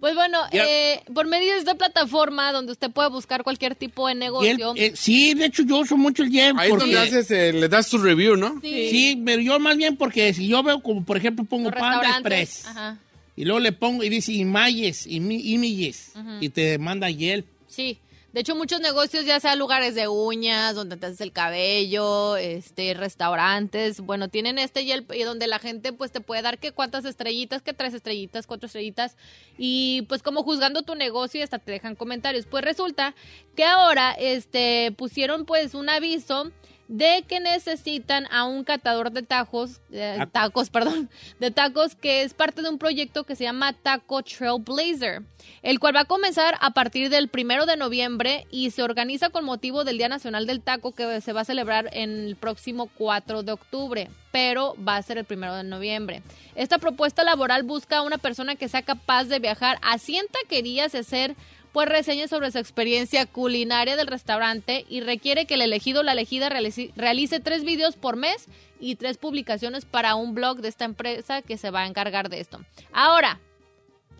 [SPEAKER 2] Pues bueno,
[SPEAKER 1] Yelp.
[SPEAKER 2] eh, por medio de esta plataforma donde usted puede buscar cualquier tipo de negocio.
[SPEAKER 1] Yelp, eh, sí, de hecho yo uso mucho el Yelp.
[SPEAKER 3] Ahí es
[SPEAKER 1] porque-
[SPEAKER 3] donde haces, eh, le das tu review, ¿no?
[SPEAKER 1] Sí. pero yo más bien porque si yo veo como, por ejemplo, pongo Panda Express
[SPEAKER 2] Ajá.
[SPEAKER 1] y luego le pongo y dice Imayes, Imi- Imilles
[SPEAKER 2] Ujú.
[SPEAKER 1] y te manda Yelp.
[SPEAKER 2] Sí. De hecho, muchos negocios, ya sea lugares de uñas, donde te haces el cabello, este, restaurantes, bueno, tienen este Yelp y donde la gente pues te puede dar que cuántas estrellitas, que tres estrellitas, cuatro estrellitas, y pues como juzgando tu negocio y hasta te dejan comentarios. Pues resulta que ahora este pusieron pues un aviso de que necesitan a un catador de tajos, eh,
[SPEAKER 7] Ah.
[SPEAKER 2] tacos, perdón, de tacos, que es parte de un proyecto que se llama Taco Trailblazer, el cual va a comenzar a partir del primero de noviembre y se organiza con motivo del Día Nacional del Taco que se va a celebrar en el próximo 4 de octubre, pero va a ser el primero de noviembre. Esta propuesta laboral busca a una persona que sea capaz de viajar a 100 taquerías y hacer pues reseñas sobre su experiencia culinaria del restaurante y requiere que el elegido o la elegida realice, realice tres videos por mes y tres publicaciones para un blog de esta empresa que se va a encargar de esto. Ahora,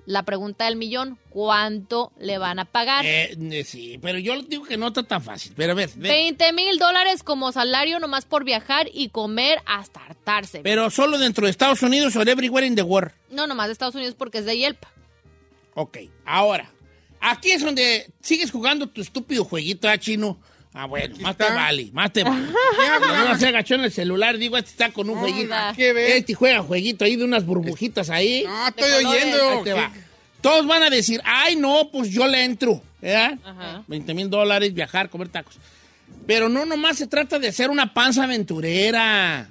[SPEAKER 2] la pregunta del millón, ¿cuánto le van a pagar?
[SPEAKER 1] Eh, eh, sí, pero yo digo que no está tan fácil. Pero a ver, ve-
[SPEAKER 2] 20 mil dólares como salario nomás por viajar y comer hasta hartarse.
[SPEAKER 1] pero solo dentro de Estados Unidos o everywhere in the world.
[SPEAKER 2] No, nomás de Estados Unidos porque es de Yelp.
[SPEAKER 1] Ok, ahora. Aquí es donde sigues jugando tu estúpido jueguito ah, chino. Ah, bueno, más te vale, más te vale. No no se agachó en el celular, digo, este está con un jueguito. Este juega jueguito ahí de unas burbujitas ahí. Ah,
[SPEAKER 3] estoy De colores. oyendo.
[SPEAKER 1] Ahí te va. Todos van a decir, ay, no, pues yo le entro. ¿verdad?
[SPEAKER 2] Ajá.
[SPEAKER 1] 20 mil dólares, viajar, comer tacos. Pero no nomás se trata de ser una panza aventurera.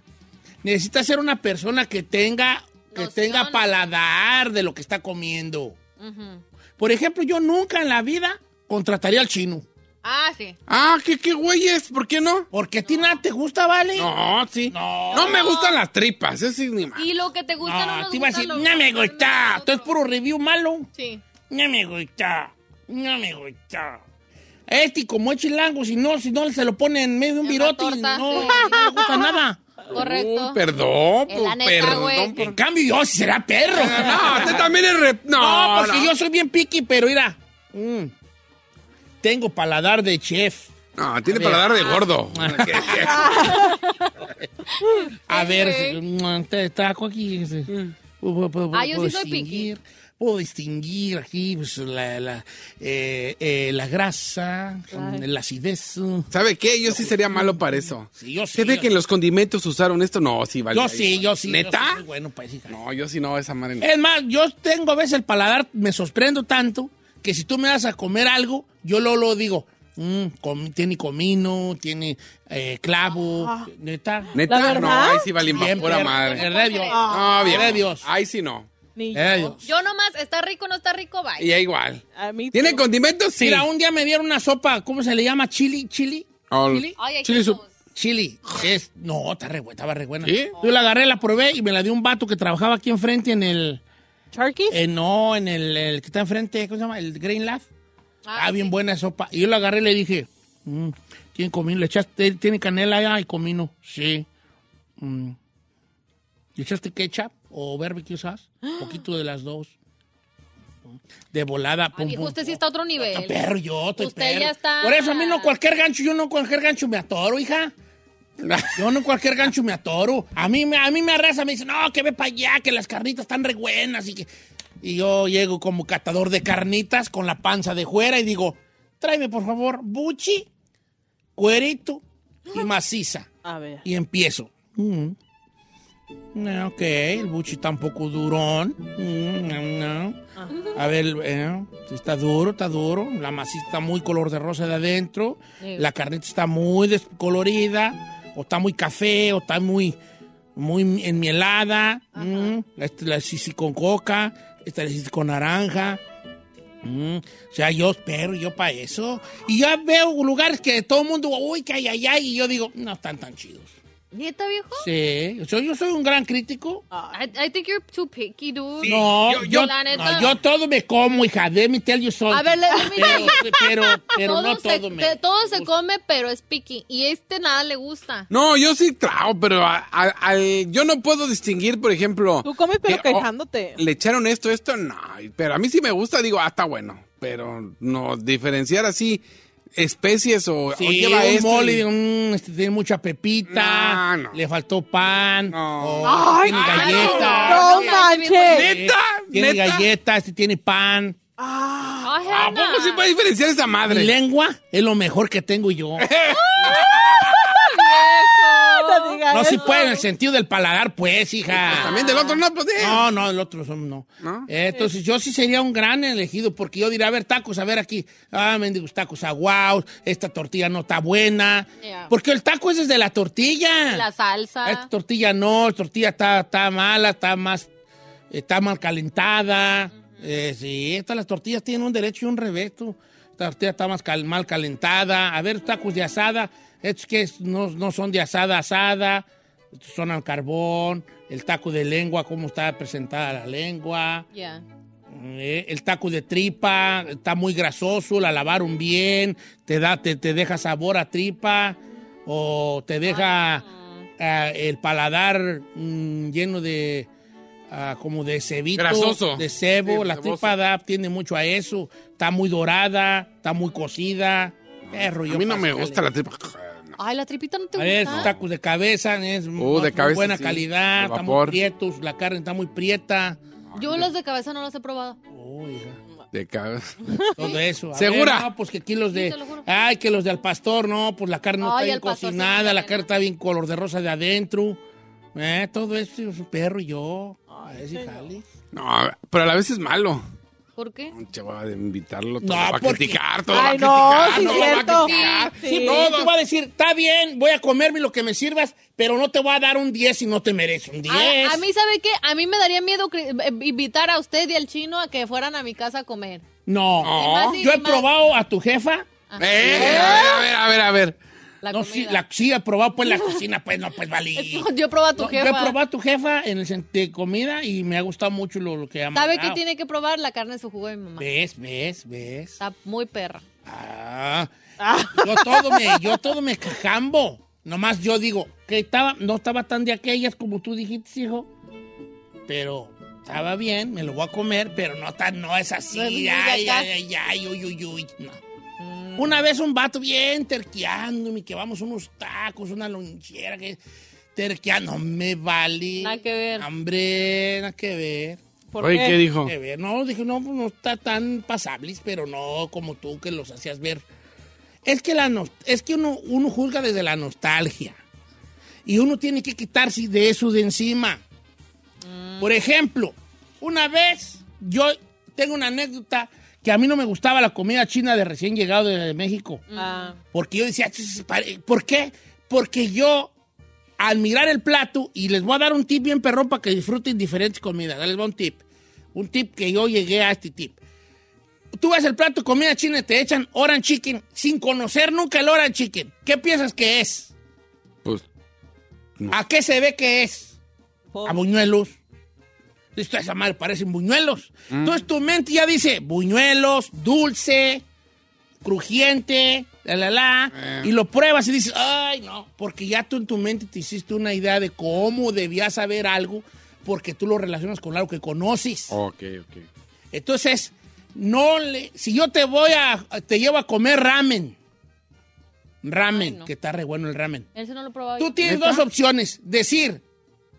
[SPEAKER 1] Necesita ser una persona que tenga, que tenga paladar de lo que está comiendo.
[SPEAKER 2] Ujú.
[SPEAKER 1] Por ejemplo, yo nunca en la vida contrataría al chino.
[SPEAKER 2] Ah, sí.
[SPEAKER 3] Ah, ¿qué, qué güey es? ¿Por qué no?
[SPEAKER 1] Porque a ti nada te gusta, ¿vale?
[SPEAKER 3] No, sí. No, me gustan las tripas, ese es ni más.
[SPEAKER 2] Y lo que te gusta no,
[SPEAKER 1] No,
[SPEAKER 2] nos
[SPEAKER 1] Ah, te iba a
[SPEAKER 2] gusta
[SPEAKER 1] decir,
[SPEAKER 2] lo-
[SPEAKER 1] no me gusta. Esto es puro review malo.
[SPEAKER 2] Sí.
[SPEAKER 1] No me gusta. No me gusta. Este, como es chilango, si no, si no se lo pone en medio de un virote, no, no le gusta nada.
[SPEAKER 2] Correcto.
[SPEAKER 3] Oh, perdón,
[SPEAKER 1] Eh, la
[SPEAKER 3] pues,
[SPEAKER 1] neta, güey.
[SPEAKER 3] perdón.
[SPEAKER 1] En cambio, yo sí será perro.
[SPEAKER 3] No, usted también es rep-
[SPEAKER 1] No,
[SPEAKER 2] Ah,
[SPEAKER 3] no, pues,
[SPEAKER 1] porque
[SPEAKER 3] no.
[SPEAKER 1] yo soy bien piqui, pero mira. mm, tengo paladar de chef.
[SPEAKER 3] No, tiene
[SPEAKER 1] A ver.
[SPEAKER 3] paladar de gordo.
[SPEAKER 1] A
[SPEAKER 3] Sí,
[SPEAKER 1] ver,
[SPEAKER 3] güey.
[SPEAKER 1] mm, te taco aquí. sí. Puedo- puedo-
[SPEAKER 2] Ah, yo
[SPEAKER 1] puedo
[SPEAKER 2] sí soy piqui.
[SPEAKER 1] distinguir- Puedo distinguir aquí pues, la, la, eh, eh, la grasa,
[SPEAKER 3] Ay.
[SPEAKER 1] la acidez.
[SPEAKER 3] ¿Sabe qué? Yo sí sería malo para eso.
[SPEAKER 1] Sí, yo sí.
[SPEAKER 3] ¿Se ve
[SPEAKER 1] yo-
[SPEAKER 3] que en los condimentos usaron esto? No, sí, vale.
[SPEAKER 1] Yo sí, yo sí. yo
[SPEAKER 3] ¿Neta?
[SPEAKER 1] sí Eh, soy bueno, pues, para ese jale.
[SPEAKER 3] No, yo sí no, esa madre no.
[SPEAKER 1] Es más, yo tengo a veces el paladar, me sorprendo tanto que si tú me das a comer algo, yo lo, lo digo. mm, com- tiene comino, tiene eh, clavo, neta.
[SPEAKER 3] ¿Neta? Ah. La verdad. No, ahí sí vale
[SPEAKER 1] Bien,
[SPEAKER 3] pura
[SPEAKER 1] perro,
[SPEAKER 3] madre.
[SPEAKER 1] ¿verdad, Dios?
[SPEAKER 3] Ah. No, bien.
[SPEAKER 1] ¿verdad, Dios?
[SPEAKER 3] Ahí sí no.
[SPEAKER 1] ¿verdad, Dios?
[SPEAKER 2] Yo nomás, ¿está rico o no está rico? Bye.
[SPEAKER 3] Y ya igual. ¿Tiene condimentos? Sí.
[SPEAKER 1] Mira, un día me dieron una sopa, ¿cómo se le llama? ¿Chili? ¿Chili?
[SPEAKER 3] Al-
[SPEAKER 1] ¿Chili?
[SPEAKER 2] Ay, ay,
[SPEAKER 3] Chili
[SPEAKER 2] qué
[SPEAKER 3] soup.
[SPEAKER 1] Chili. Es, no, está re buena, estaba re buena. Yo la agarré, la probé y me la dio un vato que trabajaba aquí enfrente en el...
[SPEAKER 4] ¿Charkies?
[SPEAKER 1] Eh. no, en el, el que está enfrente, ¿cómo se llama? El Green Lab. Ah, bien buena sopa. Y yo la agarré y le dije, mm, ¿tiene comino? ¿Le echaste, tiene canela allá y comino? Sí. Mm. ¿Le echaste ketchup o barbecue sauce? Un poquito de las dos. De volada, pum,
[SPEAKER 2] Viejo,
[SPEAKER 1] pum,
[SPEAKER 2] usted sí está a otro nivel.
[SPEAKER 1] Perro, yo estoy
[SPEAKER 2] Usted
[SPEAKER 1] perro.
[SPEAKER 2] ya está-
[SPEAKER 1] Por eso a mí no cualquier gancho, yo no cualquier gancho me atoro, hija. Yo no cualquier gancho me atoro. A mí, me- a mí me arrasa, me dice, no, que ve para allá, que las carnitas están re buenas. Y, que... y yo llego como catador de carnitas con la panza de fuera y digo, tráeme por favor buchi, cuerito y maciza.
[SPEAKER 4] A ver.
[SPEAKER 1] Y empiezo. Mm. Eh, Ok, el buchi está un poco durón. Mm, no, no. A ver, eh, está duro, está duro. La masita está muy color de rosa de adentro.
[SPEAKER 11] Sí.
[SPEAKER 1] La carnita está muy descolorida. O está muy café, o está muy, muy enmielada. Mm, La, la hice con coca. Esta la hice con naranja. Mm, O sea, yo espero, yo para eso. Y yo veo lugares que todo el mundo, uy, que ay, ay, ay. Y yo digo, no están tan chidos.
[SPEAKER 2] ¿Nieta, viejo?
[SPEAKER 1] Sí, yo soy- yo soy un gran crítico.
[SPEAKER 2] I, I think you're too picky, dude.
[SPEAKER 1] No, yo,
[SPEAKER 2] La
[SPEAKER 1] no,
[SPEAKER 2] neta.
[SPEAKER 1] yo todo me como, hija. Let me tell you something.
[SPEAKER 2] A ver, let me tell
[SPEAKER 1] pero,
[SPEAKER 2] you.
[SPEAKER 1] pero, pero no
[SPEAKER 2] se,
[SPEAKER 1] todo me.
[SPEAKER 2] te- todo se come, pero es picky. Y este nada le gusta.
[SPEAKER 3] No, yo sí trago, pero a- a- al- yo no puedo distinguir, por ejemplo.
[SPEAKER 4] Tú comes pero
[SPEAKER 3] que, oh,
[SPEAKER 4] quejándote.
[SPEAKER 3] le echaron esto, esto, no. Pero a mí sí me gusta, digo, ah, está bueno. Pero no, diferenciar así especies o, o
[SPEAKER 1] Sí,
[SPEAKER 3] lleva
[SPEAKER 1] un
[SPEAKER 3] esto
[SPEAKER 1] mole,
[SPEAKER 3] y-
[SPEAKER 1] de un- este, tiene mucha pepita, le faltó pan, o
[SPEAKER 4] Ay,
[SPEAKER 1] tiene
[SPEAKER 4] no,
[SPEAKER 1] galletas.
[SPEAKER 4] no
[SPEAKER 1] Sí,
[SPEAKER 4] manches.
[SPEAKER 1] ¿Neta? Eh, Tiene
[SPEAKER 3] ¿Neta?
[SPEAKER 1] galletas, este tiene pan. Oh.
[SPEAKER 2] Ah,
[SPEAKER 3] ¿A poco sí puede diferenciar esa madre?
[SPEAKER 1] Mi lengua es lo mejor que tengo yo.
[SPEAKER 4] No digas
[SPEAKER 1] No,
[SPEAKER 4] eso.
[SPEAKER 1] si puede en el sentido del paladar, pues, hija.
[SPEAKER 3] También del otro no, pues. eh.
[SPEAKER 1] No, no, el otro son- no. Eh, Entonces, yo sí sería un gran elegido, porque yo diría, a ver, tacos, a ver aquí. Ah, mendigos tacos, aguaos, esta tortilla no está buena.
[SPEAKER 2] Yeah.
[SPEAKER 1] Porque el taco es desde la tortilla.
[SPEAKER 2] La salsa.
[SPEAKER 1] Esta tortilla no, esta tortilla está, está mala, está más, está mal calentada. Eh, sí, estas las tortillas tienen un derecho y un revés, tú. Esta tortilla está más cal- mal calentada. A ver, tacos de asada, estos que es- no, no son de asada, asada, estos son al carbón, el taco de lengua, cómo está presentada la lengua.
[SPEAKER 2] Yeah.
[SPEAKER 1] Eh, el taco de tripa está muy grasoso, la lavaron bien, te, da, te, te deja sabor a tripa o te deja ah, el paladar mm, lleno de ah, como de cebito,
[SPEAKER 3] Grasoso.
[SPEAKER 1] de cebo,
[SPEAKER 3] Sí,
[SPEAKER 1] la
[SPEAKER 3] ceboso.
[SPEAKER 1] tripa da, tiene mucho a eso, está muy dorada, está muy cocida. Perro,
[SPEAKER 3] A mí no me gusta la tripa.
[SPEAKER 2] Ay, la tripita no te
[SPEAKER 1] a
[SPEAKER 2] gusta.
[SPEAKER 1] ver, esos tacos de cabeza es muy-
[SPEAKER 3] Uh, de
[SPEAKER 1] muy
[SPEAKER 3] cabeza,
[SPEAKER 1] buena
[SPEAKER 3] sí,
[SPEAKER 1] calidad,
[SPEAKER 3] al
[SPEAKER 1] están muy
[SPEAKER 3] vapor.
[SPEAKER 1] prietos, la carne está muy prieta.
[SPEAKER 2] Yo los de cabeza no los he probado.
[SPEAKER 3] De cabeza.
[SPEAKER 1] Todo eso. A
[SPEAKER 3] ¿Segura?
[SPEAKER 1] ver, no, pues que aquí los
[SPEAKER 2] Sí,
[SPEAKER 1] de.
[SPEAKER 2] te lo juro.
[SPEAKER 1] Ay, que los de al pastor, no, pues la carne no
[SPEAKER 2] Ay,
[SPEAKER 1] está bien
[SPEAKER 2] al pastor sí
[SPEAKER 1] cocinada,
[SPEAKER 2] me
[SPEAKER 1] la carne está bien color de rosa de adentro. Eh, todo eso, su perro y yo. A ver si jale.
[SPEAKER 3] No, pero a la vez es malo.
[SPEAKER 2] ¿Por qué?
[SPEAKER 3] Chaval, de invitarlo todo
[SPEAKER 1] No,
[SPEAKER 3] va a
[SPEAKER 1] porque-
[SPEAKER 3] criticar, todo
[SPEAKER 4] Ay,
[SPEAKER 3] va a
[SPEAKER 4] no, sí,
[SPEAKER 3] criticar, todo
[SPEAKER 4] cierto.
[SPEAKER 3] va a criticar.
[SPEAKER 1] Sí, no, te voy a decir, está bien, voy a comerme lo que me sirvas, pero no te voy a dar un 10 si no te merece un 10.
[SPEAKER 2] A, a mí, ¿sabe qué? A mí me daría miedo cri- eh, invitar a usted y al chino a que fueran a mi casa a comer.
[SPEAKER 1] No.
[SPEAKER 2] No. Ni más ni
[SPEAKER 1] Yo he
[SPEAKER 2] más. Ah,
[SPEAKER 1] probado a tu jefa.
[SPEAKER 3] Eh, a ver, a ver, a ver.
[SPEAKER 2] La
[SPEAKER 1] no, sí, la, sí, he probado pues la cocina, pues no, pues vale.
[SPEAKER 2] Yo probo a tu
[SPEAKER 1] No, yo
[SPEAKER 2] jefa.
[SPEAKER 1] he probado a tu jefa en el sentido de comida y me ha gustado mucho lo, lo que ha
[SPEAKER 2] ¿Sabe qué
[SPEAKER 1] mandado.
[SPEAKER 2] tiene que probar? La carne de su jugo de mi mamá.
[SPEAKER 1] ¿Ves, ves, ves?
[SPEAKER 2] Está muy perra.
[SPEAKER 1] Ah. Yo todo me, yo todo me cajambo. Nomás yo digo que estaba, no estaba tan de aquellas como tú dijiste, hijo. Pero estaba bien, me lo voy a comer, pero no tan, no es así.
[SPEAKER 11] No es muy
[SPEAKER 1] Ay,
[SPEAKER 11] de
[SPEAKER 1] ay,
[SPEAKER 11] acá.
[SPEAKER 1] ay, ay, uy, uy, uy. No. Una vez un vato bien terqueando, que vamos unos tacos, una lonchera, que terqueando, me vale. Nada que ver. Hombre, nada que ver.
[SPEAKER 3] ¿Por Oye, qué? ¿qué dijo?
[SPEAKER 1] Nada que ver. No, dije, no, pues no está tan pasables, pero no como tú que los hacías ver. Es que, la nos- es que uno, uno juzga desde la nostalgia. Y uno tiene que quitarse de eso de encima. Por ejemplo, una vez yo tengo una anécdota que a mí no me gustaba la comida china de recién llegado de México.
[SPEAKER 4] Ah.
[SPEAKER 1] Porque yo decía, "Chis, pare- ¿por qué? Porque yo, al mirar el plato, y les voy a dar un tip bien perrón para que disfruten diferentes comidas. Les voy a un tip. Un tip que yo llegué a este tip. Tú ves el plato de comida china y te echan orange chicken sin conocer nunca el orange chicken. ¿Qué piensas que es?
[SPEAKER 3] Pues,
[SPEAKER 1] ¿A qué se ve que es? A buñuelos. Esto esa madre parecen buñuelos. Entonces tu mente ya dice buñuelos, dulce, crujiente, la, la, la, y lo pruebas y dices, ay, no, porque ya tú en tu mente te hiciste una idea de cómo debías saber algo porque tú lo relacionas con algo que conoces.
[SPEAKER 3] Ok, ok.
[SPEAKER 1] Entonces, no le, si yo te voy a, te llevo a comer ramen, ramen, que está re bueno el ramen.
[SPEAKER 2] Ese no lo probaba
[SPEAKER 1] Tú
[SPEAKER 2] yo.
[SPEAKER 1] tienes dos opciones. Decir,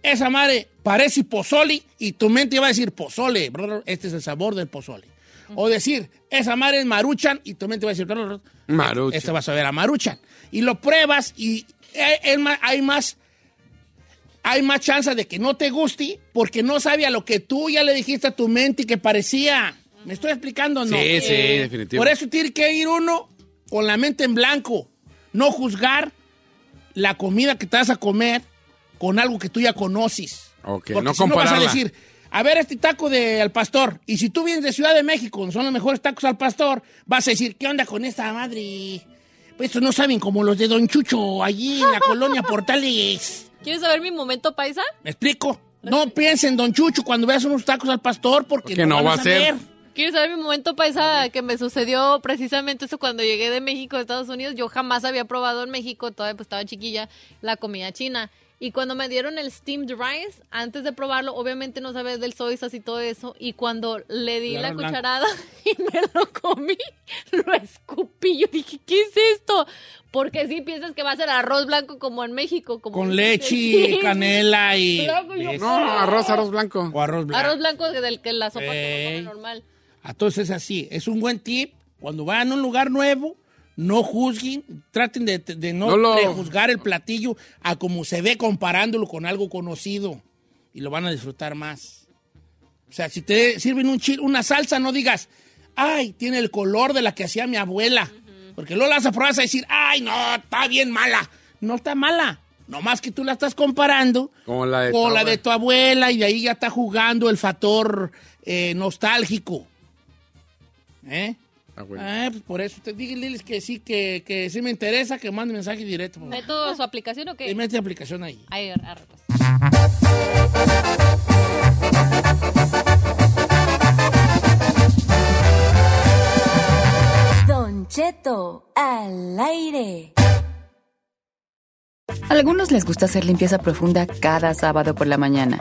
[SPEAKER 1] esa madre parece pozole y tu mente va a decir pozole, brr, este es el sabor del pozole. O decir, esa madre es maruchan y tu mente va a decir, brr, brr,
[SPEAKER 3] Marucha.
[SPEAKER 1] este vas a ver a maruchan. Y lo pruebas y eh, es más- hay más... Hay más chance de que no te guste porque no sabía lo que tú ya le dijiste a tu mente y que parecía. ¿Me estoy explicando o no?
[SPEAKER 3] Sí, sí, definitivo.
[SPEAKER 1] Por eso tiene que ir uno con la mente en blanco. No juzgar la comida que te vas a comer con algo que tú ya conoces.
[SPEAKER 3] Ok,
[SPEAKER 1] Porque
[SPEAKER 3] no
[SPEAKER 1] si no vas a
[SPEAKER 3] compararla.
[SPEAKER 1] decir, a ver este taco de al pastor. Y si tú vienes de Ciudad de México, donde son los mejores tacos al pastor, vas a decir, ¿qué onda con esta madre? Pues estos no saben como los de Don Chucho allí en la colonia Portales.
[SPEAKER 2] ¿Quieres saber mi momento paisa?
[SPEAKER 1] ¿Me explico? No piensen en Don Chucho cuando veas unos tacos al pastor porque
[SPEAKER 3] Porque no
[SPEAKER 1] van
[SPEAKER 3] va a
[SPEAKER 1] ver.
[SPEAKER 3] ser.
[SPEAKER 2] ¿Quieres saber mi momento paisa que me sucedió precisamente eso cuando llegué de México a Estados Unidos? Yo jamás había probado en México, todavía pues estaba chiquilla, la comida china. Y cuando me dieron el steamed rice, antes de probarlo, obviamente no sabes del soy sauce y todo eso. Y cuando le di
[SPEAKER 7] Claro,
[SPEAKER 2] la
[SPEAKER 7] blanco.
[SPEAKER 2] cucharada y me lo comí, lo escupí. Yo dije, ¿qué es esto? Porque si piensas que va a ser arroz blanco como en México. Como
[SPEAKER 1] Con
[SPEAKER 2] dices.
[SPEAKER 1] leche, canela y... este,
[SPEAKER 2] Luego yo-
[SPEAKER 3] No, arroz, arroz blanco.
[SPEAKER 1] O arroz blanco.
[SPEAKER 2] Arroz blanco del que la sopa
[SPEAKER 1] Ey.
[SPEAKER 2] se come normal.
[SPEAKER 1] Entonces, así, es un buen tip. Cuando van a un lugar nuevo, no juzguen, traten de, de no,
[SPEAKER 3] No lo-
[SPEAKER 1] juzgar el platillo a como se ve comparándolo con algo conocido y lo van a disfrutar más. O sea, si te sirven un chile, una salsa, no digas, ay, tiene el color de la que hacía mi abuela. Porque luego la vas a probar, vas a decir, ay, no, está bien mala. No está mala. Nomás que tú la estás comparando
[SPEAKER 3] Como la de.
[SPEAKER 1] o la
[SPEAKER 3] Tabasco.
[SPEAKER 1] de tu abuela y de ahí ya está jugando el factor eh, nostálgico. ¿Eh?
[SPEAKER 3] Ah, bueno.
[SPEAKER 1] Ah, pues por eso te digo, diles que sí, que, que sí me interesa, que mande mensaje directo. por favor.
[SPEAKER 2] ¿Meto su aplicación o qué?
[SPEAKER 1] Y mete aplicación ahí.
[SPEAKER 2] Ay, arroz.
[SPEAKER 10] Don Cheto al aire.
[SPEAKER 12] Algunos les gusta hacer limpieza profunda cada sábado por la mañana.